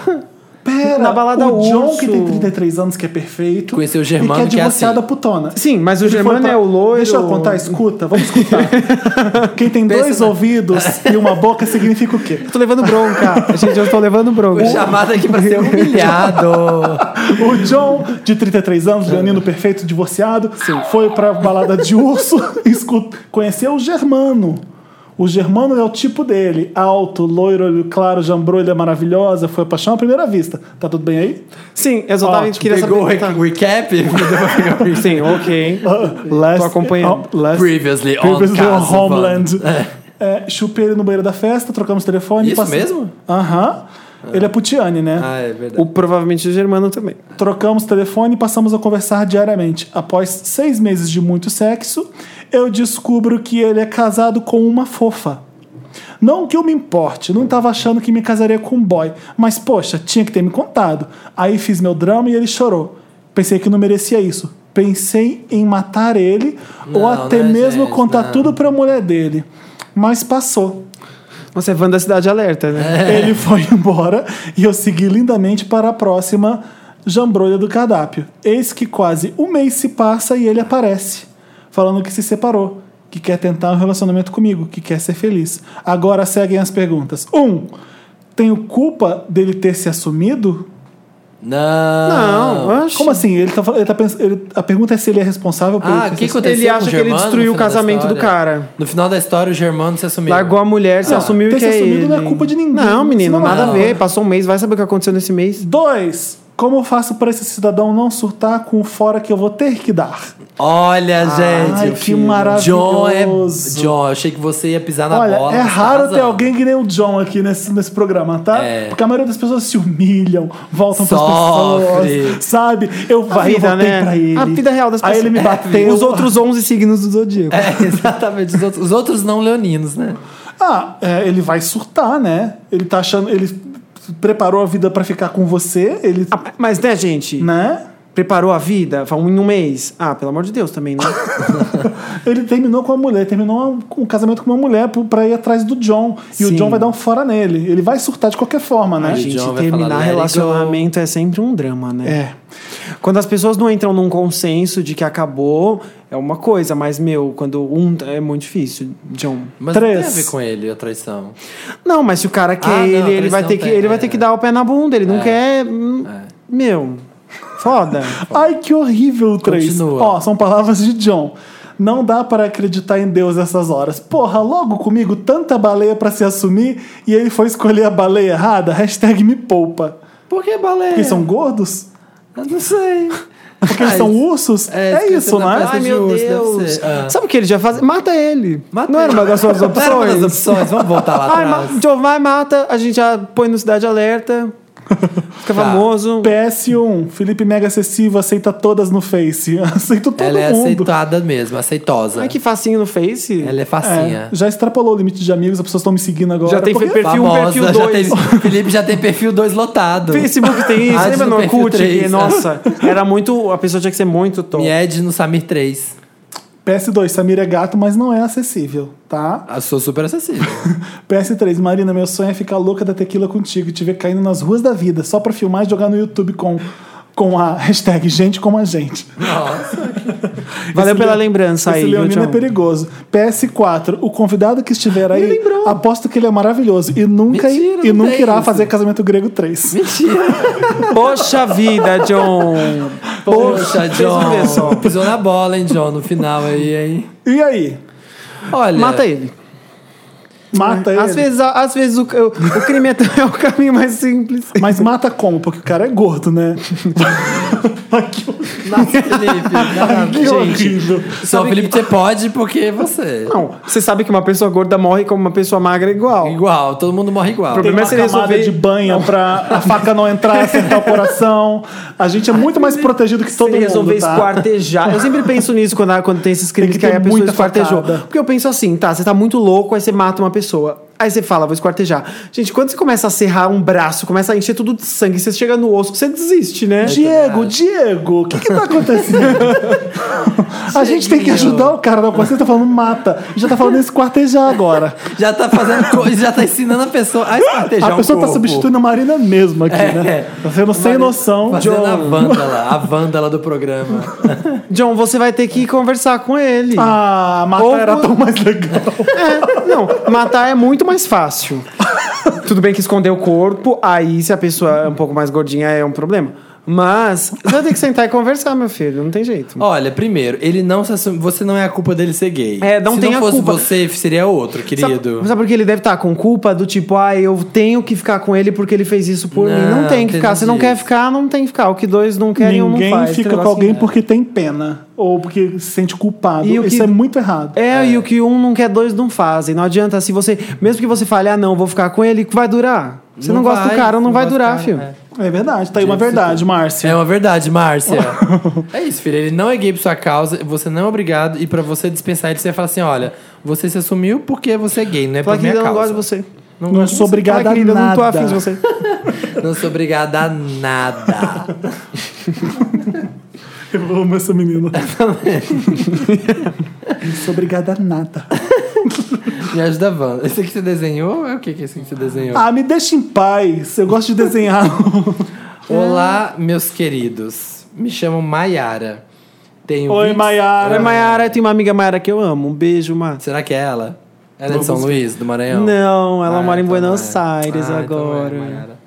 Pera,
na balada
o John,
urso.
que tem 33 anos, que é perfeito.
Conheceu o Germano,
e que
que
é
é
divorciada
assim.
putona.
Sim, mas o
Ele foi
Germano
pra-
é o loiro.
Deixa eu contar, escuta, vamos escutar. Quem tem
Pensa
dois
na-
ouvidos e uma boca significa o quê?
Eu tô levando bronca. Gente, eu tô levando bronca.
Foi chamado aqui pra ser humilhado.
O John, de 33 anos,
É.
leonino perfeito, divorciado, foi pra balada de urso e escu- conheceu o Germano. O Germano é o tipo dele. Alto, loiro, olho claro, jambrolha maravilhosa, foi paixão à primeira vista. Tá tudo bem aí?
Sim, eu só tava
Ótimo,
queria
Pegou o
saber. tá-
re- recap?
Sim, ok.
Ah, Last,
Tô acompanhando.
oh, last-
Previously on
previously on
Casa
Homeland.
Vanda.
É, chupei ele no banheiro da festa, trocamos telefone.
Isso
passei-
mesmo?
Aham. Ele é putiane, né?
ah, é verdade.
O, provavelmente o Germano também.
Trocamos telefone e passamos a conversar diariamente. Após seis meses de muito sexo, eu descubro que ele é casado com uma fofa. Não que eu me importe, não estava achando que me casaria com um boy, mas poxa, tinha que ter me contado. Aí fiz meu drama e ele chorou. Pensei que não merecia isso. Pensei em matar ele ou
Não,
até
né,
mesmo
gente,
contar
não.
tudo pra mulher dele. Mas passou.
Você é fã da Cidade Alerta, né?
É.
Ele foi embora e eu segui lindamente para a próxima jambrolha do cardápio. Eis que quase um mês se passa e ele aparece, falando que se separou, que quer tentar um relacionamento comigo, que quer ser feliz. Agora seguem as perguntas. Um, tenho culpa dele ter se assumido?
Não.
Não, acho.
Como assim? Ele tá, fal- ele tá pens- ele- a pergunta é se ele é responsável por
Ah,
ele
o
ter
que
se-
aconteceu
Ele
com
acha
o
que ele
Germano no
destruiu o
final da
casamento do
história?
cara.
No final da história, o Germano se assumiu.
Largou a mulher,
Ah,
se assumiu
ter
que
se
é
assumido
ele.
não é culpa de ninguém.
Não, menino,
Isso não é
nada a
nada.
ver. Passou um mês, vai saber o que aconteceu nesse mês.
Dois, Como eu faço para esse cidadão não surtar com o fora que eu vou ter que dar?
Olha, gente.
Ai,
o
que
filme. John, é...
maravilhoso.
John, eu achei que você ia pisar na
Olha,
bola.
é
você tá
raro ter
arrasando.
alguém que nem o John aqui nesse, nesse programa, tá?
É.
Porque a maioria das pessoas se humilham, voltam pras
Sofre.
pessoas, sabe? Eu
A
vai, Ah, eu voltei pra ele.
né? A vida é real das
Aí
pessoas.
ele me bateu.
Os outros 11 signos do Zodíaco.
É, exatamente. Os outros, os outros não leoninos, né?
Ah, é, ele vai surtar, né? Ele tá achando. Ele preparou a vida pra ficar com você, ele.
Ah, mas, né, gente?
Né?
Preparou a vida? Vamos em um mês? Ah, pelo amor de Deus também, né?
Ele terminou com a mulher, terminou um casamento com uma mulher pro- pra ir atrás do John. E o
Sim.
John vai dar um fora nele. Ele vai surtar de qualquer forma, né?
A
Ai,
gente,
John vai
terminar
falar, "Let it
relacionamento é sempre um drama, né?
É.
Quando as pessoas não entram num consenso de que acabou, é uma coisa, mas, meu, quando um. É muito difícil, John.
Mas
Três.
não tem a ver com ele, a traição.
Não, mas se o cara quer
Ah, não,
ele, ele
traição
vai ter que,
tem,
ele vai
é.
ter que dar o pé na bunda, ele não
É.
quer. hum,
É.
Meu, foda.
Ai, que horrível o 3.
Continua.
Ó, são palavras de John. Não dá para acreditar em Deus essas horas. Porra, logo comigo, tanta baleia pra se assumir e ele foi escolher a baleia errada? Hashtag me poupa.
Por que baleia?
Porque eles são gordos?
Eu não sei.
Porque eles são ursos?
é,
É,
esqueci
isso,
da
né?
frase. Ai, meu Deus. Ah.
Sabe o que ele já faz? Mata ele.
Mata
não era
ele.
uma das suas
Não era uma das
opções.
opções, vamos voltar lá
Ai,
atrás.
ma John, vai, mata. A gente já põe no Cidade Alerta.
Tá.
Fica famoso.
PS1, Felipe Mega Acessível aceita todas no Face. Aceito todo
Ela é
mundo.
aceitada mesmo, aceitosa.
Ai, que facinho no Face.
Ela é facinha.
já extrapolou o limite de amigos, as pessoas estão me seguindo agora.
Já tem
Por quê?
perfil um, perfil
já
dois.
tem- Felipe já tem perfil 2 lotado.
Facebook tem isso.
Antes
Lembra
do
no
perfil
Orkut?
três,
Que, Nossa, era muito. A pessoa tinha que ser muito top.
Me Ed no Samir 3.
PS2, Samir é gato, mas não é acessível, tá?
Eu sou super acessível.
PS3, Marina, meu sonho é ficar louca da tequila contigo e te ver caindo nas ruas da vida, só pra filmar e jogar no YouTube com, com a hashtag gente como a gente.
Nossa.
Valeu
Esse
pela
Leo-
lembrança aí,
Esse
viu,
Leonino é
John?
perigoso. PS4, o convidado que estiver aí, aposto que ele é maravilhoso e nunca,
Mentira,
e
não
nunca
tem
irá
isso.
fazer casamento grego 3.
Mentira.
Poxa vida, John.
Poxa,
vez só.
John. Pisou na bola, hein, John, no final aí, hein?
E aí?
Olha.
Mata ele.
Mata ele.
Às vezes, às vezes o, o, o crime é, tão- é o caminho mais simples.
Mas mata como? Porque o cara é gordo, né? Aqui,
Nossa, Felipe. Não,
que horrível.
Só Felipe, você pode porque você.
Não, você sabe que uma pessoa gorda morre como uma pessoa magra é igual.
é Igual, todo mundo morre igual.
Tem
Problema
uma
é se ele
camada
resolver-
de banha pra a faca não entrar, acertar o coração. A gente é muito mais protegido que todo
Se ele
mundo,
resolver
tá?
esquartejar. Eu sempre penso nisso quando, quando tem esses crimes
Tem que
que,
ter
aí a pessoa
muita
esquartejou.
facada.
Porque eu penso assim, tá, você tá muito louco, aí você mata uma pessoa. Aí você fala, vou esquartejar. Gente, quando você começa a serrar um braço, começa a encher tudo de sangue, você chega no osso, você desiste, né?
Diego, Diego, o que que tá acontecendo? a gente tem que ajudar o cara. Não, você tá falando mata. Já tá falando esquartejar agora.
Já tá fazendo coisa, já tá ensinando a pessoa a esquartejar
a pessoa
um
tá
corpo.
substituindo a Marina mesmo aqui,
É.
né? Tá sendo sem noção.
Fazendo a
John.
vândala, a vândala do programa.
John, você vai ter que conversar com ele.
Ah, mata
Ou-
era tão mais legal.
É, não, matar é muito mais fácil. Tudo bem que esconder o corpo, aí se a pessoa é um pouco mais gordinha é um problema. Mas você vai ter que sentar e conversar, meu filho, não tem jeito.
Olha, primeiro, ele não se assume. Você não é a culpa dele ser gay.
É, não
Se
tem
não
a
fosse
culpa.
você, seria outro, querido.
Sabe, sabe por que ele deve estar com culpa do tipo, ah, eu tenho que ficar com ele porque ele fez isso por mim. Não
Não,
tem que
tem
ficar.
nada
Se não quer
disso.
ficar, não tem que ficar. O que dois não querem, um não
Ninguém
faz.
fica
Estrela
com alguém
assim.
porque tem pena. Ou porque se sente culpado.
E o
Isso
que-
é muito errado.
É, e o que um não quer, dois não fazem. Não adianta se você. Mesmo que você fale, ah, não, vou ficar com ele, vai durar. Você não, gosta do cara, não, vai
gosta do
durar,
cara,
filho.
é.
É verdade, tá aí uma verdade, Márcia.
É uma verdade, Márcia. é isso, filho. Ele não é gay por sua causa, você não é obrigado. E pra você dispensar ele, você fala assim: olha, você se assumiu porque você é gay, não é por
Fala,
minha
querida, eu
causa.
não gosto de você.
Não
Não
gosto de
sou obrigada
Fala,
a
querida, um eu
nada.
não tô afim de você.
você. Não sou obrigada a nada.
Eu amo essa menina. Não sou obrigada a nada.
Me ajuda, Van. Esse aqui que você desenhou? É o que que é esse que você desenhou?
Ah, me deixa em paz. Eu gosto de desenhar.
Olá, meus queridos. Me chamo Maiara. Tenho
Oi,
20
Maiara.
Oi, Mayara, tem uma amiga Mayara que eu amo. Um beijo, Má.
Será que é ela? Ela é de São Luís, do Maranhão?
Não, ela
Ah,
mora em
então
Buenos
é.
Aires
Ah, então
agora.
é, Maiara.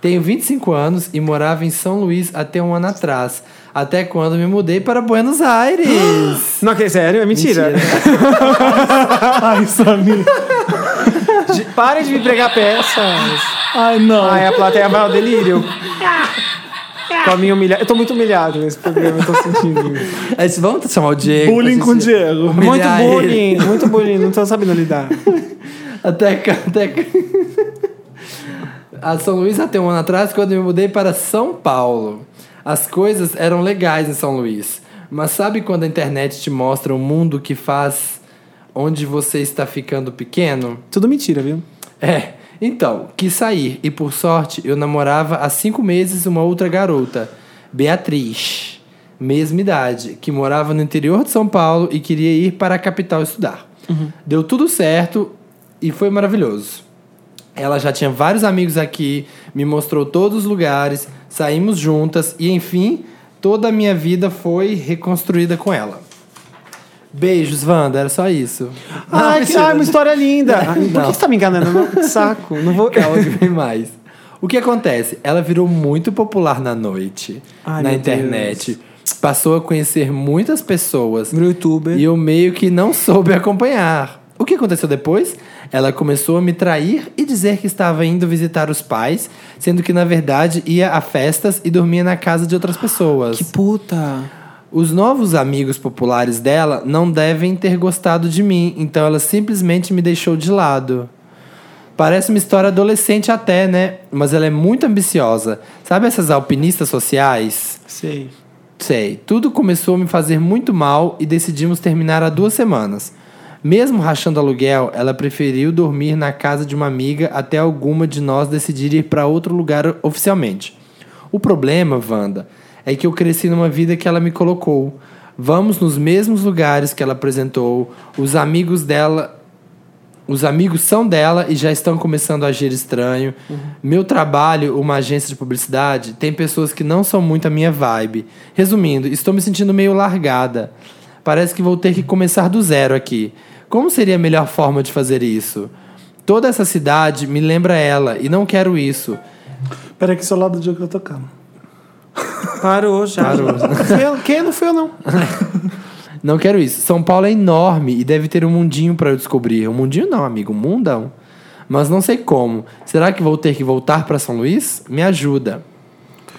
Tenho 25 anos e morava em São Luís até um ano atrás. Até quando me mudei para Buenos Aires.
não, que sério? É mentira.
Ai, Samir.
Parem de me pregar peças.
Ai, não.
é Ai, a plateia vai ao delírio. Com a minha humilha... Eu tô muito humilhado nesse programa, eu tô sentindo.
Aí, vamos chamar o Diego.
Bullying
pra
com o
gente-
Diego.
Humilhar
muito
ele.
bullying, muito bullying, não tô sabendo lidar.
Até, que- até... que- a São Luís até um ano atrás, quando eu me mudei para São Paulo. As coisas eram legais em São Luís. Mas sabe quando a internet te mostra um mundo que faz onde você está ficando pequeno?
Tudo mentira, viu?
É. Então, quis sair e por sorte eu namorava há cinco meses uma outra garota, Beatriz, mesma idade, que morava no interior de São Paulo e queria ir para a capital estudar. Deu tudo certo e foi maravilhoso. Ela já tinha vários amigos aqui, me mostrou todos os lugares, saímos juntas e enfim, toda a minha vida foi reconstruída com ela. Beijos, Wanda, era só isso. Ah,
Ai, que, ai, uma história linda. Ai, por que
Não.
você tá me enganando? Não, que saco. Não vou...
Calma Ah, então. que É vem mais. O que acontece? Ela virou muito popular na noite,
Ai,
na
meu
internet. Passou a conhecer muitas pessoas.
Virou youtuber.
E eu meio que não soube acompanhar. O que aconteceu depois? Ela começou a me trair e dizer que estava indo visitar os pais, sendo que na verdade ia a festas e dormia na casa de outras pessoas.
Que puta.
Os novos amigos populares dela não devem ter gostado de mim, então ela simplesmente me deixou de lado. Parece uma história adolescente até, né? Mas ela é muito ambiciosa. Sabe essas alpinistas sociais?
Sei.
Sei, tudo começou a me fazer muito mal e decidimos terminar há duas semanas. Mesmo rachando aluguel, ela preferiu dormir na casa de uma amiga até alguma de nós decidir ir para outro lugar oficialmente. O problema, Wanda, é que eu cresci numa vida que ela me colocou. Vamos nos mesmos lugares que ela apresentou, os amigos dela os amigos são dela e já estão começando a agir estranho. Meu trabalho, uma agência de publicidade, tem pessoas que não são muito a minha vibe. Resumindo, estou me sentindo meio largada. Parece que vou ter que começar do zero aqui. Como seria a melhor forma de fazer isso? Toda essa cidade me lembra ela e não quero isso.
Peraí, que esse é o lado do Diego que tá tocando.
Parou já.
Parou.
Não fui eu- Quem? Não fui eu, não.
Não quero isso. São Paulo é enorme e deve ter um mundinho pra eu descobrir. Um mundinho não, amigo, um mundão. Mas não sei como. Será que vou ter que voltar pra São Luís? Me ajuda.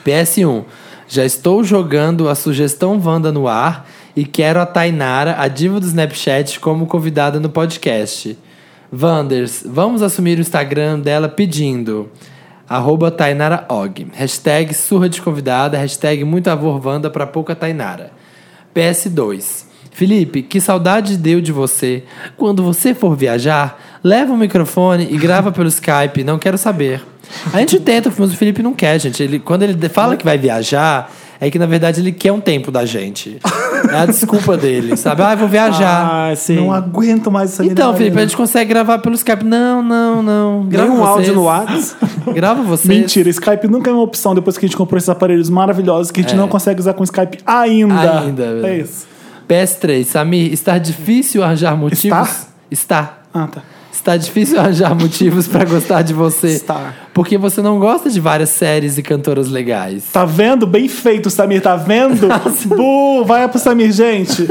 PS1. Já estou jogando a sugestão Wanda no ar e quero a Tainara, a diva do Snapchat, como convidada no podcast. Wanders, vamos assumir o Instagram dela pedindo. Arroba Tainara Og. Hashtag surra de convidada, hashtag muito avor Wanda pra pouca Tainara. PS2. Felipe, que saudade deu de você. Quando você for viajar, leva o microfone e grava pelo Skype, não quero saber. A gente tenta, mas o Felipe não quer, gente. Ele, quando ele de- fala que vai viajar, é que na verdade ele quer um tempo da gente. É a desculpa dele, sabe? Ah, eu vou viajar.
Ah, sim.
Não aguento mais essa
então,
Nina
Felipe, a
Arena.
gente consegue gravar pelo Skype. Não, não, não. Grava
Grava um
vocês.
áudio no WhatsApp.
Grava vocês.
Mentira, Skype nunca é uma opção depois que a gente comprou esses aparelhos maravilhosos que a gente não consegue usar com Skype ainda.
É. Ainda.
É isso.
PS3, Samir, está difícil arranjar motivos? Está.
Ah, tá.
Está difícil arranjar motivos pra gostar de você.
Está.
Porque você não gosta de várias séries e cantoras legais.
Tá vendo? Bem feito, Samir. Tá vendo? Bu, vai pro Samir, gente.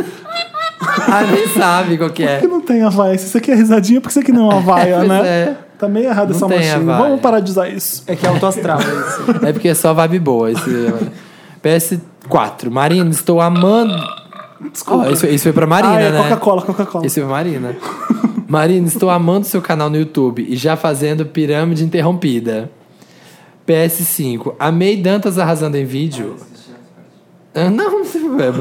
Ah, nem sabe qual que é.
Que não tem Havaia. Se isso aqui é risadinha, por que isso aqui não é Havaia,
Pois
né?
é.
Tá meio errado
Não
essa
tem
mochinha.
Havaia.
Vamos parar de usar isso.
É que é autoastral, é isso.
É porque é só vibe boa. Esse... PS4, Marina, estou amando. Desculpa. isso, isso foi pra Marina,
ah, é
né?
Coca-Cola, Coca-Cola.
Isso é Marina. Marina, estou amando seu canal no YouTube e já fazendo pirâmide interrompida. PS5. Amei Dantas arrasando em vídeo. Ah, Não, não tem problema.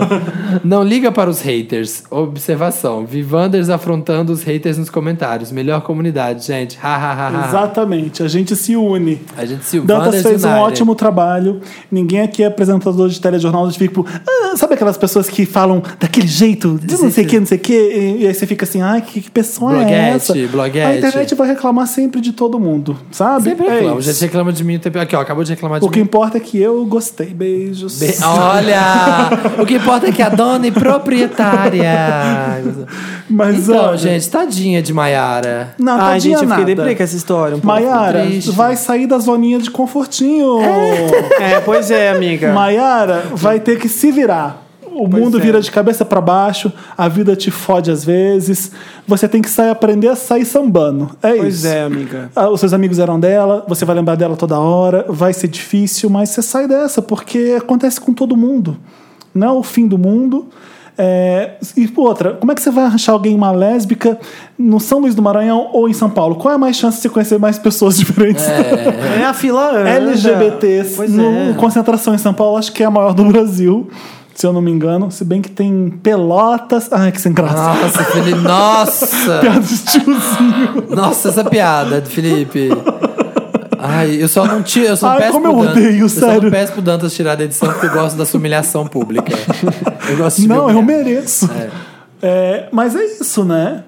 Não liga para os haters. Observação. Vivanders afrontando os haters nos comentários. Melhor comunidade, gente. Ha, ha, ha, ha.
Exatamente. A gente se une.
A gente se
Dantas
Wanders
fez um
United.
ótimo trabalho. Ninguém aqui é apresentador de telejornal, de tipo, ah, sabe aquelas pessoas que falam daquele jeito, de não sei o que, não sei o que, e, e aí você fica assim, ai, que, que pessoa
Bloguete,
é essa?
bloguete.
A internet vai reclamar sempre de todo mundo, sabe?
Sempre
é
reclama.
isso.
Gente reclama de mim o tempo. Aqui, ó, acabou de reclamar de
O que
mim.
importa é que eu gostei. Beijos.
Be- Olha! o que importa é que a dona é proprietária.
Mas,
Então,
olha,
gente, tadinha de Maiara.
Não,
Ai,
tadinha
gente, eu fiquei
nada.
deprê com essa história um pouco.
Maiara,
Triste.
vai sair da zoninha de confortinho.
É, pois é, amiga.
Maiara vai ter que se virar. o mundo
é.
vira de cabeça pra baixo, a vida te fode às vezes. Você tem que sair aprender a sair sambando. É
Pois
isso.
é, amiga.
Ah, Os seus amigos eram dela, você vai lembrar dela toda hora, vai ser difícil, mas você sai dessa, porque acontece com todo mundo. Não é o fim do mundo. É, e pô, outra, como é que você vai achar alguém uma lésbica no São Luís do Maranhão ou em São Paulo? Qual é a mais chance de você conhecer mais pessoas diferentes?
É a fila anda.
LGBTs
Pois
no-
é.
concentração em São Paulo, acho que é a maior do Brasil, se eu não me engano. Se bem que tem pelotas. Ai, que sem
Ah.
graça.
Nossa, Felipe, nossa!
Piada de tiozinho.
Nossa, essa piada do Felipe. Ai, eu só não tiro, eu só não
Ai,
peço
como
pro
eu
Dan-
odeio,
eu só
sério.
não peço pro Dantas tirar da edição porque eu gosto da sua humilhação pública. Eu gosto de me
Não, eu
humilhar.
mereço. É, mas é isso, né?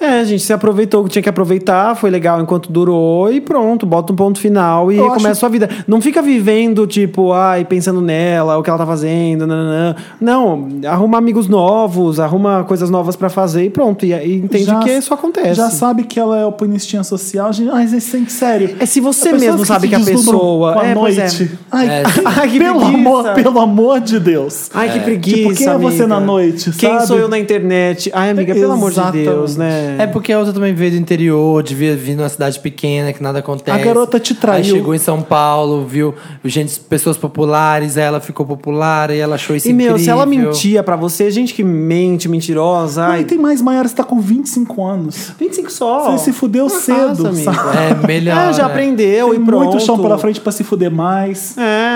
É, gente, você aproveitou o que tinha que aproveitar, foi legal enquanto durou e pronto, bota um ponto final e
Eu
recomeça a
acho-
sua vida. Não fica vivendo, tipo, ai, pensando nela, o que ela tá fazendo, nananã. Não, arruma amigos novos, arruma coisas novas pra fazer e pronto. E, e entende
Já-
que isso acontece.
Já sabe que ela é alpinistinha social. Gente, ai, vocês têm que sério.
É se você
Pessoas
mesmo sabe
se
que a
deslumbram
pessoa-
Com a
É, pois é.
noite. Ai,
É,
Ai, que
pelo,
preguiça.
amor, pelo amor de Deus.
Ai, que preguiça.
Tipo, quem é você
amiga?
na noite,
Quem
sabe?
sou eu na internet? Ai, amiga, pelo amor de
Exatamente.
Deus, né?
É porque a outra também veio do interior, devia vir numa cidade pequena que nada acontece.
A garota te traiu.
Aí chegou em São Paulo, viu gente, pessoas populares, aí ela ficou popular e ela achou isso
E, meu, se ela
incrível.
mentia pra você, gente que mente, mentirosa.
Ai,
Ai,
tem mais, Maiara, você tá com 25 anos.
25 só.
Você se fudeu
Arrasa,
cedo,
amigo.
sabe?
É, melhor.
É, já
né?
aprendeu
Tem
e pronto.
muito chão pela frente pra se fuder mais.
É.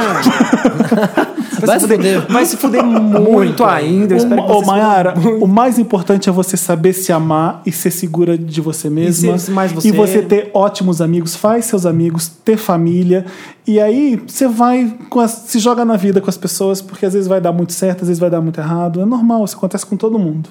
Vai se fuder.
Vai se fuder muito ainda. Eu espero
Ô,
que
ô,
você
Mayara, o mais importante é você saber se amar e ser segura de você mesma.
ser mais você.
E você ter ótimos amigos, faz seus amigos, ter família. E aí você vai, com as- se joga na vida com as pessoas, porque às vezes vai dar muito certo, às vezes vai dar muito errado. É normal, isso acontece com todo mundo.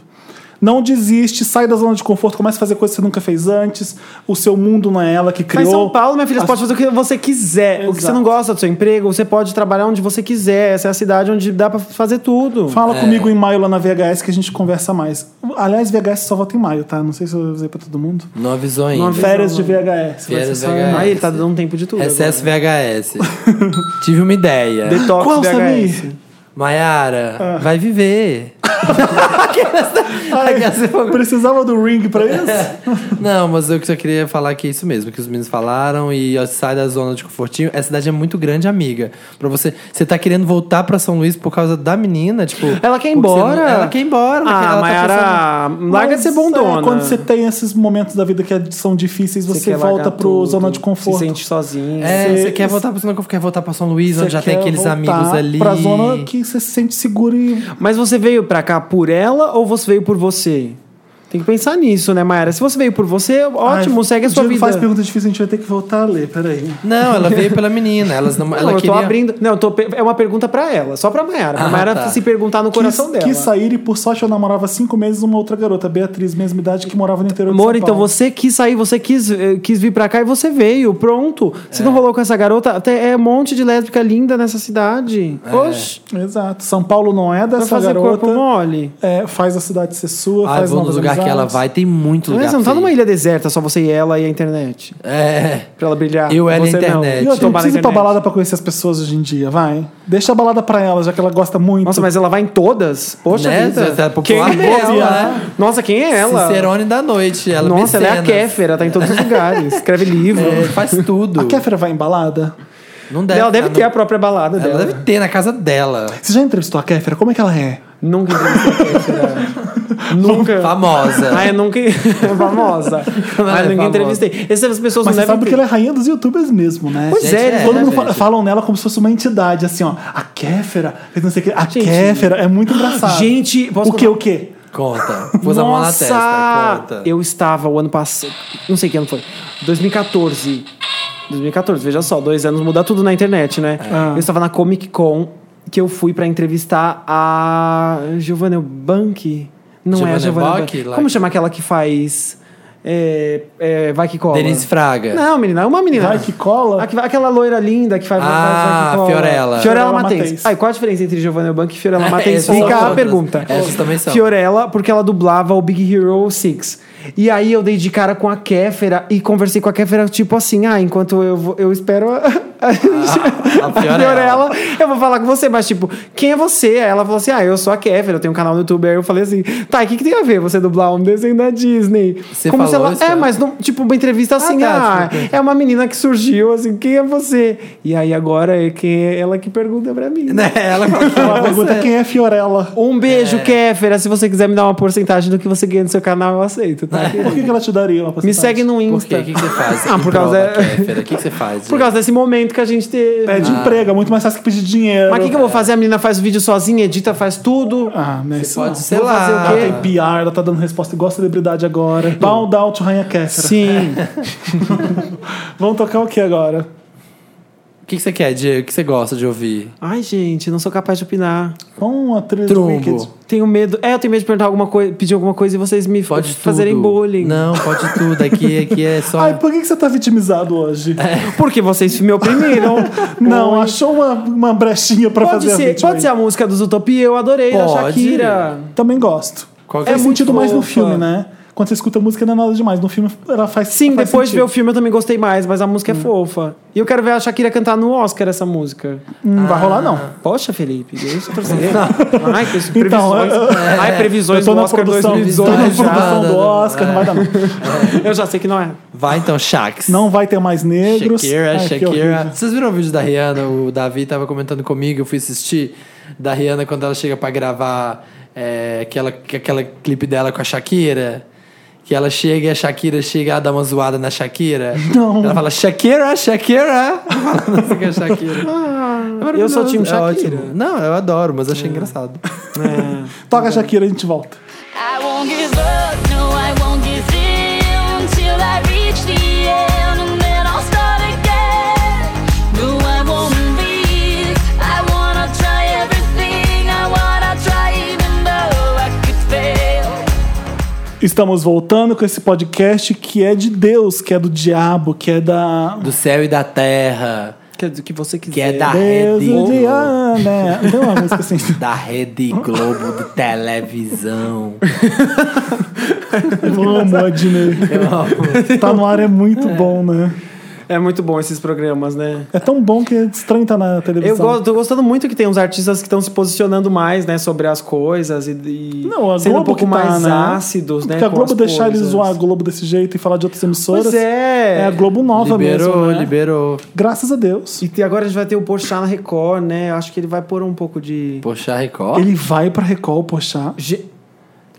Não desiste, sai da zona de conforto, começa a fazer coisas que você nunca fez antes. O seu mundo não é ela que
Mas
criou.
em São Paulo, minha filha, você
As-
pode fazer o que você quiser. O que você
Exato.
não gosta do seu emprego, você pode trabalhar onde você quiser. Essa é a cidade onde dá pra fazer tudo.
Fala comigo em maio lá na VHS que a gente conversa mais. Aliás, VHS só volta em maio, tá? Não sei se eu usei pra todo mundo.
Não avisou ainda.
Não né? avisou.
Férias de VHS. vai
Férias
ser só em
VHS.
maio.
Aí ele tá dando tempo de tudo.
Recesso VHS. Tive uma ideia.
agora. Detox
Qual,
VHS.
Samir?
Maiara,
Ah.
vai viver. Aquelas- aquelas-
Precisava do ring pra isso?
É.
Não, mas eu só queria falar que é isso mesmo, que os meninos falaram e ó, sai da zona de confortinho. Essa cidade é muito grande, amiga. Pra você, você tá querendo voltar pra São Luís por causa da menina, tipo.
Ela quer ir
porque você
embora?
não- ela quer ir embora. ela quer-
Ah,
ela tá
Mayara, larga de ser bondona.
É, quando você tem esses momentos da vida que é, são difíceis, você,
quer
volta
largar
pro
tudo,
zona de conforto.
Se sente sozinho.
pensando, é, você
você-
quer voltar pra São Luís, quer voltar pra São Luís,
Você
onde já tem
quer
aqueles
voltar
amigos ali.
Pra zona que você se sente seguro e.
Mas você veio pra cá por ela ou você veio por você? Tem que pensar nisso, né, Mayara? Se você veio por você, ótimo,
Ai,
segue a sua
Diego
vida.
faz pergunta difícil, a gente vai ter que voltar a ler, peraí.
Não, ela veio pela menina. Elas não,
Não,
ela
eu tô
queria.
abrindo. Não, eu tô pe- é uma pergunta pra ela, só pra Mayara. Pra
Ah,
Mayara
tá.
se perguntar no coração
Quis-
dela.
Quis sair e por sorte eu namorava há cinco meses uma outra garota, Beatriz, mesma idade, que morava no interior
Amor,
de São
então
Paulo.
você quis sair, você quis, eh, quis vir pra cá e você veio, pronto. Se não rolou com essa garota, até é um monte de lésbica linda nessa cidade.
É.
Oxe,
Exato. São Paulo não é
vai
dessa
fazer
garota.
corpo mole.
É, faz a cidade ser sua,
Ah,
faz
vou no
novos
lugar que ela
amizades.
vai, tem muito lugar.
Mas não tá
pra
numa
ir.
ilha deserta, só você e ela e a internet.
É.
Pra ela brilhar.
Eu, ela e a
Você não.
internet.
E
Eu
outra, não
Tombar na
precisa ir pra
internet.
balada pra conhecer as pessoas hoje em dia, vai. Deixa a balada pra ela, já que ela gosta muito.
Nossa, mas ela vai em todas? Poxa
Né?
vida.
Tá popular
quem é
mesmo,
ela?
né?
Nossa, quem é ela?
Cicerone da noite. Ela
Nossa, ela é a
mecenas.
Kéfera, tá em todos os lugares. Escreve livro.
É, faz tudo.
A Kéfera vai em balada?
Não deve.
ela deve
tá
ter
no-
a própria balada
Ela
dela.
deve ter na casa dela.
Você já entrevistou a Kéfera? Como é que ela é?
Nunca entrevistei a Kéfera. Nunca.
Famosa.
Ah, eu nunca. Famosa.
Ela
Ah,
é
eu
famosa.
nunca entrevistei. Essas pessoas
Mas
não
você
devem.
sabe que ela é rainha dos youtubers mesmo, né?
Pois é,
Gente,
eles
é,
Todo mundo
né,
fala-
gente?
falam nela como se fosse uma entidade, assim, ó. A Kéfera, fez não sei o quê. A
Gente.
Kéfera é muito engraçado.
Gente, posso
o que,
contar?
o que?
Conta. Pôs a mão na
Nossa!
testa. Conta.
Eu estava o ano passado. Não sei que ano foi. 2014. 2014, veja só, dois anos muda tudo na internet, né?
É.
Ah.
Eu estava na Comic Con que eu fui pra entrevistar a Giovanna Bank. Não é a
Giovanna
Giovanna
Bank,
Bank.
lá
Como
que-
chama aquela que faz. é, é, vai que cola.
Denise Fraga.
Não, menina, é uma menina.
Vai que cola?
Aqu- Aquela loira linda que faz.
Ah,
faz vai que cola.
Fiorella. É,
Fiorella
Fiorella
Matheus.
Matheus.
Ai, qual a diferença entre Giovanna Bank e Fiorella Matheus?
Essas são
Fica a
outras.
pergunta.
Essas também são.
Fiorella, porque ela dublava o Big Hero 6. E aí eu dei de cara com a Kéfera e conversei com a Kéfera, tipo assim, ah, enquanto eu, vou- eu espero a- A, gente-
a
a
Fiorella.
Fiorella, eu vou falar com você, mas tipo, quem é você? Aí ela falou assim: ah, eu sou a Kevin, eu tenho um canal no YouTube. Aí eu falei assim: tá, e o que, que tem a ver você dublar um desenho da Disney?
Você
Como
falou
se
isso,
ela. É,
né?
mas não, tipo, uma entrevista assim,
tá,
ah,
desculpa.
é uma menina que surgiu, assim, quem é você? E aí agora é quem é ela que pergunta pra mim.
Né? É. Ela falou que
Ela
era
pergunta
você.
quem é Fiorella.
Um beijo, Kéfera. Se você quiser me dar uma porcentagem do que você ganha no seu canal, eu aceito, tá?
Por que, que ela te daria uma
Me
porcentagem?
segue no
É. Por quê?
Insta.
O que, que você faz?
Ah, por causa-
O que, que você faz?
Por causa desse momento que a gente teve.
Pede emprego, é muito mais fácil que pedir dinheiro.
Ah. Mas o que, que eu vou fazer? A menina faz o vídeo sozinha, edita, faz tudo.
Ah, né?
Você
isso
pode,
não.
sei
Vou fazer o
lá.
Ela tem PR, ela tá dando resposta igual a celebridade agora. Bow down to Rainha Kessler.
Sim.
Vamos tocar o que agora?
O que, que você quer, Diego? O que você gosta de ouvir?
Ai, gente, não sou capaz de opinar.
Com a trilha do Wicked.
Trumbo.
Tenho medo. É, eu tenho medo de perguntar alguma coisa, pedir alguma coisa e vocês me
Pode tudo.
fazerem bullying.
Não, pode tudo. Aqui, aqui é
Então
só.
Ai, por que, que você tá vitimizado hoje?
Porque vocês me oprimiram.
Não,
É. Oi.
achou uma, uma brechinha pra
Pode
fazer a
ser,
vítima
pode ser
aí.
a música dos Utopia, eu adorei, da
Pode.
Shakira.
Também gosto.
Qual que
É
é
muito
esse
mais no
fofa?
filme, né? Quando você escuta a música não é nada demais. No filme ela faz
Sim,
faz
depois de ver
sentido.
o filme eu também gostei mais, mas a música é fofa. E eu quero ver a Shakira cantar no Oscar essa música.
Não Hum,
Ah.
vai rolar, não.
Poxa, Felipe, deixa eu torcer. Ai, que previsões.
Então,
Ai, É, previsões
Eu tô
do
na
Oscar
produção, tô
2018.
na
já,
produção
né?
do Oscar, não vai dar não.
Eu já sei que não é.
Vai então, Shax.
Não vai ter mais negros.
Shakira,
Ai, que
Shakira.
horrível.
Vocês viram o vídeo da Rihanna? O Davi tava comentando comigo, eu fui assistir. Da Rihanna quando ela chega pra gravar é, aquela, aquela clipe dela com a Shakira. Que ela chega e a Shakira chega ela dá uma zoada na Shakira.
Não.
Ela fala, Shakira, Shakira! Falando assim com a Shakira. É
eu sou
maravilhoso,
time
é
Shakira.
ótimo. Não, eu adoro, mas
É.
achei engraçado.
Toca Shakira, a gente volta.
I won't give up, no, I won't give in until I reach the end and then I'll start again. No, I won't leave. I wanna try everything, I wanna try even though I could fail.
Estamos voltando com esse podcast que é de Deus, que é do diabo, que é da.
Do céu e da terra.
Quer dizer, o que você quiser.
Que é da
Deus
Rede
do
Globo.
diabo, né? Tem uma música assim.
Da Rede Globo de televisão.
Eu amo Adnei.
Eu amo.
Tá no ar é muito bom, né?
É muito bom esses programas, né?
É tão bom que é estranho tá na televisão.
Eu gosto, tô gostando muito que tem uns artistas que estão se posicionando mais, né, sobre as coisas e, e
Não, a
sendo
Globo
um pouco
que tá,
mais
né?
ácidos, né?
Porque a
com
Globo
as
deixar eles
coisas.
zoar a Globo desse jeito e falar de outras emissoras.
Pois é.
É a Globo nova
liberou,
mesmo. né?
liberou.
Graças a Deus.
E te- agora a gente vai ter o Porchat na Record, né? Eu acho que ele vai pôr um pouco de...
Poxa, Record.
Ele vai pra Record, poxa.
Ge-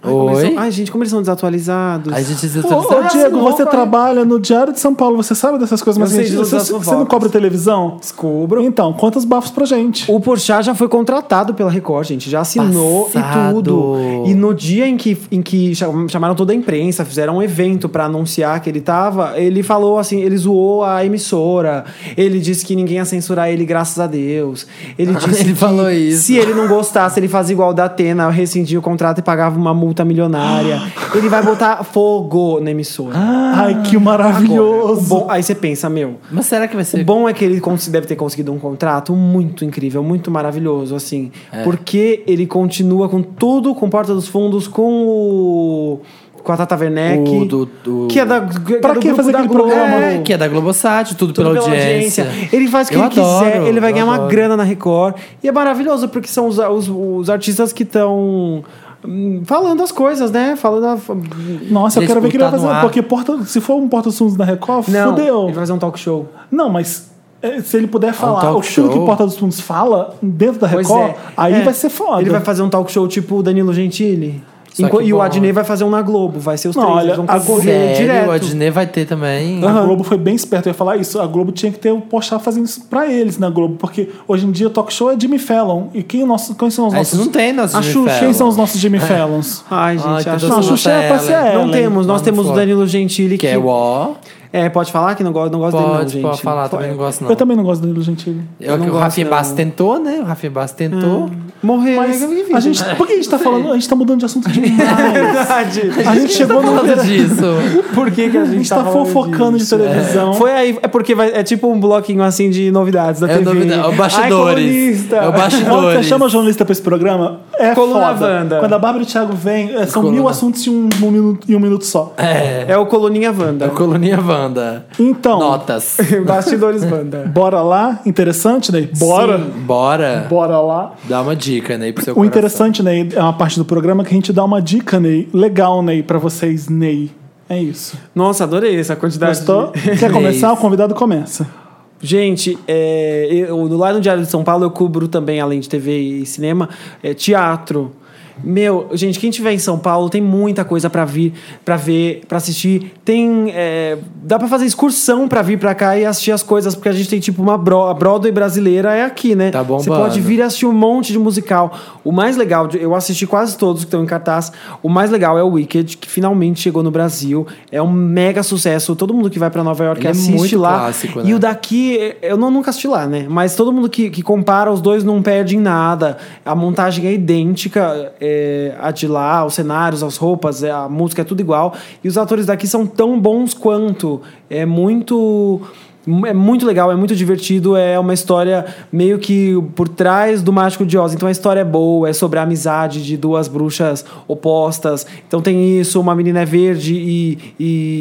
Ai, como eles
Oi?
são- Ai, gente, como eles são desatualizados.
A gente
Ô, ô,
desatualizou.
Diego, você trabalha no Diário de São Paulo, você sabe dessas coisas, mas
Eu sei
gente,
de todas
você,
as
você
fofocas.
não cobre televisão?
Descubro.
Então, quantos bafos pra gente?
O Porchat já foi contratado pela Record, gente. Já assinou
Passado.
e tudo. E no dia em que, em que cham- chamaram toda a imprensa, fizeram um evento pra anunciar que ele tava, ele falou assim, ele zoou a emissora. Ele disse que ninguém ia censurar ele, graças a Deus. Ele disse
Ele
que
falou isso.
se ele não gostasse, ele fazia igual o da Atena, rescindia o contrato e pagava uma multa milionária. ele vai botar fogo na emissora.
Ai, que
Agora, o
maravilhoso.
bom- aí você pensa, meu,
Mas será que vai
o
ser.
bom é que ele cons- deve ter conseguido um contrato muito incrível, muito maravilhoso, assim.
É.
Porque ele continua com tudo, com Porta dos Fundos, com o. Com a Tata Werneck.
O do- do-
Que é da. Que é
Pra
do
que
grupo
fazer
da
aquele
Globo.
programa?
É, que é da Globosat, tudo,
Tudo
pela, audiência.
Ele faz o que
Eu
ele quiser,
adoro,
ele vai
eu
ganhar uma
adoro.
grana na Record. E é maravilhoso, porque são os, os, os artistas que estão falando as coisas, né? Falando a.
Nossa, eu
Gente,
quero ver o que ele vai
botar no
fazer.
ar.
Porque porta, se for um Porta dos Fundos na Record,
tá Não,
fudeu.
ele vai fazer um talk show.
Não, mas é, se ele puder falar
talk
o tudo que
show.
Porta dos Fundos fala dentro da
Pois
Record,
é.
aí
É.
vai ser foda.
Ele vai fazer um talk show tipo o Danilo Gentili.
Só
Enqu-
que
E
bom.
o Adnei vai fazer um na Globo, vai ser os
Não,
três,
olha,
eles vão
a
concorrer
Sério,
direto.
o Adnet vai ter também.
A Globo foi bem esperta, eu ia falar isso. A Globo tinha que ter o Pochá fazendo isso pra eles na Globo, porque hoje em dia talk show é Jimmy Fallon. E quem, nosso, quem são os
Ah, isso
nossos.
não tem nosso
A
Jimmy
Xuxa,
Fallon. É. Ah,
quem são os nossos Jimmy Fallons?
Ai,
Ai,
gente,
que
acho
doce
Não, a
Nossa,
Xuxa é pra ser
ela.
ela.
Não temos, nós
Vamos
temos o
fora.
Danilo Gentili
Que é o ó.
É, pode falar que não gosto, não gosto dele não,
Pode,
gente.
pode falar, também não gosto não.
Eu também não gosto do Danilo Gentili.
É o
não
que o
gosto,
Rafinha
não. Ah.
Bass tentou, né? O Rafinha Bass tentou.
Morrer.
Mas a gente, por que a gente tá falando? A gente tá mudando de assunto demais.
É Verdade.
A gente chegou no.
Falando disso.
Por que, que a
A
gente
gente
tá
tá
falando
fofocando
disso?
de televisão.
Foi aí, é porque vai- é tipo um bloquinho assim de novidades da
É o
TV.
novidade- é o
Ai,
bastidores.
colunista.
É o
Quando você
bastidores.
chama jornalista pra esse programa, é
Coluna
foda.
Wanda.
Quando a Bárbara e o Thiago vêm, é, são
Coluna.
mil assuntos em um, um minuto, em um minuto só.
É.
É o Coluninha Wanda.
Coluninha banda.
Então.
Notas.
Bastidores banda.
Bora lá? Interessante, Ney? Bora.
Sim, bora.
Bora lá.
Dá uma dica, Ney, pro seu
O
coração.
interessante, Ney, é uma parte do programa que a gente dá uma dica, Ney. Legal, Ney, pra vocês, Ney. É isso.
Nossa, adorei essa quantidade.
Gostou?
de-
Quer começar?
É isso.
O convidado começa.
Gente, é, eu, no- lá no Diário de São Paulo eu cubro também, além de TV e cinema, é, teatro. Meu, gente, quem tiver em São Paulo tem muita coisa pra vir, pra ver, pra assistir. Tem, é, dá pra fazer excursão pra vir pra cá e assistir as coisas, porque a gente tem tipo uma Bro- a Broadway brasileira é aqui, né?
Tá
Você
bombando.
pode vir assistir um monte de musical. O mais legal, de- eu assisti quase todos que estão em cartaz. O mais legal é o Wicked, que finalmente chegou no Brasil. É um mega sucesso. Todo mundo que vai pra Nova York
Ele é
assiste
muito
lá.
clássico,
E
né?
o daqui, eu não, nunca assisti lá, né? Mas todo mundo que, que compara, os dois não perde em nada. A montagem é idêntica é, a de lá, os cenários, as roupas, é, a música é tudo igual. E os atores daqui são tão bons quanto. É muito. É muito legal, é muito divertido, é uma história meio que por trás do Mágico de Oz. Então a história é boa, é sobre a amizade de duas bruxas opostas. Então tem isso, uma menina é verde e,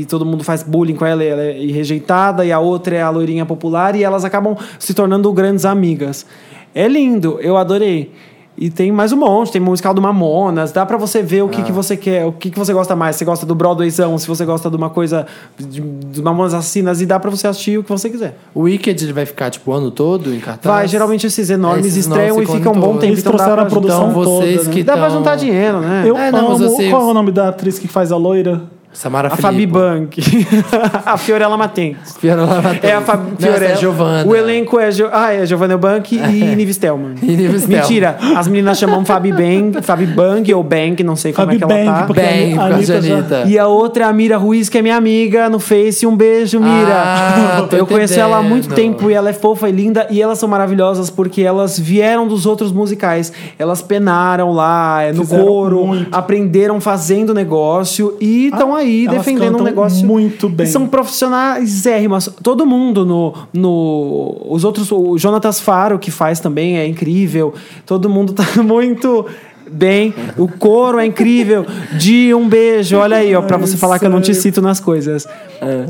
e todo mundo faz bullying com ela, e ela é rejeitada, e a outra é a loirinha popular, e elas acabam se tornando grandes amigas. É lindo, eu adorei. E tem mais um monte, tem musical do Mamonas, dá pra você ver o que, que você quer, o que, que você gosta mais, se você gosta do Broadwayzão, se você gosta de uma coisa de, dos Mamonas Assassinas, e dá pra você assistir o que você quiser.
O Wicked ele vai ficar, tipo, o ano todo em cartaz?
Vai, geralmente esses enormes
Esses
estreiam
não
e
se
ficam um bom
contou.
tempo.
Eles
então dá
trouxeram
pra
a produção
Então vocês
toda, né?
que
Dá pra
tão-
juntar dinheiro, né?
Eu
É, não, mas
amo.
vocês-
Qual é o nome da atriz que faz a loira?
Samara
A
Filippo.
Fabi Bank. a Fiorella Matentes.
Fiorella Matheus.
É a Fabi
Não, essa
Fiorella.
é a Giovanna.
O elenco é, jo... ah, é Giovanna Bank e Nives Telman.
E Nives Tellman.
Mentira, as meninas chamam Fabi Bang, Fabi Bang ou Bank, não sei como
Fabi
é que
Bang,
ela tá.
porque
Bang,
a
com a
Anitta já-
Janita.
E a outra é a Mira Ruiz, que é minha amiga no Face. Um beijo, Mira.
Ah, tô
eu conheço ela há muito
entendendo.
tempo e ela é fofa e linda. E elas são maravilhosas porque elas vieram dos outros musicais. Elas penaram lá, é, no
Fizeram
coro,
muito. Ah,
aprenderam fazendo negócio e estão aí
elas
defendendo o
cantam
negócio.
muito bem.
E são profissionais érrimas. Todo mundo no, no. Os outros. O Jonatas Faro, que faz também, é incrível. Todo mundo tá muito. Bem, o coro é incrível. De um beijo, olha aí, ó, pra você falar que eu não te cito nas coisas.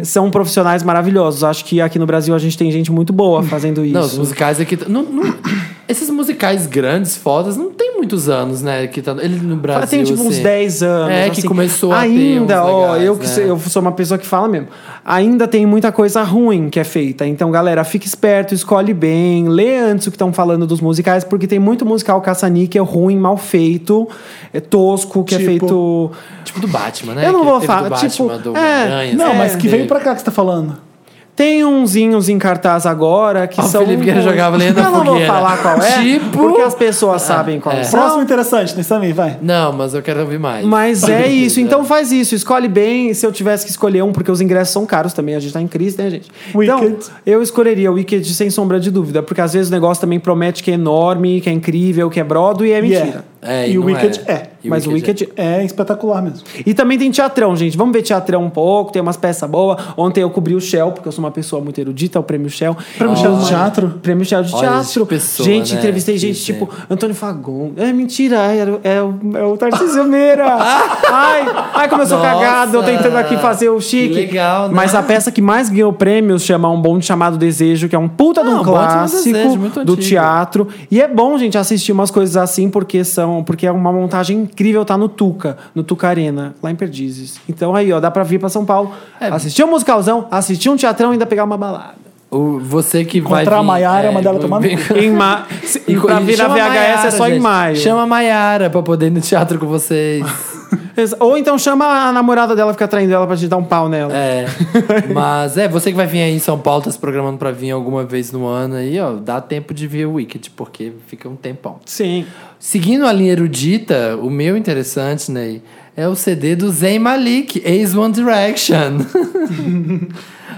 São profissionais maravilhosos. Acho que aqui no Brasil a gente tem gente muito boa fazendo é isso.
Não, os musicais aqui... t- não- não- esses musicais grandes, fodas, não tem muitos anos, né? Que tá, ele no Brasil,
Ah, tem tipo uns
assim.
10 anos.
É, que
assim.
começou a ter
Ainda,
uns
ó,
legais,
eu, que
né?
sou- eu sou uma pessoa que fala mesmo. Ainda tem muita coisa ruim que é feita. Então, galera, fique esperto, escolhe bem, lê antes o que estão falando dos musicais, porque tem muito musical caça-níquel é ruim, mal feito, é tosco, que
Tipo?
é feito.
Tipo do Batman, né?
Eu não
Que
vou
teve
falar,
Do Batman,
tipo,
do
é,
Homem-Aranha,
Não,
assim,
mas que veio
teve.
pra cá que você tá falando.
Tem unzinhos em cartaz agora que
Ó, o
são.
Felipe Guerra jogava lenha na
Eu não vou
fogueira.
falar qual é,
Tipo?
porque as pessoas sabem qual
é.
são.
Próximo interessante, Ney Samir, vai.
Não, mas eu quero ouvir mais.
Mas é isso,
É.
então faz isso, escolhe bem. Se eu tivesse que escolher um, porque os ingressos são caros também, a gente tá em crise, né, gente? Então,
Wicked.
eu escolheria o Wicked sem sombra de dúvida, porque às vezes o negócio também promete que é enorme, que é incrível, que é Broadway e é mentira.
Yeah.
É,
e o
não
Wicked é.
E
Mas o Wicked.
É espetacular mesmo.
E também tem teatrão, gente. Vamos ver teatrão um pouco, tem umas peças boas. Ontem eu cobri o Shell, porque eu sou uma pessoa muito erudita, o prêmio Shell.
Prêmio Shell do teatro?
Prêmio Shell de
Olha,
teatro.
essa pessoa,
gente,
né,
entrevistei
que
gente
tem.
tipo Antônio Fagon. É mentira, ai, era- é, o- é o Tarcísio Meira. ai, ai, como eu sou
Nossa!
cagado, eu tentando aqui fazer o chique.
Que legal, né?
Mas a peça que mais ganhou prêmios chama Um Bonde Chamado Desejo, que é um puta de
Ah,
um
Um Bonde Chamado
clássico
Desejo, muito
do
antigo.
teatro teatro. E é bom, gente, assistir umas coisas assim, porque são. Porque é uma montagem incrível, tá no Tuca, no Tuca Arena, lá em Perdizes. Então aí, ó, dá pra vir pra São Paulo,
É.
assistir um musicalzão, assistir um teatrão e ainda pegar uma balada.
O, você que vai.
Encontrar a
vir-
é
Maiara, mandar ela tomar no
vem-
cu.
Em ma...
E co-
pra
e
vir na
chama
VHS
a
é
Maiara,
só em
gente.
maio.
Chama a Maiara pra poder ir no teatro com vocês.
Ou então chama a namorada dela, fica traindo ela pra te dar um pau nela.
É. Mas é, você que vai vir aí em São Paulo, tá se programando pra vir alguma vez no ano aí, ó, dá tempo de ver o Wicked, porque fica um tempão.
Sim.
Seguindo a linha erudita, o meu interessante, Ney, é o CD do Zayn Malik, ex One Direction.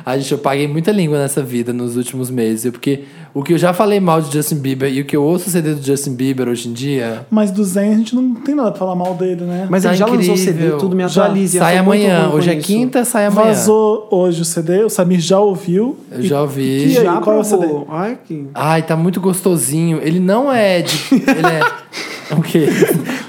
a gente, eu paguei muita língua nessa vida nos últimos meses, viu? porque o que eu já falei mal de Justin Bieber e o que eu ouço o CD do Justin Bieber hoje em dia.
Mas do Zen a gente não tem nada pra falar mal dele, né?
Mas
Tá
ele já lançou o CD,
incrível.
tudo me
Já.
atualize. eu
sai
sou muito
amanhã,
ruim com
hoje é
isso.
quinta, sai amanhã.
Vazou hoje o CD, o Samir já ouviu.
Eu
E-
já ouvi.
E aí,
Já
qual é o CD?
provou. Ai, que...
Ai, tá muito gostosinho. Ele não é de. Ele é. O quê?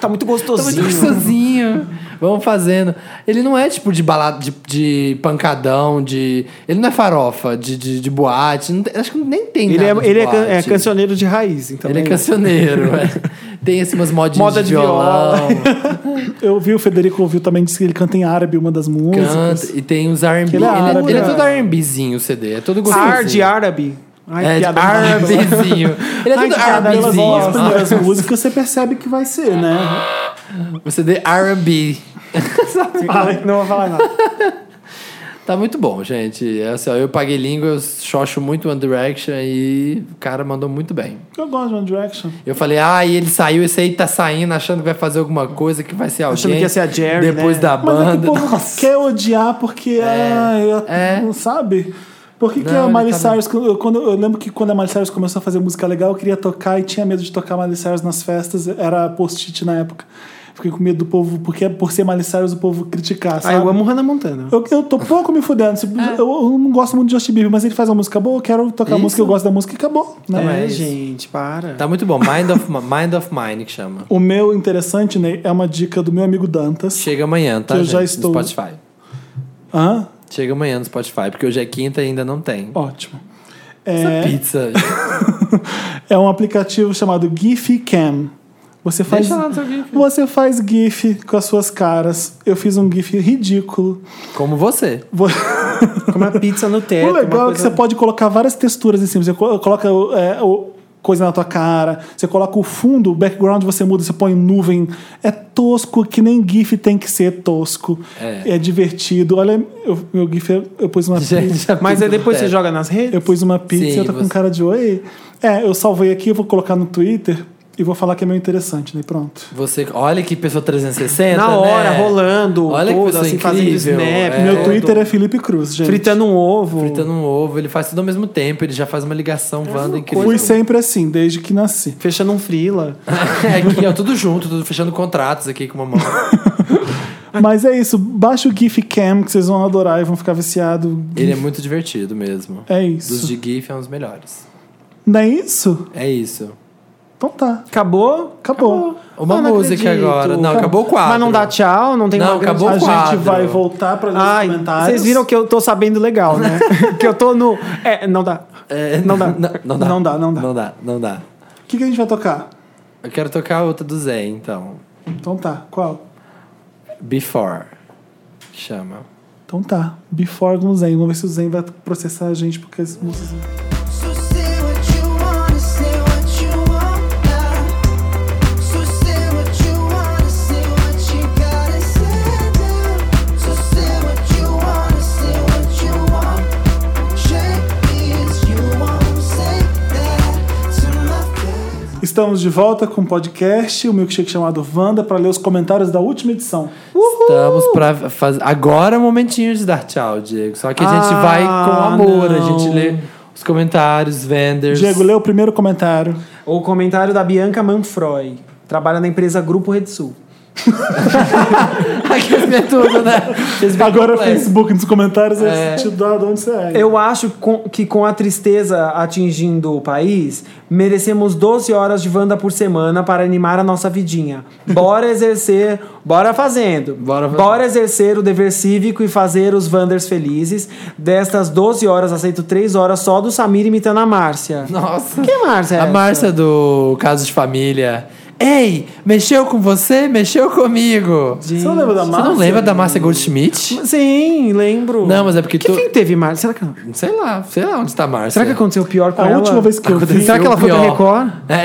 Tá muito
Tá muito
gostosinho.
gostosinho. Vamos fazendo. Ele não é tipo de balada, de, de pancadão, de. Ele não é farofa, de, de, de boate. Não tem- acho que nem tem
Ele, é,
nada de
ele é, can- é
boate.
cancioneiro de raiz, então.
Ele é cancioneiro. é. Tem assim umas modinhas
Moda
de
de viola.
violão.
Eu vi o Federico ouviu também, disse que ele canta em árabe uma das músicas.
Canta, e tem os R&B. Ele,
Ele é
é-
árabe,
ele é
né?
todo R&Bzinho o CD. É todo gostoso.
Ar de árabe. Ai,
É, de
piada horrível.
R&Bzinho. Ele é
Ai,
todo
que piada, elas
Bom, as
R&Bzinho.
primeiras músicas você percebe que vai ser, né?
O é CD R&B.
Ai, Não vou falar nada.
Tá muito bom, gente. É assim, ó, eu paguei língua, eu xoxo muito One Direction e o cara mandou muito bem.
Eu gosto de One Direction.
Eu falei, ah, e ele saiu, esse aí tá saindo, achando que vai fazer alguma coisa, que vai ser alguém.
Achando que ia ser a Jerry,
Depois
né?
da
Mas é que o
banda.
povo quer odiar porque ah, eu-
é.
não sabe. Por que, que
Não,
a
ele
Miley
tá
Cyrus. Eu, quando, eu lembro que quando a Miley Cyrus começou a fazer música legal, eu queria tocar e tinha medo de tocar Miley Cyrus nas festas. Era post-it na época. Fiquei com medo do povo, porque por ser Miley Cyrus o povo criticar.
Ah,
Sabe?
eu amo Hannah Montana.
Eu, eu tô pouco me fudendo. Se- Eu, eu não gosto muito de Justin Bieber, mas ele faz uma música boa, eu quero tocar a
É. Isso.
música, eu gosto da música e acabou. né?
Também.
É,
Mas-
gente, para.
Tá muito bom. Mind of, Mind of Mine que chama.
O meu interessante, Ney, é uma dica do meu amigo Dantas.
Chega amanhã, tá?
Que eu já
gente?
estou-
No Spotify.
Hã?
Chega amanhã no Spotify, porque hoje é quinta e ainda não tem.
Ótimo.
Ah,
Essa
É,
pizza.
é um aplicativo chamado GIF Cam. Você faz,
Deixa lá no seu GIF.
você faz GIF com as suas caras. Eu fiz um GIF ridículo.
Como você.
Vou-
É,
Como uma pizza no teto.
o legal
uma
é que você
coisa-
pode colocar várias texturas em cima. Você co- coloca é, o- coisa na tua cara, você coloca o fundo, o background você muda, você põe nuvem. É tosco, que nem GIF tem que ser tosco.
É.
É, divertido. Olha, eu- meu GIF, eu, eu pus uma.
Gente, é a
Mas
pizza
aí depois
do
você
teto.
joga nas redes?
Eu pus uma pizza
Sim,
e eu tô
você-
com cara de oi. É, eu salvei aqui, eu vou colocar no Twitter e vou falar que é meio interessante, né? Pronto.
Você, olha que pessoa 360,
Na hora,
né?
rolando,
Olha que
tudo,
pessoa
assim, fazendo
incrível.
snap.
É,
Meu Twitter é Felipe Cruz, gente.
Fritando um ovo.
Fritando um ovo, ele faz tudo ao mesmo tempo, ele já faz uma ligação, Wanda, incrível.
Fui sempre assim, desde que nasci.
Fechando um frila.
É aqui, ó, tudo junto, tudo fechando contratos aqui com uma mão.
Mas é isso, baixa o GIF Cam que vocês vão adorar e vão ficar viciados.
Ele é muito divertido mesmo.
É
Dos
isso.
de GIF é um dos melhores.
Não é isso?
É isso.
Então tá,
Acabou?
acabou.
Uma
Ah, não
música
acredito.
agora. Não, acabou o quadro.
Mas não dá tchau, não tem
Não,
uma grande-
acabou o
A
quadro.
gente vai voltar pra ler
Ai,
os comentários.
vocês viram que eu tô sabendo legal, né? que eu tô no. É, não dá.
É,
Não dá.
Não dá.
Não dá, não dá.
Não dá, não dá.
O que, que a gente vai tocar?
Eu quero tocar outra do Zé, então.
Então tá, qual?
Before. Chama.
Então tá, Before do Zen. Vamos ver se o Zen vai processar a gente, porque as músicas...
So say what you wanna say, what you want now. So say what you wanna say, what you gotta say now. So say what you wanna say, what you want. Check is you won't say that to my face.
Estamos de volta com o podcast, o milkshake chamado Wanda, para ler os comentários da última edição.
Estamos pra fazer. Agora é o momentinho de dar tchau, Diego. Só que a gente
Ah,
vai com amor. A
não.
gente lê os comentários, vendors.
Diego, lê o primeiro comentário.
O comentário da Bianca Manfroy. Trabalha na empresa Grupo Rede Sul.
Aqui é tudo, né? Vocês veem
Agora o
completo.
Facebook nos comentários,
É.
eles te dão de onde você é.
Eu acho com- que com a tristeza atingindo o país, merecemos 12 horas de Wanda por semana para animar a nossa vidinha. Bora exercer, bora fazendo.
Bora fazendo.
exercer o dever cívico e fazer os Wanders felizes. Destas 12 horas, aceito 3 horas só do Samir imitando a Márcia.
Nossa.
Quem é Márcia?
A
essa?
Márcia do Caso de Família. Ei, mexeu com você, mexeu comigo.
Você não lembra da
Você
Márcia?
não lembra da Márcia Goldschmidt?
Sim, lembro.
Não, mas é porque
que
tu-
fim teve Márcia? Será que, ela-
Sei lá, sei lá onde tá a Márcia. Tá
será que aconteceu o pior com
A
ela?
última vez que eu vi,
Será que ela foi pro
Pior.
Record?
É.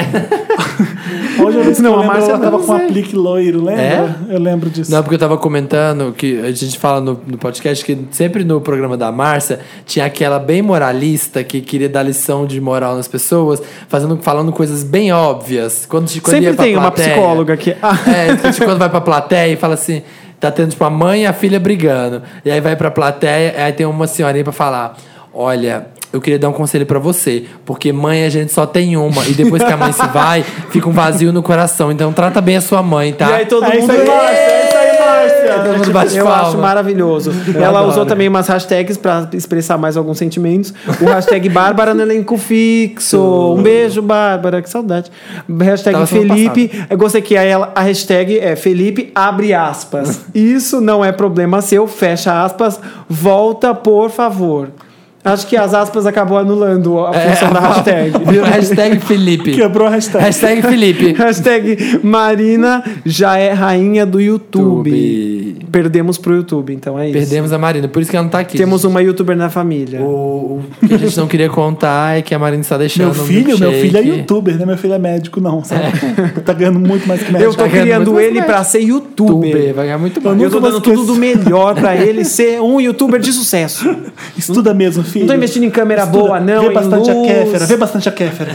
a última vez que
Não,
eu
a
lembro,
Márcia
ela tava
não,
com um
sei.
aplique loiro, lembra?
É?
Eu lembro disso.
Não, porque eu tava comentando que a gente fala no, no podcast que sempre no programa da Márcia tinha aquela bem moralista que queria dar lição de moral nas pessoas, fazendo, falando coisas bem óbvias. Quando, quando
Sempre
ia pra
tem uma
plateia.
psicóloga que- Ah.
É, que, tipo, quando vai pra plateia e fala assim, tá tendo tipo a mãe e a filha brigando. E aí vai pra plateia, aí tem uma senhorinha pra falar: Olha, eu queria dar um conselho pra você, porque mãe a gente só tem uma. E depois que a mãe se vai, fica um vazio no coração. Então trata bem a sua mãe, tá?
E aí todo
É
mundo.
isso aí, Márcia! É isso aí, Márcia!
Todo mundo bate
Eu
palma.
acho maravilhoso.
Eu
Ela
adoro.
usou também umas hashtags pra expressar mais alguns sentimentos. O hashtag Bárbara no elenco fixo. Um beijo, Bárbara. Que saudade. Hashtag
Tava semana
Felipe. Eu gostei que aí ela- a hashtag é Felipe abre aspas. Isso não é problema seu. Fecha aspas. Volta, por favor. Acho que as aspas acabou anulando a função da hashtag.
É, Viu? né? Hashtag Felipe.
Quebrou a hashtag.
Hashtag Felipe.
Hashtag Marina já é rainha do YouTube.
YouTube.
Perdemos pro YouTube, então é isso.
Perdemos a Marina, por isso que ela não tá aqui.
Temos uma youtuber na família.
O, o que a gente não queria contar é que a Marina está deixando
Meu
um
filho, meu filho é
milkshake.
youtuber, né? Meu filho é médico, não, sabe? Tá ganhando muito mais que médico.
É. Eu tô
tá ganhando
criando
muito
ele
mais.
pra ser é youtuber.
Youtuber, vai ganhar muito bom.
nunca
Eu tô
vou
dando tudo
esquecer.
do melhor pra ele ser um youtuber de sucesso.
Estuda mesmo, filho.
Não tô investindo em câmera
Estuda.
boa, não.
Vê
em
bastante
luz.
a Kéfera, vê bastante a Kéfera.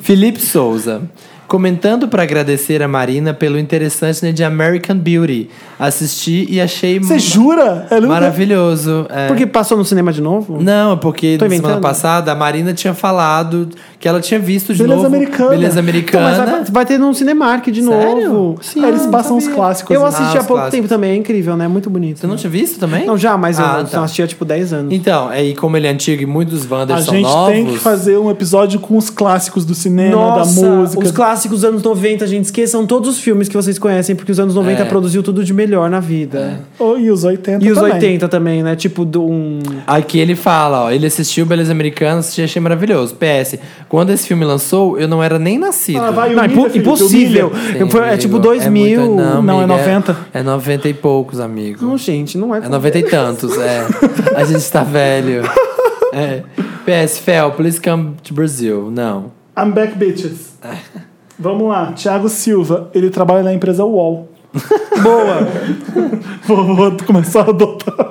Felipe Souza. Comentando pra agradecer a Marina pelo interessante né, de American Beauty. Assisti e achei
Você jura? É Ela-
maravilhoso. é.
Porque passou no cinema de novo?
Não, é porque
Tô
na semana
inventando?
passada a Marina tinha falado que ela tinha visto de
Beleza
novo
Americana.
Beleza
Então, mas vai,
Americana.
vai ter num Cinemark de
Sério?
novo.
Sim,
Ah, eles
não
passam
sabia.
uns clássicos.
Eu
né?
Ah,
assisti há
os
pouco
clássicos.
tempo também, é incrível, né? Muito bonito.
Você não tinha visto também?
Não, já, mas
Ah,
eu
tá.
não assisti há tipo 10 anos.
Então, é, e como ele é antigo e muitos Wanders
assim. A
são
gente
novos...
tem que fazer um episódio com os clássicos do cinema,
Nossa,
da música.
os clássicos dos anos 90, gente, esqueçam todos os filmes que vocês conhecem, porque os anos 90
É.
produziu tudo de melhor na vida.
Oh, e os 80
E os
também.
80 também, né? Tipo, de um.
Aqui ele fala, ó, ele assistiu Beleza Americana, assistiu, achei maravilhoso. PS, quando esse filme lançou, eu não era nem nascido.
Ah, vai,
Não, é
humilha,
impo-
filho,
impossível.
humilha.
Sim,
Eu- foi- é tipo
amigo,
2000.
muito-
não, é
amigo,
90.
É 90 e poucos, amigo.
Não, gente, não é.
É 90 e tantos, é. A gente tá velho. É. PS, Fel, please come to Brazil. Não.
I'm back, bitches. Vamos lá, Thiago Silva, ele trabalha na empresa UOL.
Boa.
Vou, vou começar a adotar.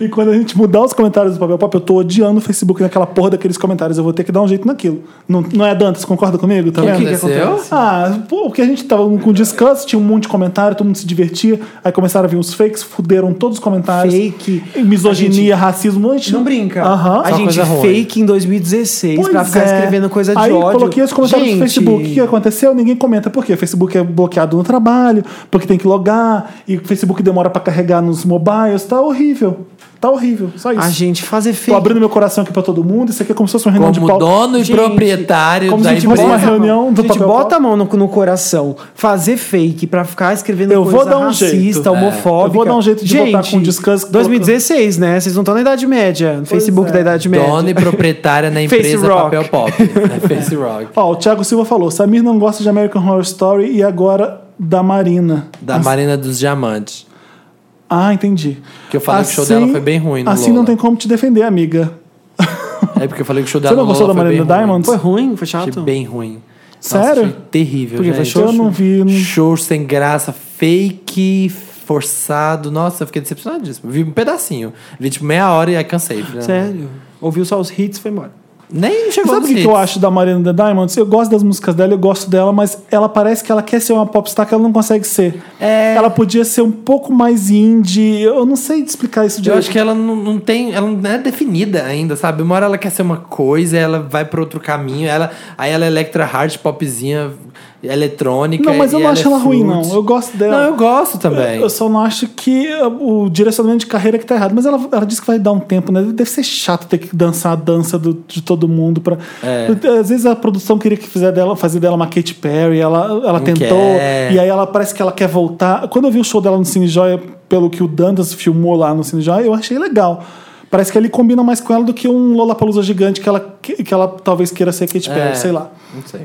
E quando a gente mudar os comentários do papel pop, eu tô odiando o Facebook naquela porra daqueles comentários. Eu vou ter que dar um jeito naquilo. Não, não é Dantas, concorda comigo? Tá
O que
vendo?
aconteceu?
Ah, pô, porque a gente tava com descanso, tinha um monte de comentário, todo mundo se divertia. Aí começaram a vir os fakes, fuderam todos os comentários.
Fake.
Misoginia,
A gente-
racismo, a gente
Não brinca.
Aham.
A
Só
gente
coisa ruim.
fake em 2016 pra
Pois
ficar
é.
escrevendo coisa de
Aí
ódio.
coloquei os comentários
gente,
do Facebook. O que aconteceu? Ninguém comenta por quê. O Facebook é bloqueado no trabalho, porque tem que logar, e o Facebook demora pra carregar nos mobiles. Tá horrível. Tá horrível. Só isso.
A gente fazer
Tô
fake.
abrindo meu coração aqui pra todo mundo. Isso aqui é como se fosse uma reunião de
Como
pau.
dono e
Gente,
proprietário
como
da
se tivesse
empresa.
uma reunião do
gente,
papel
bota a mão no, no coração. Fazer fake pra ficar escrevendo
Eu
coisa
vou dar um
racista,
jeito.
homofóbica.
Eu vou dar um jeito de
gente,
botar com descanso que
2016, né? Vocês não estão na Idade Média. No Facebook
é.
da Idade Média.
Dona e proprietária na
Face
empresa
Rock.
Papel Pop. É, Face Rock.
Ó, o Thiago Silva falou: Samir não gosta de American Horror Story e agora da Marina.
Da Marina dos Diamantes.
Ah, entendi.
Que eu falei que o show dela foi bem ruim no
Assim
Lola.
não tem como te defender, amiga.
É porque eu falei que o show
Você
dela
não
no
gostou
Lola
da
foi
Marina
bem ruim.
Diamond?
Foi ruim? Foi chato?
Achei bem ruim.
Sério?
Nossa, achei terrível,
Porque foi
gente.
Eu não vi. não-
Show sem graça, fake, forçado. Nossa, eu fiquei decepcionadíssimo. Vi um pedacinho. Vi tipo meia hora e aí cansei. "Ah,
Sério. Ouviu só os hits e foi embora.
Nem chegou
Sabe
nos
o que, que
hits.
eu acho da Marina The Diamonds? Eu gosto das músicas dela, eu gosto dela, mas ela parece que ela quer ser uma popstar que ela não consegue ser.
É.
Ela podia ser um pouco mais indie. Eu não sei te explicar isso
Eu
direito.
acho que ela não, não tem, ela não é definida ainda, sabe? Uma hora ela quer ser uma coisa, ela vai para outro caminho, ela, aí ela é electra hard, popzinha, eletrônica.
Não, mas eu
e
não acho
é
ela ruim, não.
fruit.
Eu gosto dela.
Não, eu gosto também.
Eu só não acho que uh, o direcionamento de carreira que tá errado. Mas ela, ela disse que vai dar um tempo, né? Deve ser chato ter que dançar a dança do- de todo mundo. Pra...
É.
Às vezes a produção queria que fizer dela, fazer dela uma Katy Perry, ela, ela tentou,
quer.
e aí ela parece que ela quer voltar. Quando eu vi o show dela no Cine Joia, pelo que o Dantas filmou lá no Cine Joia, eu achei legal. Parece que ele combina mais com ela do que um Lollapalooza gigante que ela, que, que ela talvez queira ser Katy Perry,
É.
sei lá.
Não sei.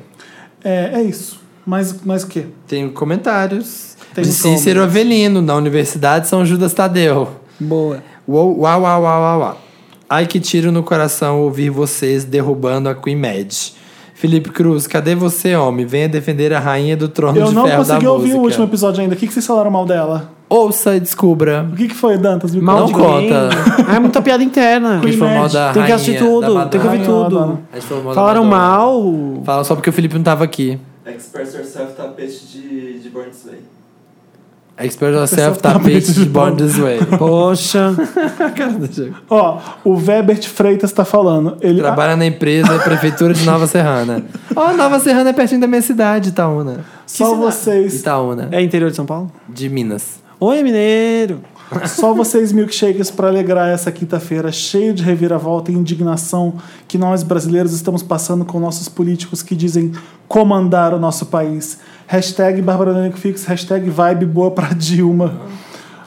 É, é isso. Mais, mais o quê?
Tem comentários.
Tem
de Cícero Avelino, na Universidade São Judas Tadeu.
Boa.
Uou, uau, uau, uau, uau, uau. Ai que tiro no coração ouvir vocês derrubando a Queen Mad. Felipe Cruz, cadê você, homem? Venha defender a rainha do trono
Eu
de
não
ferro
consegui
da
ouvir
música.
o último episódio ainda. O que, que vocês falaram mal dela?
Ouça e descubra.
O que, que foi, Dantas? Me
Mal
conta.
de conta.
Ah, é muita piada interna.
Eles falam mal da
Tem que
rainha,
assistir
da
tudo.
Madonna.
Tem que ouvir
Ai,
tudo.
Madonna.
Eles falam mal da
Falaram
Madonna.
mal.
Falaram só porque o Felipe não tava aqui.
Express Yourself tá peixe de, de Born This Way.
Expert Yourself tá bitch de Born This Way.
Poxa.
Ó, o Webert Freitas tá falando. Ele,
Trabalha na empresa Prefeitura de Nova Serrana. Ó, Nova Serrana é pertinho da minha cidade, Itaúna.
ah, só
que sinal.
vocês.
Itaúna.
É interior de São Paulo?
De Minas.
Oi, mineiro!
Só vocês milkshakers para alegrar essa quinta-feira cheio de reviravolta e indignação que nós brasileiros estamos passando com nossos políticos que dizem comandar o nosso país. Hashtag Bárbara Nanico Fix, hashtag vibe boa pra Dilma.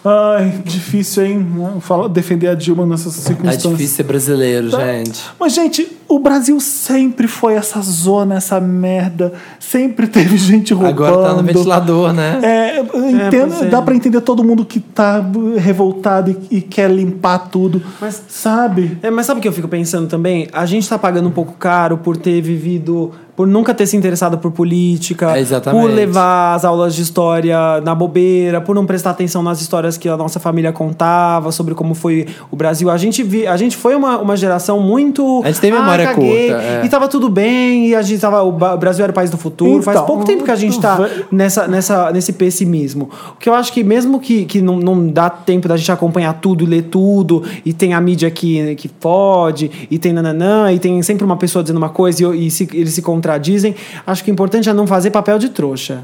Ai, difícil, hein? Fala- defender a Dilma nessas
É
circunstâncias.
difícil ser brasileiro,
Tá
gente.
Mas, gente, o Brasil sempre foi essa zona, essa merda. Sempre teve gente roubando.
Agora tá no ventilador, né?
É, eu entendo-
pois é.
Dá pra entender todo mundo que tá revoltado e, e quer limpar tudo.
Mas-
sabe?
É, mas sabe o que eu fico pensando também? A gente tá pagando um pouco caro por ter vivido, por nunca ter se interessado por política,
É, exatamente.
por levar as aulas de história na bobeira, por não prestar atenção nas histórias que a nossa família contava sobre como foi o Brasil. A gente, vi, a gente foi uma, uma geração muito. Ah,
A gente tem memória
caguei,
curta, é.
E tava tudo bem, e a gente tava. O Ba- o Brasil era o país do futuro. Faz
Então,
pouco tempo que a gente tá
vai-
nessa, nessa, nesse pessimismo. Porque eu acho que mesmo que, que não, não dá tempo da gente acompanhar tudo e ler tudo, e tem a mídia que, que pode, e tem nananã, e tem sempre uma pessoa dizendo uma coisa e, eu- e se- eles se contradizem, acho que o importante é não fazer papel de trouxa.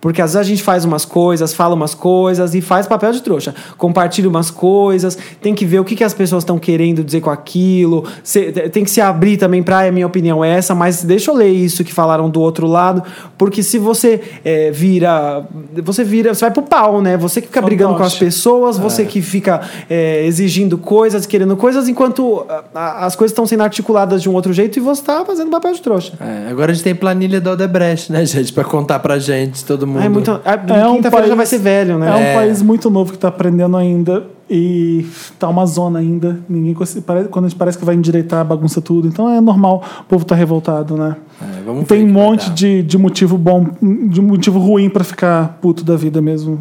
Porque às vezes a gente faz umas coisas, fala umas coisas e faz papel de trouxa. Compartilha umas coisas, tem que ver o que, que as pessoas estão querendo dizer com aquilo, se- tem que se abrir também pra "Ah, minha opinião é essa, mas deixa eu ler isso que falaram do outro lado, porque se você eh, vira. Você vira. Você vai pro pau, né? Você que fica
Fantoche.
brigando com as pessoas,
É.
você que fica eh, exigindo coisas, querendo coisas, enquanto ah, ah, as coisas estão sendo articuladas de um outro jeito e você tá fazendo papel de trouxa.
É, agora a gente tem planilha da Odebrecht, né, gente? Pra contar pra gente, todo mundo.
Ah, é muito.
É
É,
um
Quinta-feira
país-
já vai ser velho, né?
É um país muito novo que tá aprendendo ainda. E tá uma zona ainda. Ninguém consi- pare- Quando a gente parece que vai endireitar, bagunça tudo. Então é normal, o povo tá revoltado, né?
É, vamos
Tem
ver
um
que vai
monte
dar.
de, de motivo bom, de motivo ruim pra ficar puto da vida mesmo.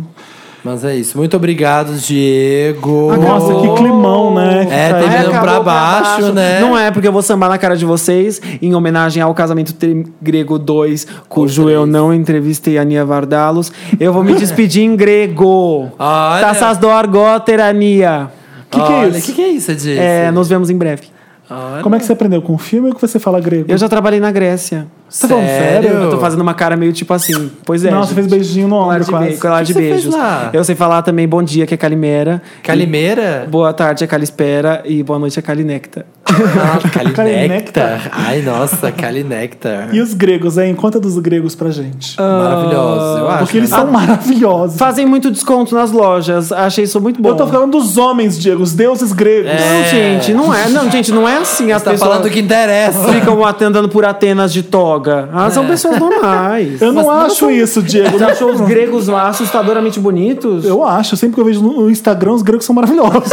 Mas é isso. Muito obrigado, Diego.
Ah, Nossa, que climão, né?
É,
Tá aí.
teve-
Ai,
Virando
acabou
pra baixo, né?
Não é, porque eu vou sambar na cara de vocês em homenagem ao casamento Tri- grego 2, cujo eu não entrevistei a Nia Vardalos. Eu vou me despedir em grego.
Olha.
Tassas do argóter, Ania.
Que que é isso? Que que é isso, Diego?
É, nos vemos em breve.
Olha,
Como é que você aprendeu? Com o filme ou que você fala grego?
Eu já trabalhei na Grécia.
Tá falando
Sério?
sério?
Eu tô fazendo uma cara meio tipo assim. Pois é.
Nossa,
gente.
fez beijinho no
Colar
ombro
de, be
quase.
colar
que
de
você fez
beijos.
lá?
Eu sei falar também bom dia, que é Calimera.
Calimeira?
Boa tarde é Calispera e boa noite é Calinecta.
Ah, Calinectar.
Calinectar.
Ai, nossa, Calinectar.
E os gregos, hein? Conta dos gregos pra gente.
Ah,
Maravilhoso, eu acho.
Porque eles
né?
são maravilhosos.
Fazem muito desconto nas lojas. Achei isso muito bom.
Eu tô falando dos homens, Diego, os deuses gregos.
É.
Não, gente, não é. Não, gente, não é assim. As
Tá
pessoas
falando o que interessa.
ficam at- andando por Atenas de toga. Ah, são pessoas normais.
É. Eu não
Mas-
acho isso, Diego.
Você achou os gregos assustadoramente bonitos?
Eu acho, sempre que eu vejo no Instagram, os gregos são maravilhosos.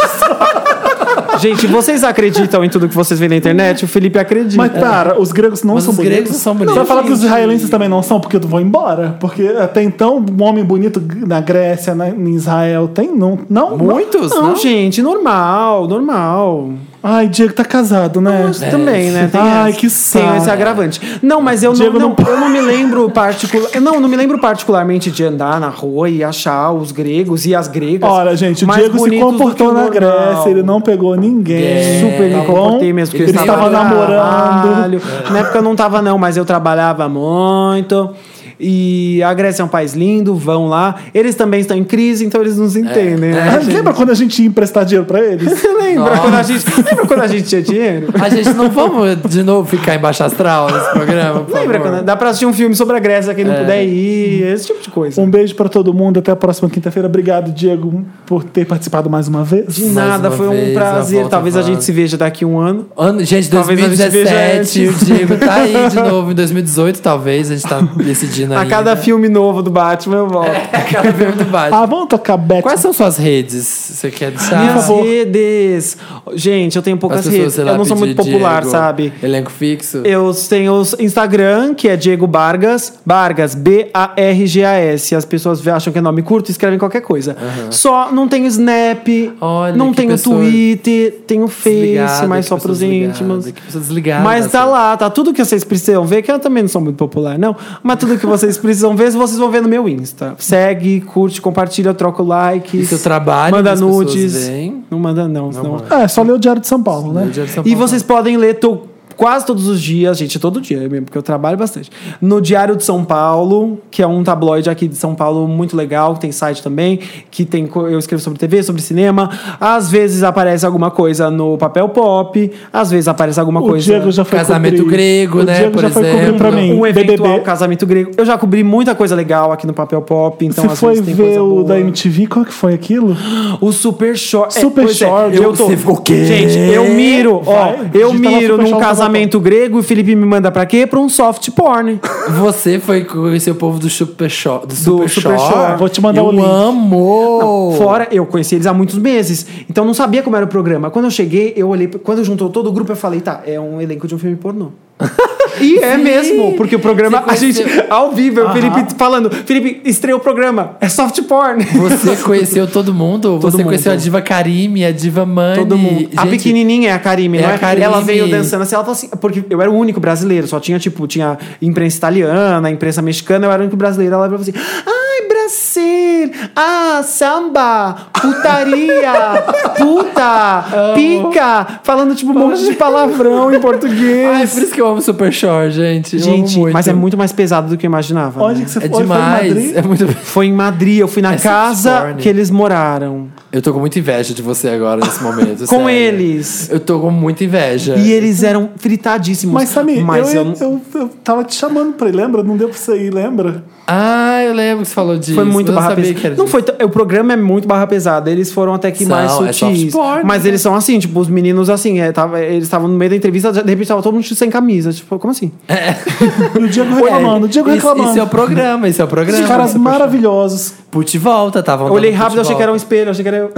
Gente, vocês acreditam em tudo que vocês veem na internet? O Felipe acredita.
Mas, tá cara, os gregos não
Mas
são
os
bonitos.
gregos são bonitos.
Você vai falar que os
Gente.
israelenses também não são, porque eu vou embora. Porque até então, um homem bonito na Grécia, na, em Israel, tem? Não? não
Muitos,
não,
não?
gente, normal, normal.
Ai, Diego tá casado, né?
Mas Também, né? Tem
Ai,
essa.
que
Tem
saco.
esse agravante. Não, mas eu não,
Diego
não,
não-
eu não me lembro particular, eu não, não me lembro particularmente de andar na rua e achar os gregos e as gregas.
Olha, gente, o
mais
Diego se
bonitos do
comportou
que o
na
normal.
Grécia, ele não pegou ninguém.
É,
Super
tá bom?
me comportei mesmo, porque
Ele
eu
estava
no
namorando.
trabalho. Na época eu não tava, não, mas eu trabalhava muito. E a Grécia é um país lindo, vão lá. Eles também estão em crise, então eles nos entendem,
Ah,
né?
lembra quando a gente ia emprestar dinheiro pra eles?
Você lembra quando, a gente, lembra quando a gente tinha dinheiro?
A gente não vamos de novo ficar em baixa astral nesse programa, por
Lembra
favor. É.
quando dá pra assistir um filme sobre a Grécia, quem não puder ir, esse tipo de coisa.
Um beijo pra todo mundo, até a próxima quinta-feira. Obrigado, Diego, por ter participado mais uma vez.
De
Mais
nada,
uma
foi um
vez, a
prazer.
volta
Talvez a
vai.
gente se veja daqui um ano.
Ano, gente,
Talvez a gente
2017,
veja
o
antes.
Diego tá aí de novo em 2018, talvez, a gente tá decidindo
A
ainda. É.
cada filme novo do Batman eu volto.
a cada filme do Batman.
Ah, vamos tocar Beck.
Quais são suas redes? Você quer deixar?
Minhas redes. Gente, eu tenho poucas redes.
sei
Eu
lá,
não sou
pedir
muito popular,
Diego,
sabe?
Elenco fixo.
Eu tenho o Instagram, que é Diego Bargas. Bargas, B-A-R-G-A-S. As pessoas acham que é nome curto e escrevem qualquer coisa. Só não tenho Snap,
Olha,
não
que
tenho
pessoa
Twitter, tenho Face,
Desligada,
mas
que
só
pessoa
pros
desligada,
íntimos.
que pessoa desligada,
mas tá
assim.
lá, tá tudo que vocês precisam ver, que eu também não sou muito popular, não. Mas tudo que vocês precisam ver, vocês vão ver no meu Insta. Segue, curte, compartilha, troca o like.
E seu trabalho,
Manda
que as pessoas
nudes.
veem?
Não manda, não, senão.
É, só ler o Diário de São Paulo, né?
Diego de São
E
Paulo.
vocês podem ler, tô quase todos os dias, gente, é todo dia mesmo, porque eu trabalho bastante. No Diário de São Paulo, que é um tabloide aqui de São Paulo muito legal, que tem site também, que tem co- eu escrevo sobre TV, sobre cinema. Às vezes aparece alguma coisa no papel pop, às vezes aparece alguma
O
coisa
Diego já foi
Casamento
cobrir.
grego,
o
né,
Diego
por
já foi cobrir
exemplo.
pra mim.
um eventual
BBB.
casamento grego. Eu já cobri muita coisa legal aqui no papel pop, então
Você
às
foi
vezes tem coisa
ver o
boa.
da MTV? Qual que foi aquilo?
O Super Short.
Super
pois
Short.
eu tô...
Você ficou o quê?
Gente, eu miro, ó.
Vai,
Eu
digita lá
miro
Super
num
Short,
casamento grego e o Felipe me manda pra quê? Pra um soft porn.
Você foi conhecer o povo do Super Show. Do Super,
Super
Shop.
Shop.
Vou te mandar
eu
o link.
Amo!
Fora, eu conheci eles há muitos meses. Então não sabia como era o programa. Quando eu cheguei, eu olhei. Quando juntou todo o grupo, eu falei, tá, é um elenco de um filme pornô. E é mesmo, porque o programa. A
Você
gente,
conheceu-
ao vivo, o Felipe falando: Felipe, estreou o programa, é soft porn.
Você conheceu todo mundo?
Todo
você
mundo.
conheceu a diva Karime, a diva Mani.
Todo mundo. a
Gente,
pequenininha é a Karime,
é
não
a
é?
Karime.
Ela veio dançando assim, ela falou assim, porque eu era o único brasileiro, só tinha, tipo, tinha imprensa italiana, imprensa mexicana, eu era o único brasileiro. Ela falou assim, ai, Brasil, ah, samba, putaria, puta, pica, falando, tipo, um monte de palavrão em
Ai,
português.
por isso que eu amo Super Show, gente. Eu
Gente,
amo muito.
mas é muito mais pesado do que eu imaginava.
Onde
né?
que você
É
foi? Foi em
demais.
Madrid?
É muito.
Foi em Madrid, eu fui na
É
casa
sexporn.
que eles moraram.
Eu tô com muita inveja de você agora nesse momento.
Com
sério.
eles.
Eu tô com muita inveja.
E eles eram fritadíssimos.
Mas, Samir,
Mas
eu,
não-
eu, eu tava te chamando pra ir, lembra? Não deu pra você ir, lembra?
Ah, eu lembro que você falou disso.
Foi muito
mas eu
barra
sabia que
pesada.
era
Não
disso.
foi, t- o programa é muito barra pesada. Eles foram até que
São,
mais
é soft
sutis.
porn,
mas
né?
eles são assim, tipo, os meninos assim, é, tava- eles estavam no meio da entrevista, de repente tava todo mundo sem camisa. Tipo, como assim?
E o Diego
Ué,
reclamando, o Diego
esse-
reclamando.
É, Esse é o programa, esse é o programa.
Os caras maravilhosos.
Put e volta, tava
Eu olhei rápido, achei que era um espelho, achei que era eu.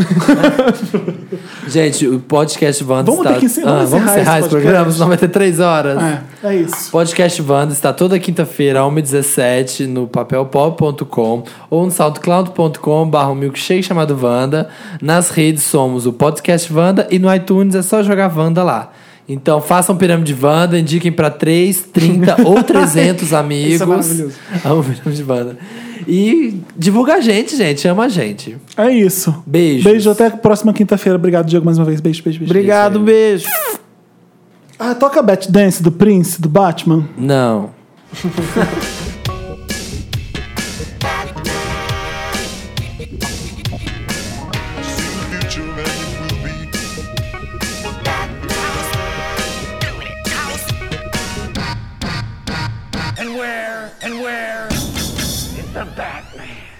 Gente, o podcast Wanda
Vamos
está...
ter que encer-
Ah,
vamos
vamos
encerrar
encerrar
esse
esse programa,
podcast.
senão vai ter três horas.
Ah,
É, é isso.
Podcast Wanda está toda quinta-feira, 1h17, no papelpop.com ou no soundcloud.com barra um milkshake chamado Wanda. Nas redes somos o Podcast Wanda e no iTunes é só jogar Wanda lá. Então façam pirâmide Wanda, indiquem para 3, 30 ou 300 amigos.
Isso é maravilhoso.
Amo pirâmide Wanda. E divulga a gente, gente. Ama a gente.
É isso.
Beijos.
Beijo, até a próxima quinta-feira. Obrigado, Diego, mais uma vez. Beijo, beijo, beijo.
Obrigado,
aí.
beijo.
Ah, toca Bat Dance do Prince, do Batman.
Não.
And where, and where is the Batman?